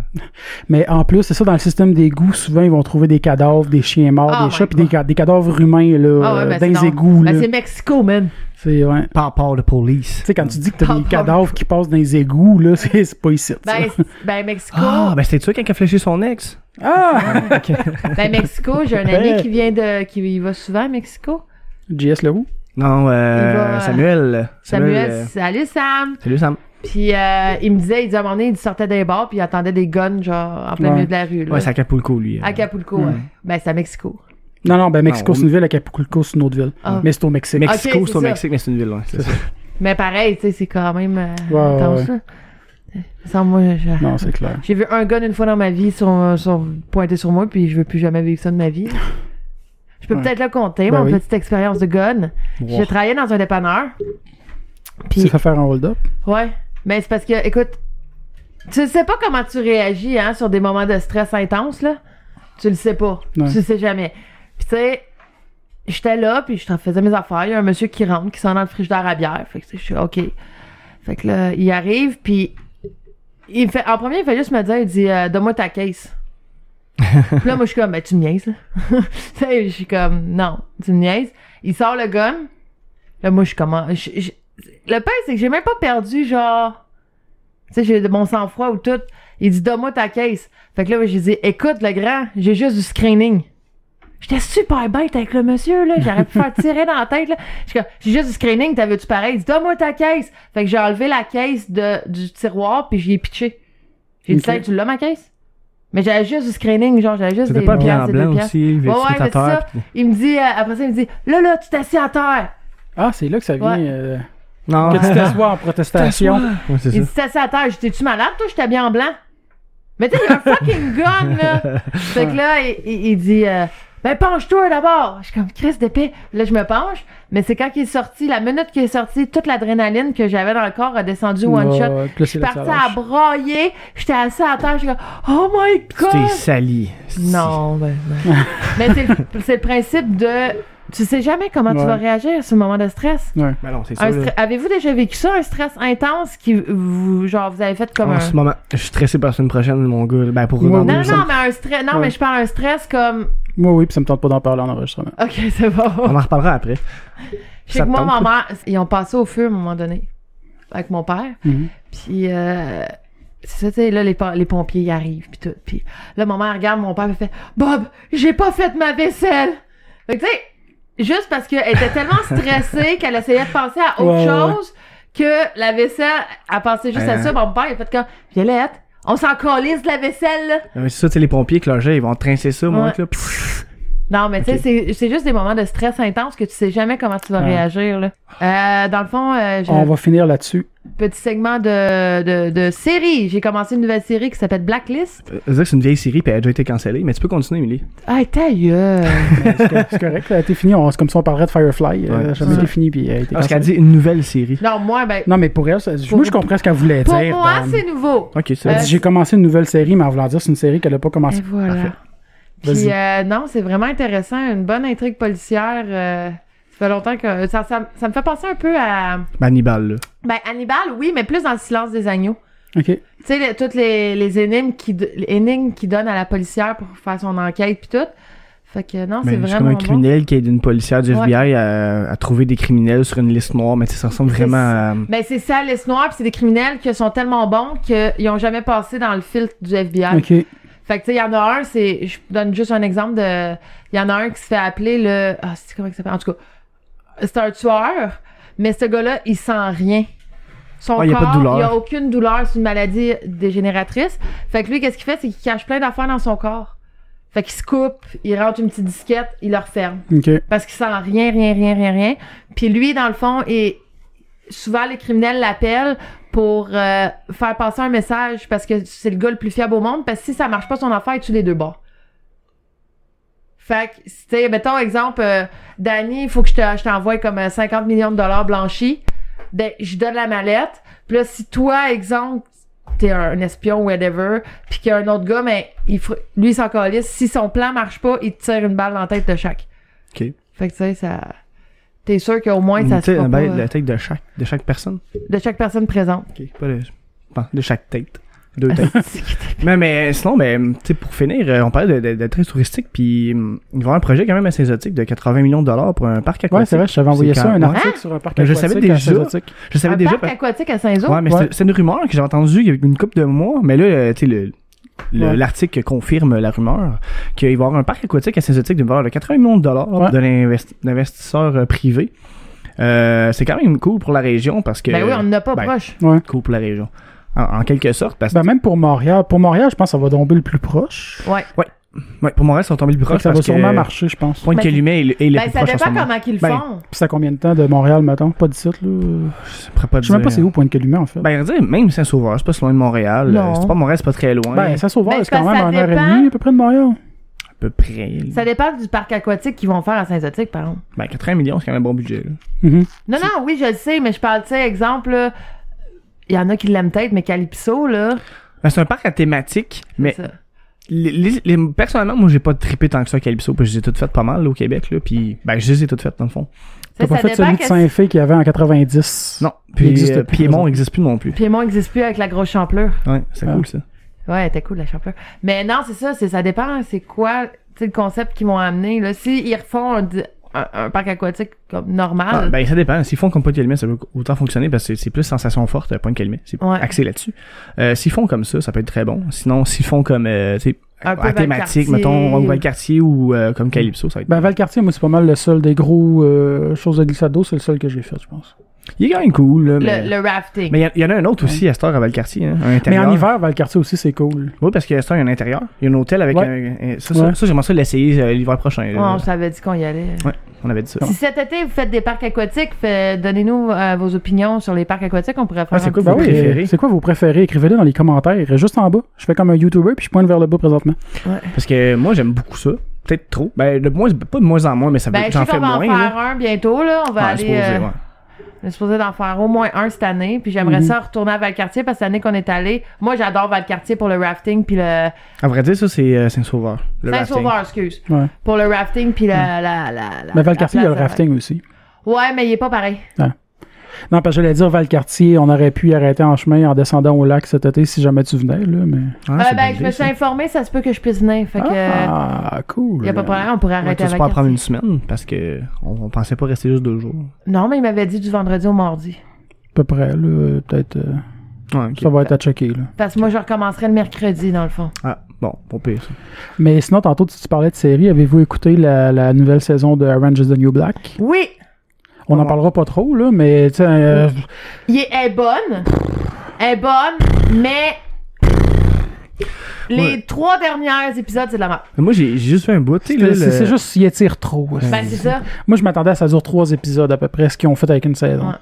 Speaker 1: Mais en plus, c'est ça, dans le système des goûts, souvent, ils vont trouver des cadavres, des chiens morts,
Speaker 4: Oh
Speaker 1: des chats,
Speaker 4: my
Speaker 1: puis des,
Speaker 4: God.
Speaker 1: ca- des cadavres humains, là,
Speaker 4: Ah ouais,
Speaker 1: euh,
Speaker 4: ben,
Speaker 1: dans les
Speaker 4: c'est
Speaker 1: égouts,
Speaker 4: Ben,
Speaker 1: là.
Speaker 4: c'est Mexico, man.
Speaker 1: C'est, ouais.
Speaker 5: Par rapport de police.
Speaker 1: Tu sais, quand tu dis que t'as
Speaker 4: Ah,
Speaker 1: des
Speaker 4: bon.
Speaker 1: cadavres qui passent dans les égouts, là, c'est c'est pas ici. ça.
Speaker 4: Ben, c'est- ben Mexico.
Speaker 5: Ah, ben, c'était toi quand il a fléché son ex?
Speaker 1: Ah!
Speaker 4: Ben, Mexico, j'ai un ami qui vient de. qui il va souvent à Mexico.
Speaker 1: JS Leroux.
Speaker 5: Non, euh,
Speaker 4: Il va, euh,
Speaker 5: Samuel.
Speaker 4: Samuel,
Speaker 5: euh,
Speaker 4: salut Sam!
Speaker 5: salut, Sam.
Speaker 4: Puis euh, il me disait, il disait à un moment donné, il sortait des bars, puis il entendait des guns, genre, en plein
Speaker 1: Ouais.
Speaker 4: milieu de la rue. Là.
Speaker 5: Ouais, c'est Acapulco, lui. euh.
Speaker 4: Acapulco, ouais. Ben, c'est à Mexico.
Speaker 1: Non, non, ben Mexico,
Speaker 5: Ah,
Speaker 1: c'est une ville, Acapulco, c'est une autre ville.
Speaker 4: Ah.
Speaker 1: Mais c'est au Mexique.
Speaker 5: Mexico,
Speaker 4: Ok,
Speaker 5: c'est au
Speaker 4: c'est ça.
Speaker 5: Mexique, mais c'est une ville, ouais. C'est ça.
Speaker 4: Mais pareil, tu sais, c'est quand même. Euh,
Speaker 1: Ouais,
Speaker 4: intense,
Speaker 1: ouais,
Speaker 4: là. Sans moi, je-
Speaker 1: Non, c'est clair.
Speaker 4: J'ai vu un gun une fois dans ma vie sur, sur, pointer sur moi, puis je veux plus jamais vivre ça de ma vie. Je peux
Speaker 1: Ouais.
Speaker 4: peut-être le compter,
Speaker 1: Ben
Speaker 4: mon
Speaker 1: oui.
Speaker 4: petite expérience de gun.
Speaker 1: Wow.
Speaker 4: J'ai travaillé dans un dépanneur.
Speaker 1: Tu
Speaker 4: Puis,
Speaker 1: vas faire un hold-up.
Speaker 4: ouais. Mais c'est parce que, écoute, tu sais pas comment tu réagis hein, sur des moments de stress intense, là. Tu le sais pas.
Speaker 1: Ouais.
Speaker 4: Tu le sais jamais. Puis, tu sais, j'étais là, puis je faisais mes affaires. Il y a un monsieur qui rentre, qui s'en dans le frigidaire à bière. Fait que, tu sais, je suis OK. Fait que là, il arrive, puis il me fait, en premier, il fait juste me dire, il dit, euh, donne-moi ta caisse. puis là, moi, je suis comme, ben, tu me niaises, là. tu sais, je suis comme, non, tu me niaises. Il sort le gun. Là, moi, je commence. je- je- Le pire, c'est que j'ai même pas perdu, genre, tu sais, j'ai de mon sang-froid ou tout. Il dit, donne-moi ta caisse. Fait que là, moi, j'ai dit, écoute, le grand, j'ai juste du screening. J'étais super bête avec le monsieur, là. J'aurais pu faire tirer dans la tête, là. J'étais comme, J'ai juste du screening, t'avais-tu pareil? Il dit, donne-moi ta caisse. Fait que j'ai enlevé la caisse de, du tiroir, puis j'y ai pitché. J'ai
Speaker 1: Ok.
Speaker 4: dit, Hey, tu l'as, ma caisse? Mais j'avais juste du screening, genre, j'avais juste des
Speaker 5: C'était pas bien
Speaker 4: piastres,
Speaker 5: en
Speaker 4: des
Speaker 5: blanc
Speaker 4: deux piastres.
Speaker 5: aussi,
Speaker 4: Ouais, ouais, mais c'est ça.
Speaker 5: vérificateur.
Speaker 4: Il me dit, euh, après ça, il me dit, là, là, tu t'assis à terre.
Speaker 1: Ah, c'est là que ça vient.
Speaker 4: Ouais.
Speaker 1: euh,
Speaker 5: Non,
Speaker 1: que tu t'assois en protestation.
Speaker 5: Ouais, c'est
Speaker 4: Il
Speaker 5: ça.
Speaker 4: dit, t'assis à terre. J'étais, tu malade, toi, j'étais bien en blanc. Mais tu sais, il y a un fucking gun, là. Fait que là, il, il- il dit, euh, ben, penche-toi d'abord. Je suis comme, Chris d'épée. Là, je me penche. Mais c'est quand il est sorti, la minute qu'il est sorti, toute l'adrénaline que j'avais dans le corps a descendu one
Speaker 1: Ouais,
Speaker 4: shot.
Speaker 1: ouais, puis là, c'est
Speaker 4: Je suis
Speaker 1: là que
Speaker 4: partie
Speaker 1: ça
Speaker 4: à
Speaker 1: lâche.
Speaker 4: broyer. J'étais assis à terre. Je suis comme, oh my
Speaker 5: Tu t'es
Speaker 4: god.
Speaker 5: sali.
Speaker 4: Non, ben, ben. mais c'est le- c'est le principe de, tu sais jamais comment
Speaker 1: Ouais.
Speaker 4: tu vas réagir à ce moment de stress.
Speaker 5: Ben non, c'est ça.
Speaker 4: Un
Speaker 5: là.
Speaker 4: stre- Avez-vous déjà vécu ça, un stress intense qui vous, genre, vous avez fait comme
Speaker 5: En
Speaker 4: un.
Speaker 5: ce moment, je suis stressé par la semaine prochaine, mon gars. Ben, pour eux,
Speaker 1: Moi,
Speaker 5: dans
Speaker 4: Non,
Speaker 5: deux
Speaker 4: non,
Speaker 5: semaines.
Speaker 4: non, mais un stress. Non,
Speaker 1: Ouais.
Speaker 4: mais je parle un stress comme.
Speaker 1: Moi, oui, puis ça me tente pas d'en parler en enregistrement.
Speaker 4: Ok, c'est bon.
Speaker 5: On en reparlera après.
Speaker 4: Je sais que moi,
Speaker 5: Ça te
Speaker 4: ma
Speaker 5: tente?
Speaker 4: mère, ils ont passé au feu à un moment donné avec mon père.
Speaker 1: Mhm.
Speaker 4: Puis, euh, c'est ça, tu sais, là, les, pa- les pompiers, ils arrivent, puis tout. Puis là, ma mère regarde mon père, et fait « Bob, j'ai pas fait ma vaisselle! » Fait que, tu sais, juste parce qu'elle était tellement stressée qu'elle essayait de penser à autre
Speaker 1: Ouais, ouais, ouais.
Speaker 4: chose que la vaisselle, elle pensait juste à
Speaker 5: Euh.
Speaker 4: ça. Mon père, il a fait comme « Violette, on s'en calisse de la vaisselle, là!
Speaker 5: Ah, mais C'est ça, tu sais, les pompiers avec leur jet, ils vont trincer ça, moi,
Speaker 4: Ouais.
Speaker 5: là. Pfff. »
Speaker 4: Non, mais tu sais, c'est- c'est juste des moments de stress intense que tu sais jamais comment tu vas
Speaker 1: Ouais.
Speaker 4: réagir, là. Euh, dans le fond, euh, j'ai
Speaker 1: On va finir là-dessus.
Speaker 4: petit segment de, de, de série. J'ai commencé une nouvelle série qui s'appelle Blacklist.
Speaker 5: Euh, C'est-à-dire que c'est une vieille série, puis elle a déjà été cancellée. Mais tu peux continuer, Emily.
Speaker 4: Ah, ta gueule!
Speaker 1: C'est cor- c'est correct, ça a été fini. on- C'est comme si on parlerait de Firefly. euh,
Speaker 5: Ouais,
Speaker 1: ça a
Speaker 5: c'est
Speaker 1: jamais
Speaker 5: ça.
Speaker 1: été fini, puis elle a été
Speaker 5: Parce qu'elle
Speaker 1: cancellée.
Speaker 5: dit une nouvelle série.
Speaker 4: non, moi, ben,
Speaker 1: Non, mais pour elle, ça- moi, je comprends ce qu'elle voulait
Speaker 4: pour
Speaker 1: dire.
Speaker 4: moi,
Speaker 1: Dan.
Speaker 4: c'est Euh, nouveau.
Speaker 5: Ok, c'est
Speaker 1: Elle
Speaker 5: bon.
Speaker 1: dit, J'ai commencé une nouvelle série, mais en voulant dire, c'est une série qu'elle n'a pas
Speaker 4: Et
Speaker 1: commencé.
Speaker 4: voilà.
Speaker 5: Parfait.
Speaker 4: Puis,
Speaker 1: Vas-y.
Speaker 4: euh, non, c'est vraiment intéressant. Une bonne intrigue policière. euh, Ça fait longtemps que. Ça, ça, ça me fait penser un peu à.
Speaker 5: Ben, Hannibal, là.
Speaker 4: Ben, Hannibal, oui, mais plus dans le silence des agneaux.
Speaker 1: Ok.
Speaker 4: Tu sais, le- toutes les, les énigmes qui do- les énigmes qui donnent à la policière pour faire son enquête puis tout. Fait que non, Ah,
Speaker 5: Ben,
Speaker 4: c'est
Speaker 5: c'est comme
Speaker 4: vraiment
Speaker 5: un
Speaker 4: bon.
Speaker 5: criminel qui aide une policière du
Speaker 4: Ouais.
Speaker 5: FBI à, à trouver des criminels sur une liste noire, mais tu sais, ça ressemble
Speaker 4: C'est
Speaker 5: vraiment à.
Speaker 4: Ben c'est ça, les noirs, puis c'est des criminels qui sont tellement bons qu'ils ont jamais passé dans le filtre du FBI.
Speaker 1: Ok.
Speaker 4: Fait que tu sais, il y en a un, c'est. Je donne juste un exemple de. Il y en a un qui se fait appeler le. Ah, c'est comment il s'appelle? En tout cas, c'est un tueur, mais ce gars-là, il sent rien. Son
Speaker 5: Ouais, Ah,
Speaker 4: corps,
Speaker 5: il y a pas de douleur.
Speaker 4: il y a aucune douleur, c'est une maladie dégénératrice. Fait que lui, qu'est-ce qu'il fait? C'est qu'il cache plein d'affaires dans son corps. Fait qu'il se coupe, il rentre une petite disquette, il le referme
Speaker 1: Ok.
Speaker 4: parce qu'il sent rien, rien, rien, rien, rien. Puis lui, dans le fond, et souvent les criminels l'appellent pour euh, faire passer un message parce que c'est le gars le plus fiable au monde. Parce que si ça marche pas, son affaire, il tue les deux bords. Fait que, tu sais, mettons exemple, euh, Danny, il faut que je te- je t'envoie comme euh, 50 millions de dollars blanchis. Ben, je donne la mallette. Puis là, si toi, exemple, t'es un espion ou whatever, puis qu'il y a un autre gars, mais il, fr- lui, il s'en calisse. Si son plan marche pas, il te tire une balle dans la tête de chaque.
Speaker 5: Ok.
Speaker 4: Fait que tu sais, ça. T'es sûr qu'au moins
Speaker 5: Tu
Speaker 4: ça se
Speaker 5: sais,
Speaker 4: fera
Speaker 5: ben,
Speaker 4: pas, euh,
Speaker 5: la tête de chaque, de chaque personne.
Speaker 4: de chaque personne présente.
Speaker 5: Ok. Pas de. pas de chaque tête. Deux têtes. mais, mais sinon, ben, tu sais, pour finir, euh, on parlait de, de, de très touristique, puis hum, ils vont avoir un projet quand même assez exotique de 80 millions de dollars pour un parc aquatique.
Speaker 1: Ouais, c'est vrai, je t'avais envoyé
Speaker 5: C'est
Speaker 1: ça,
Speaker 5: quand-
Speaker 1: un
Speaker 5: ouais.
Speaker 1: article sur un parc
Speaker 5: Mais je
Speaker 1: aquatique.
Speaker 5: savais
Speaker 1: à
Speaker 5: déjà.
Speaker 1: Saint-Exupéry.
Speaker 5: Je savais
Speaker 4: un
Speaker 5: déjà.
Speaker 4: parc
Speaker 5: parce-
Speaker 4: aquatique à Saint-Zo.
Speaker 5: Ouais, mais
Speaker 1: Ouais.
Speaker 5: c'est- c'est une rumeur que j'ai entendue il y a une couple de mois, mais là, euh, tu sais, le- le-
Speaker 1: Ouais.
Speaker 5: l'article confirme la rumeur qu'il va y avoir un parc aquatique à Saint-Zotique d'une valeur de 80 millions de dollars
Speaker 1: Ouais.
Speaker 5: de l'invest- d'investisseurs euh, privés. Euh, c'est quand même cool pour la région parce que.
Speaker 4: Ben oui, on n'a pas
Speaker 5: ben,
Speaker 4: proche.
Speaker 1: Ouais.
Speaker 5: cool pour la région. En, en quelque sorte, parce que.
Speaker 1: Ben, même pour Montréal. Pour Montréal, je pense que ça va tomber le plus proche.
Speaker 4: Ouais.
Speaker 5: ouais, pour Montréal, ils sont tombés le plus
Speaker 1: Fait que
Speaker 5: proche.
Speaker 1: ça va
Speaker 5: parce
Speaker 1: sûrement
Speaker 5: que
Speaker 1: marcher, je pense.
Speaker 5: Pointe
Speaker 4: Ben,
Speaker 5: Calumet est le, est le
Speaker 4: Ben
Speaker 5: plus
Speaker 4: ça
Speaker 5: proche en ce
Speaker 4: dépend
Speaker 5: moment.
Speaker 4: comment qu'ils le
Speaker 5: Ben,
Speaker 4: font.
Speaker 1: Puis c'est à combien de temps de Montréal, mettons? Pas de site, là?
Speaker 5: Je pourrais pas
Speaker 1: Je sais même
Speaker 5: dire.
Speaker 1: pas c'est où Pointe-Calumet, en fait. Ben,
Speaker 5: Ben, je veux dire, même Saint-Sauveur, c'est pas si loin de Montréal.
Speaker 4: Non.
Speaker 5: Euh, C'est pas Montréal, c'est pas très loin.
Speaker 1: Saint-Sauveur,
Speaker 4: Ben,
Speaker 1: c'est quand
Speaker 4: parce
Speaker 1: même
Speaker 4: que
Speaker 1: un
Speaker 4: ça
Speaker 1: heure et
Speaker 4: dépend.
Speaker 1: demie, à peu près, de Montréal.
Speaker 5: à peu près. là.
Speaker 4: Ça dépend du parc aquatique qu'ils vont faire à Saint-Zotique, par exemple.
Speaker 5: Ben, 80 millions, c'est quand même un bon budget. là.
Speaker 1: Mhm.
Speaker 4: Non, non, oui, je le sais, mais je parle, tu sais, exemple, là, il y en a qui l'aiment peut-être, mais Calypso, là.
Speaker 5: Ben, c'est un parc à thématique, mais
Speaker 4: ça.
Speaker 5: les, les- les- personnellement, moi, j'ai pas trippé tant que ça à Calypso, parce que j'ai tout fait pas mal là, au Québec, là, puis ben, je les ai toutes faites, dans le fond.
Speaker 1: T'as
Speaker 4: Ça,
Speaker 1: pas
Speaker 4: ça
Speaker 1: fait celui
Speaker 4: dépend
Speaker 1: de
Speaker 4: que
Speaker 1: Saint-Fé qu'il y avait en 90.
Speaker 5: Non,
Speaker 1: Il
Speaker 5: puis
Speaker 1: existe
Speaker 5: euh,
Speaker 1: plus,
Speaker 5: Piémont
Speaker 1: présent.
Speaker 5: n'existe plus non plus.
Speaker 4: Piémont n'existe plus avec la grosse champleur.
Speaker 5: Ouais, c'est
Speaker 1: Ah.
Speaker 5: cool, ça.
Speaker 4: Ouais, elle était cool, la champleur. Mais non, c'est ça, c'est ça dépend, hein, c'est quoi, tu sais, le concept qu'ils vont amener, là. S'ils refont un, di- un- un parc aquatique comme
Speaker 5: Ah,
Speaker 4: normal.
Speaker 5: ben, ça dépend. S'ils font comme Pointe-Calmet, ça peut autant fonctionner, parce que c'est- c'est plus sensation forte, euh, Pointe-Calmet. C'est
Speaker 4: Ouais.
Speaker 5: axé là-dessus. Euh, s'ils font comme ça, ça peut être très bon. Sinon, s'ils font comme, euh, tu sais,
Speaker 4: Un peu
Speaker 5: à thématique,
Speaker 4: Valcartier.
Speaker 5: mettons, ou Valcartier ou euh, comme Calypso, ça va être
Speaker 1: Ben, Valcartier, moi, c'est pas mal le seul des gros euh, choses de glissade d'eau. C'est le seul que j'ai fait, je pense.
Speaker 5: Il est quand même cool, là, mais...
Speaker 4: le, le rafting.
Speaker 5: Mais il y a- il y, en a un autre aussi à cette heure à Valcartier, hein, un
Speaker 1: Mais
Speaker 5: intérieur.
Speaker 1: en hiver, Valcartier aussi, c'est cool.
Speaker 5: Oui, parce que ça, il y a un intérieur. Il y a un hôtel avec
Speaker 1: Ouais.
Speaker 5: un. un- Ça, ça,
Speaker 1: Ouais.
Speaker 5: ça, j'aimerais ça l'essayer euh, l'hiver prochain.
Speaker 4: Ouais,
Speaker 5: là.
Speaker 4: on s'avait dit qu'on y allait.
Speaker 5: Ouais, on avait dit ça.
Speaker 4: Si cet été vous faites des parcs aquatiques, fait- donnez-nous euh, vos opinions sur les parcs aquatiques. On pourrait faire.
Speaker 5: Ah, c'est
Speaker 4: un
Speaker 5: quoi
Speaker 4: petit-
Speaker 5: vos
Speaker 1: Ben oui,
Speaker 5: préférés?
Speaker 1: euh, c'est quoi vos préférés? Écrivez-le dans les commentaires, juste en bas. Je fais comme un YouTuber puis je pointe vers le bas présentement.
Speaker 5: Parce que moi, j'aime beaucoup ça. Peut-être trop. Ben, de moins, pas de moins en moins, mais ça veut
Speaker 4: Ben, je
Speaker 5: j'en fais
Speaker 4: sais qu'on va en
Speaker 5: moins.
Speaker 4: faire
Speaker 5: là.
Speaker 4: un bientôt. Là. On va
Speaker 5: Ouais,
Speaker 4: aller.
Speaker 5: c'est supposé, ouais.
Speaker 4: euh,
Speaker 5: Mhm.
Speaker 4: on est supposé d'en faire au moins un cette année. Puis j'aimerais ça retourner à Valcartier parce que cette année qu'on est allé. Moi, j'adore Valcartier pour le rafting puis le.
Speaker 5: À vrai dire, ça, c'est euh, Saint-Sauveur. le rafting. Mhm.
Speaker 4: Saint-Sauveur, excuse.
Speaker 1: Ouais.
Speaker 4: Pour le rafting puis la. la, la, la-
Speaker 1: Mais Valcartier, il y a
Speaker 4: la
Speaker 1: le
Speaker 4: place à-
Speaker 1: rafting aussi.
Speaker 4: Ouais, mais il est pas pareil.
Speaker 1: Non, parce que j'allais dire Valcartier, on aurait pu y arrêter en chemin en descendant au lac cet été si jamais tu venais, là, mais...
Speaker 5: Ah,
Speaker 4: Euh,
Speaker 5: c'est
Speaker 4: ben,
Speaker 5: bonne
Speaker 4: je me
Speaker 5: idée,
Speaker 4: suis
Speaker 5: ça.
Speaker 4: informée, ça se peut que je puisse venir. Fait que.
Speaker 1: Ah, cool.
Speaker 4: Il n'y a pas de problème, on pourrait
Speaker 5: Ouais,
Speaker 4: arrêter
Speaker 5: tu
Speaker 4: à
Speaker 5: vas pas en prendre
Speaker 4: Valcartier.
Speaker 5: une semaine parce que on, on pensait pas rester juste deux jours.
Speaker 4: Non, mais il m'avait dit du vendredi au mardi.
Speaker 1: À peu près, là, euh, peut-être... euh,
Speaker 5: Ouais, ok.
Speaker 1: Ça va être à checker, là.
Speaker 4: Parce que moi, je recommencerai le mercredi, dans le fond.
Speaker 5: Ah, bon, pas pire. ça.
Speaker 1: Mais sinon, tantôt, tu tu parlais de série. Avez-vous écouté la, la nouvelle saison de Orange is the New Black?
Speaker 4: Oui,
Speaker 1: On en parlera pas trop, là, mais, tu sais... euh,
Speaker 4: Il est, elle est bonne. Elle est bonne, mais. Les
Speaker 5: Ouais.
Speaker 4: trois derniers épisodes, c'est de la merde.
Speaker 5: Mais Moi, j'ai j'ai juste fait un bout. tu sais, là,
Speaker 1: c'est
Speaker 5: le-
Speaker 1: c'est juste, il étire trop.
Speaker 4: Ben, c'est ça.
Speaker 1: Moi, je m'attendais à ça dure trois épisodes, à peu près, ce qu'ils ont fait avec une saison.
Speaker 4: Ouais.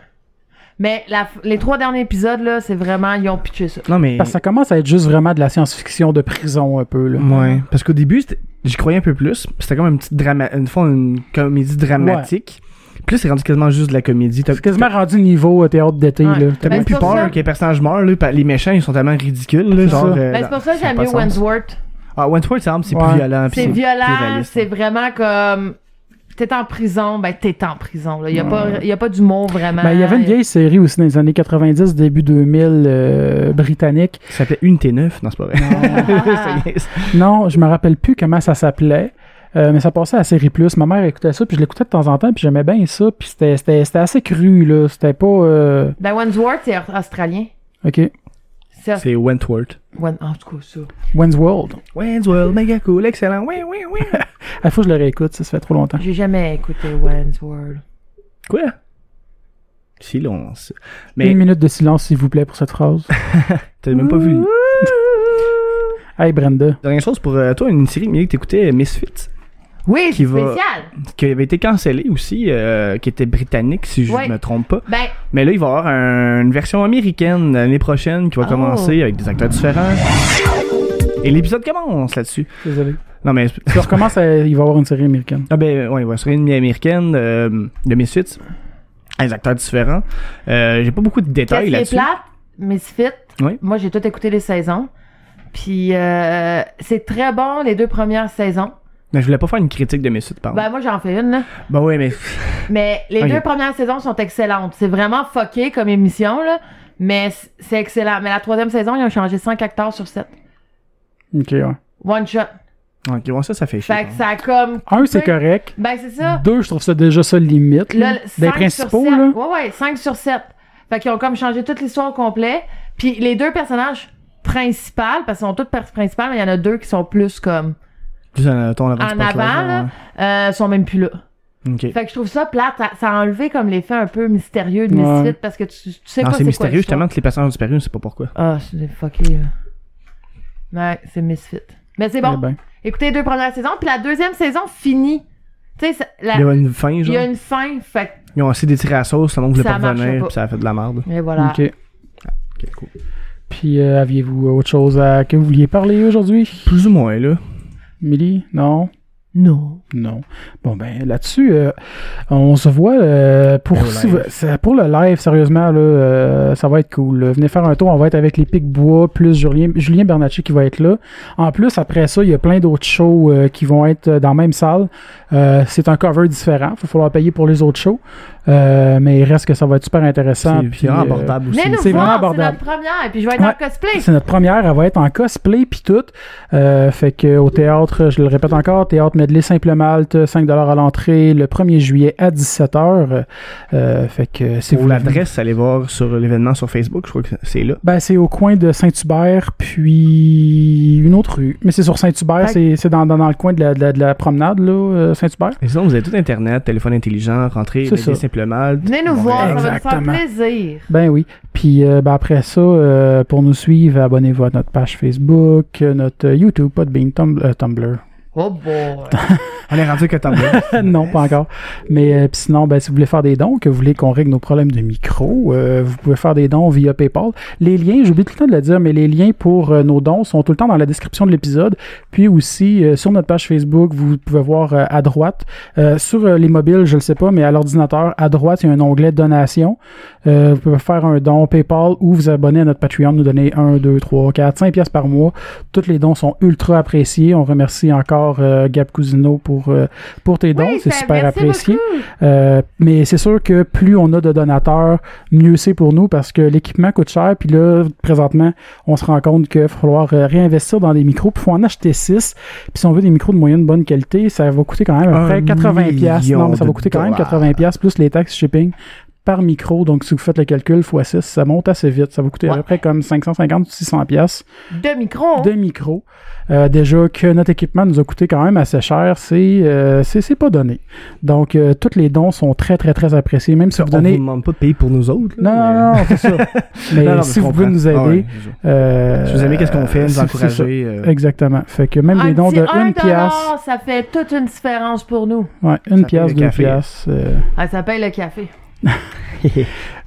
Speaker 4: Mais la f- les trois derniers épisodes, là, c'est vraiment. Ils ont pitché ça.
Speaker 5: Non, mais.
Speaker 1: Parce que ça commence à être juste vraiment de la science-fiction de prison, un peu, là.
Speaker 5: Ouais, parce qu'au début, c'était- j'y croyais un peu plus. puis C'était comme une petite drama, une fois une comédie dramatique. Puis là, c'est rendu quasiment juste de la comédie. T'as
Speaker 1: C'est quasiment rendu niveau euh, théâtre d'été,
Speaker 4: Ouais.
Speaker 1: là.
Speaker 5: t'as
Speaker 4: Ben,
Speaker 5: même
Speaker 4: c'est
Speaker 5: plus
Speaker 4: pour ça.
Speaker 5: peur que les personnages meurent, là, pa- les méchants ils sont tellement ridicules, là,
Speaker 1: C'est
Speaker 5: genre.
Speaker 1: ça.
Speaker 5: euh,
Speaker 4: Ben, c'est pour ça que
Speaker 5: ça a
Speaker 4: j'aime
Speaker 5: pas
Speaker 4: mieux
Speaker 5: de sens.
Speaker 4: Wentworth.
Speaker 5: Ah, Wentworth, ça me semble, c'est
Speaker 1: Ouais.
Speaker 5: plus violent. puis
Speaker 4: C'est
Speaker 5: plus
Speaker 4: violent,
Speaker 5: réaliste.
Speaker 4: c'est vraiment comme. t'es en prison, ben t'es en prison. Il n'y a, pas- y a pas d'humour vraiment. euh,
Speaker 1: Ben, il y avait une vieille série aussi dans les années 90, début 2000, euh, britannique.
Speaker 5: Ça s'appelait une T9. Non, c'est pas vrai.
Speaker 4: Ah.
Speaker 5: C'est-
Speaker 1: Non, je me rappelle plus comment ça s'appelait. euh, mais ça passait à la série plus. Ma mère écoutait ça, puis je l'écoutais de temps en temps, puis j'aimais bien ça. Puis c'était- c'était c'était assez cru, là. C'était pas. euh,
Speaker 4: Ben, Wandsworth, c'est australien.
Speaker 1: OK.
Speaker 4: C'est
Speaker 5: c'est Wentworth.
Speaker 4: Wan- En tout cas, ça.
Speaker 1: When's World.
Speaker 5: Wentworth, méga cool, excellent. Oui, oui, oui.
Speaker 1: Il faut que je le réécoute, ça, ça fait trop longtemps.
Speaker 4: J'ai jamais écouté Wandsworth.
Speaker 5: Quoi? Silence.
Speaker 1: Une
Speaker 5: Mais
Speaker 1: minute de silence, s'il vous plaît, pour cette phrase.
Speaker 5: t'as même pas vu.
Speaker 1: hey, Brenda.
Speaker 5: Dernière chose pour euh, toi, une série Millie, que t'écoutais, euh, Misfits,
Speaker 4: Oui,
Speaker 5: Qui
Speaker 4: c'est
Speaker 5: va-
Speaker 4: spécial.
Speaker 5: qui avait été cancellée aussi, euh, qui était britannique, si je
Speaker 4: Ouais.
Speaker 5: me trompe pas.
Speaker 4: Ben,
Speaker 5: Mais là, il va y avoir un- une version américaine l'année prochaine qui va
Speaker 4: Oh.
Speaker 5: commencer avec des acteurs différents. Et l'épisode commence là-dessus.
Speaker 1: Désolé.
Speaker 5: Non, mais.
Speaker 1: Si on recommence, à- il va y avoir une série américaine.
Speaker 5: Ah, ben, ouais, il va sur une américaine euh, de Misfits. Des acteurs différents. Euh, J'ai pas beaucoup de
Speaker 4: qu'est-ce
Speaker 5: détails
Speaker 4: qui est
Speaker 5: là-dessus.
Speaker 4: plate? Misfit.
Speaker 5: Oui.
Speaker 4: Moi, j'ai tout écouté les saisons. Puis, euh, c'est très bon les deux premières saisons.
Speaker 5: Mais je voulais pas faire une critique de Misfits, pardon.
Speaker 4: Ben, moi, j'en fais une, là.
Speaker 5: Ben oui, mais.
Speaker 4: Mais les
Speaker 5: Ah. Ok.
Speaker 4: deux premières saisons sont excellentes. C'est vraiment fucké comme émission, là. Mais c- c'est excellent. Mais la troisième saison, ils ont changé 5 acteurs sur 7.
Speaker 1: OK, ouais.
Speaker 4: One shot.
Speaker 5: Ok, bon, ça, ça fait chier. hein.
Speaker 4: Fait que ça a comme.
Speaker 1: Un, c'est
Speaker 4: coupé.
Speaker 1: correct.
Speaker 4: Ben, c'est ça.
Speaker 1: Deux, je trouve ça déjà ça limite.
Speaker 4: Là,
Speaker 1: là. Des
Speaker 4: 5
Speaker 1: principaux,
Speaker 4: sur 7.
Speaker 1: là.
Speaker 4: Ouais, ouais, 5 sur 7. Fait qu'ils ont comme changé toute l'histoire au complet. Puis les deux personnages principaux, parce qu'ils sont tous par- principaux, mais il y en a deux qui sont plus comme.
Speaker 5: Plus en, ton
Speaker 4: En avant, là. Euh, sont même plus là.
Speaker 5: hein. Ok. Ah,
Speaker 4: Fait que je trouve ça plate. Ça, ça a enlevé comme l'effet un peu mystérieux de
Speaker 1: Ouais.
Speaker 4: Misfit parce que tu, tu sais
Speaker 5: Non,
Speaker 4: pas
Speaker 5: c'est mystérieux,
Speaker 4: c'est quoi l'histoire.
Speaker 5: justement, que les personnages ont disparu, on sait pas pourquoi.
Speaker 4: Ah, c'est fucké. là. Ouais, c'est Misfit. Mais c'est bon.
Speaker 1: Eh ben.
Speaker 4: Écoutez les deux premières saisons, puis la deuxième saison finit. Tu sais, ça- la-
Speaker 5: Il y a une fin,
Speaker 4: il
Speaker 5: genre.
Speaker 4: y a une fin, fait que-
Speaker 5: Ils ont assez détiré la sauce, le monde voulait
Speaker 4: Ça
Speaker 5: pas
Speaker 4: marchait
Speaker 5: revenir,
Speaker 4: pas.
Speaker 5: puis ça a fait de la merde.
Speaker 4: Mais voilà.
Speaker 1: OK.
Speaker 5: Ok, cool.
Speaker 1: Puis, euh, aviez-vous autre chose à... que vous vouliez parler aujourd'hui?
Speaker 5: Plus ou moins, là.
Speaker 1: Millie? Non?
Speaker 4: Non.
Speaker 1: Non. Bon, ben là-dessus, euh, on se voit euh, pour,
Speaker 5: Au
Speaker 1: si-
Speaker 5: live.
Speaker 1: c'est- pour le live, sérieusement, là, euh, ça va être cool. là. Venez faire un tour, on va être avec les Pics Bois, plus Julien, Julien Bernacci qui va être là. En plus, après ça, il y a plein d'autres shows euh, qui vont être euh, dans la même salle. Euh, c'est un cover différent, il va falloir payer pour les autres shows. Euh, mais il reste que ça va être super intéressant.
Speaker 5: C'est
Speaker 1: puis,
Speaker 5: puis
Speaker 1: euh,
Speaker 5: abordable aussi.
Speaker 4: Venez nous
Speaker 1: c'est vraiment
Speaker 4: voir, c'est
Speaker 1: abordable.
Speaker 4: notre première, et puis je vais être en
Speaker 1: Ouais.
Speaker 4: cosplay.
Speaker 1: c'est notre première, elle va être en cosplay puis tout. Euh, fait que au théâtre, je le répète encore, théâtre Medley Simple Malte, 5 à l'entrée le 1er juillet à 17h. Euh, fait que si
Speaker 5: Pour
Speaker 1: vous
Speaker 5: l'adresse, allez voir sur l'événement sur Facebook, je crois que c'est là.
Speaker 1: Ben, c'est au coin de Saint-Hubert, puis une autre rue. Mais c'est sur Saint-Hubert,
Speaker 4: Fait-
Speaker 1: c'est- c'est dans, dans, dans le coin de la, de la- de la promenade, là, euh, Saint-Hubert.
Speaker 5: Et sinon, vous avez tout Internet, téléphone intelligent, rentrez,
Speaker 1: C'est
Speaker 5: mettez
Speaker 1: ça.
Speaker 5: simplement.
Speaker 4: Venez nous
Speaker 5: Bon,
Speaker 4: voir, ça va nous faire
Speaker 1: exactement.
Speaker 4: plaisir.
Speaker 1: Ben oui. Puis euh, ben, après ça, euh, pour nous suivre, abonnez-vous à notre page Facebook, euh, notre euh, YouTube, Podbean, Tumblr. euh, Tumblr.
Speaker 4: Oh boy.
Speaker 5: On est rendu que t'en
Speaker 1: non, pas encore. Mais euh, pis sinon, ben, si vous voulez faire des dons, que vous voulez qu'on règle nos problèmes de micro, euh, vous pouvez faire des dons via PayPal. Les liens, j'oublie tout le temps de le dire, mais les liens pour euh, nos dons sont tout le temps dans la description de l'épisode. Puis aussi, euh, sur notre page Facebook, vous pouvez voir euh, à droite, euh, sur euh, les mobiles, je ne le sais pas, mais à l'ordinateur, à droite, il y a un onglet donation. Euh, vous pouvez faire un don PayPal ou vous abonner à notre Patreon, nous donner 1, 2, 3, 4, 5 pièces par mois. Tous les dons sont ultra appréciés. On remercie encore euh, Gab Cousineau pour, euh, pour tes dons.
Speaker 4: Oui,
Speaker 1: c'est
Speaker 4: ça-
Speaker 1: super
Speaker 4: merci
Speaker 1: apprécié.
Speaker 4: beaucoup.
Speaker 1: Euh, mais c'est sûr que plus on a de donateurs, mieux c'est pour nous parce que l'équipement coûte cher. Puis là, présentement, on se rend compte qu'il va falloir euh, réinvestir dans des micros. Puis il faut en acheter 6. Puis si on veut des micros de moyenne bonne qualité, ça va coûter quand même à peu près
Speaker 5: Un
Speaker 1: 80$. piastres.
Speaker 5: million
Speaker 1: Non, mais ça va
Speaker 5: de
Speaker 1: coûter quand même
Speaker 5: dollars.
Speaker 1: 80$ piastres plus les taxes shipping par micro. Donc si vous faites le calcul x 6, ça monte assez vite. Ça va coûter à peu
Speaker 4: Ouais.
Speaker 1: près comme 550 ou 600$ piastres
Speaker 4: De micro.
Speaker 1: de micro. Euh, déjà que notre équipement nous a coûté quand même assez cher, c'est euh, c'est c'est pas donné. Donc euh, tous les dons sont très très très appréciés, même si vous
Speaker 5: On vous
Speaker 1: donnez.
Speaker 5: demande pas de payer pour nous autres. là,
Speaker 1: Non non
Speaker 5: mais-
Speaker 1: non, non, c'est ça. mais
Speaker 5: Non, non,
Speaker 1: si
Speaker 5: je
Speaker 1: vous pouvez
Speaker 5: comprends.
Speaker 1: nous
Speaker 5: Ah ouais,
Speaker 1: aider,
Speaker 5: c'est ça.
Speaker 1: euh,
Speaker 5: Si vous aimez qu'est-ce qu'on fait, nous
Speaker 1: c'est- c'est ça.
Speaker 5: encourager. euh,
Speaker 1: Exactement. Fait que même les dons
Speaker 4: petit
Speaker 1: de
Speaker 4: un
Speaker 1: 1 pièce,
Speaker 4: dollar, ça fait toute une différence pour nous.
Speaker 1: ouais, une
Speaker 5: Ça paye
Speaker 1: pièce,
Speaker 5: le
Speaker 1: deux
Speaker 5: café.
Speaker 1: pièces. euh,
Speaker 4: Ah, ça paye le café.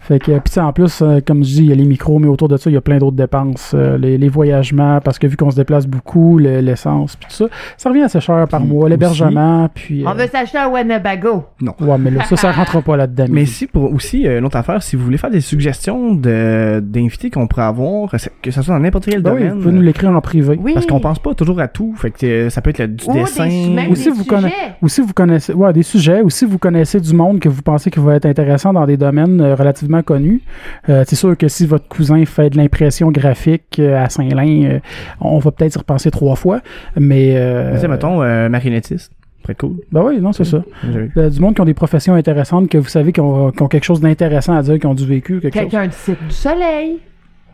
Speaker 1: Fait que, puis tu sais, en plus, euh, comme je dis, il y a les micros, mais autour de ça, il y a plein d'autres dépenses. Euh, les, les voyagements, parce que vu qu'on se déplace beaucoup, le- l'essence, puis tout ça, ça revient assez cher par
Speaker 5: Puis
Speaker 1: mois. L'hébergement, puis. euh,
Speaker 4: On veut s'acheter un Winnebago.
Speaker 1: Ouais, mais là, ça, ça rentre pas là-dedans.
Speaker 5: Mais si pour aussi euh, une autre affaire, si vous voulez faire des suggestions de d'invités qu'on pourrait avoir, que ça soit dans n'importe quel
Speaker 1: Ben oui,
Speaker 5: domaine,
Speaker 1: vous pouvez nous l'écrire en privé.
Speaker 4: Oui.
Speaker 5: parce qu'on pense pas toujours à tout, fait que euh, ça peut être le- du
Speaker 4: Ou des-
Speaker 5: dessin,
Speaker 4: même
Speaker 1: Ou si
Speaker 4: des
Speaker 1: vous
Speaker 4: sujets.
Speaker 1: connaissez- Ou si vous connaissez ouais, des sujets, ou si vous connaissez du monde que vous pensez qui va être intéressant dans des domaines euh, relativement connus, euh, c'est sûr que si votre cousin fait de l'impression graphique euh, à Saint-Lin, euh, on va peut-être y repenser trois fois. Mais euh,
Speaker 5: Tu sais, mettons euh, marionnettiste, très cool.
Speaker 1: ben oui, non, c'est ça.
Speaker 5: J'avais-
Speaker 1: Euh, Du monde qui ont des professions intéressantes que vous savez qui ont, qui ont quelque chose d'intéressant à dire, qui ont du vécu, quelque chose.
Speaker 4: Quelqu'un du cycle du soleil.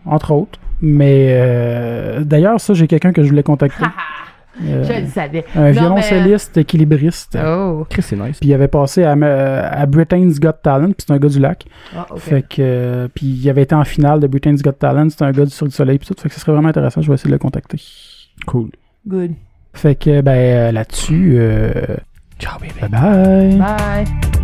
Speaker 1: Entre autres. Mais euh, d'ailleurs, ça, j'ai quelqu'un que je voulais contacter. Euh,
Speaker 4: Ah, Je le savais.
Speaker 1: un
Speaker 4: Non, euh,
Speaker 1: violoncelliste équilibriste.
Speaker 4: mais- Oh.
Speaker 5: Chris, c'est nice.
Speaker 1: Puis il avait passé à, euh, à Britain's Got Talent, puis c'est un gars du lac.
Speaker 4: Ah, ok.
Speaker 1: Fait que euh, puis il avait été en finale de Britain's Got Talent, c'est un gars du Cirque du Soleil puis tout. Fait que ce serait vraiment intéressant, je vais essayer de le contacter.
Speaker 5: Cool.
Speaker 4: Good.
Speaker 1: Fait que ben euh, là-dessus euh,
Speaker 5: Ciao, baby.
Speaker 1: bye. bye.
Speaker 4: Bye.